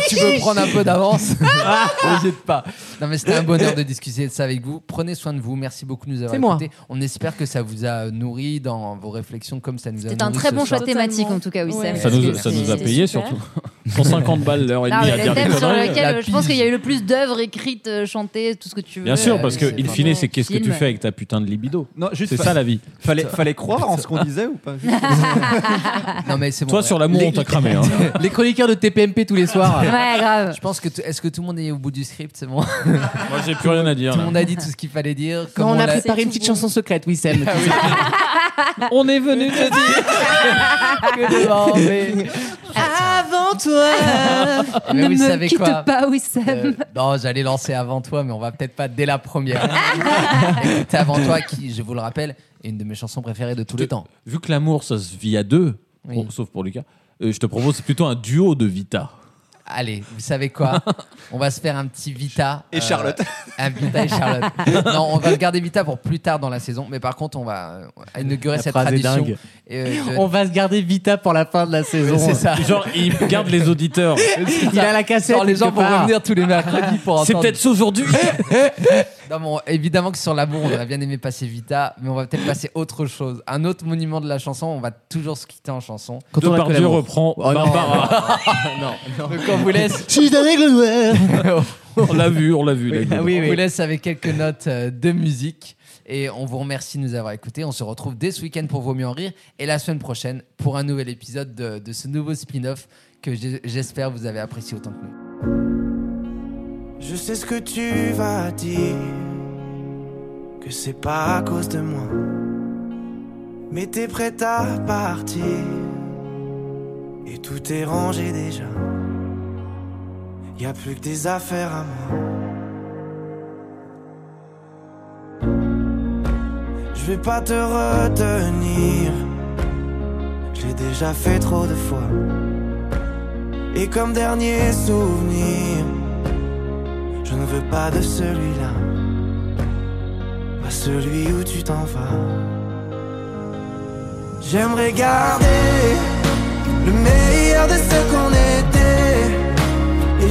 [SPEAKER 2] tu veux prendre un peu d'avance,
[SPEAKER 7] Ah,
[SPEAKER 2] n'hésite pas. Non, mais c'était un bonheur de discuter de ça avec vous. Prenez soin de vous. Merci beaucoup de nous avoir
[SPEAKER 7] C'est moi.
[SPEAKER 2] écoutés. On espère que ça vous a nourri dans vos réflexions comme ça nous a
[SPEAKER 4] C'est un
[SPEAKER 2] nourri
[SPEAKER 4] très
[SPEAKER 2] ce
[SPEAKER 4] bon choix
[SPEAKER 8] soir.
[SPEAKER 2] soir.
[SPEAKER 4] thématique, en tout cas, Wissem.
[SPEAKER 8] Ouais.
[SPEAKER 6] ça nous, ça
[SPEAKER 8] Parce que
[SPEAKER 6] nous a
[SPEAKER 8] c'est
[SPEAKER 6] payé
[SPEAKER 8] super.
[SPEAKER 6] surtout 150 balles l'heure et
[SPEAKER 4] Non,
[SPEAKER 6] demie
[SPEAKER 4] mais
[SPEAKER 6] à
[SPEAKER 4] le
[SPEAKER 6] dire des
[SPEAKER 4] thème sur
[SPEAKER 6] conneries
[SPEAKER 4] lequel euh,
[SPEAKER 2] La
[SPEAKER 4] je pense
[SPEAKER 2] pige.
[SPEAKER 4] qu'il y a eu le plus d'œuvres écrites, euh, chantées, tout ce que tu veux. euh,
[SPEAKER 6] bien sûr parce que
[SPEAKER 2] c'est
[SPEAKER 6] in
[SPEAKER 2] pas
[SPEAKER 6] fine
[SPEAKER 2] bon.
[SPEAKER 6] c'est qu'est-ce que tu
[SPEAKER 4] Film.
[SPEAKER 6] fais avec ta putain de libido
[SPEAKER 5] Non, juste
[SPEAKER 6] c'est ça la vie
[SPEAKER 5] fallait, fallait croire en ce qu'on disait ou pas
[SPEAKER 2] Non, mais c'est bon.
[SPEAKER 6] toi
[SPEAKER 2] ouais.
[SPEAKER 6] sur l'amour on t'a cramé hein.
[SPEAKER 7] Les chroniqueurs de TPMP tous les soirs.
[SPEAKER 4] Ouais, grave.
[SPEAKER 2] Je pense que t- est-ce que tout le monde est au bout du script C'est bon.
[SPEAKER 6] moi j'ai plus rien à dire
[SPEAKER 2] Tout le
[SPEAKER 6] là.
[SPEAKER 2] monde a dit tout ce qu'il fallait dire.
[SPEAKER 7] Quand
[SPEAKER 2] Comme
[SPEAKER 7] on a
[SPEAKER 2] l'a-
[SPEAKER 7] préparé une petite chanson secrète, oui, Sam. tu sais.
[SPEAKER 6] on est venu te dire
[SPEAKER 2] que devant, mais-
[SPEAKER 7] Avant toi.
[SPEAKER 2] mais
[SPEAKER 4] ne
[SPEAKER 2] vous
[SPEAKER 4] me
[SPEAKER 2] savez
[SPEAKER 4] quitte
[SPEAKER 2] quoi
[SPEAKER 4] pas, Wissem.
[SPEAKER 2] Euh, non, j'allais lancer avant toi, mais on va peut-être pas dès la première. Écoutez, avant toi, qui, je vous le rappelle, est une de mes chansons préférées de tous les temps.
[SPEAKER 6] vu que l'amour ça se vit à deux
[SPEAKER 2] Oui.
[SPEAKER 6] bon, sauf pour Lucas euh, je te propose plutôt un duo de Vita
[SPEAKER 2] Allez, vous savez quoi On va se faire un petit Vita. euh,
[SPEAKER 5] Et Charlotte.
[SPEAKER 2] Un Vita et Charlotte. non, on va regarder Vita pour plus tard dans la saison, mais par contre, on va euh, inaugurer
[SPEAKER 7] La
[SPEAKER 2] cette
[SPEAKER 7] phrase est
[SPEAKER 2] tradition.
[SPEAKER 7] dingue.
[SPEAKER 2] Euh, je-
[SPEAKER 7] On va se garder Vita pour la fin de la saison.
[SPEAKER 2] C'est ça.
[SPEAKER 6] genre il garde les auditeurs
[SPEAKER 7] Il a la cassette.
[SPEAKER 2] Genre, les gens
[SPEAKER 7] quelque
[SPEAKER 2] vont
[SPEAKER 7] part.
[SPEAKER 2] revenir tous les mercredis pour
[SPEAKER 6] c'est
[SPEAKER 2] entendre.
[SPEAKER 6] peut-être aujourd'hui
[SPEAKER 2] Non, bon, évidemment que sur l'amour, on aurait bien aimé passer Vita, mais on va peut-être passer autre chose. Un autre monument de la chanson, on va toujours se quitter en chanson.
[SPEAKER 7] Quand on a que
[SPEAKER 6] Depardieu
[SPEAKER 7] l'amour.
[SPEAKER 6] reprend
[SPEAKER 7] Oh, non.
[SPEAKER 6] Barbara
[SPEAKER 7] Non, non.
[SPEAKER 2] Donc on vous laisse,
[SPEAKER 7] Je suis avec le
[SPEAKER 6] on l'a vu on l'a vu la
[SPEAKER 7] Oui, ah
[SPEAKER 6] vidéo.
[SPEAKER 7] oui,
[SPEAKER 2] on vous
[SPEAKER 7] oui.
[SPEAKER 2] laisse avec quelques notes euh, de musique. Et on vous remercie de nous avoir écoutés. On se retrouve dès ce week-end pour Vaut mieux en rire et la semaine prochaine pour un nouvel épisode de, de ce nouveau spin-off que j'ai- j'espère vous avez apprécié autant que nous.
[SPEAKER 10] Je sais ce que tu vas dire, que c'est pas à cause de moi. Mais t'es prête à partir, et tout est rangé déjà. Y a plus que des affaires à moi. Je vais pas te retenir, je l'ai déjà fait trop de fois. Et comme dernier souvenir, je ne veux pas de celui-là, pas celui où tu t'en vas. J'aimerais garder le meilleur de ce qu'on était, et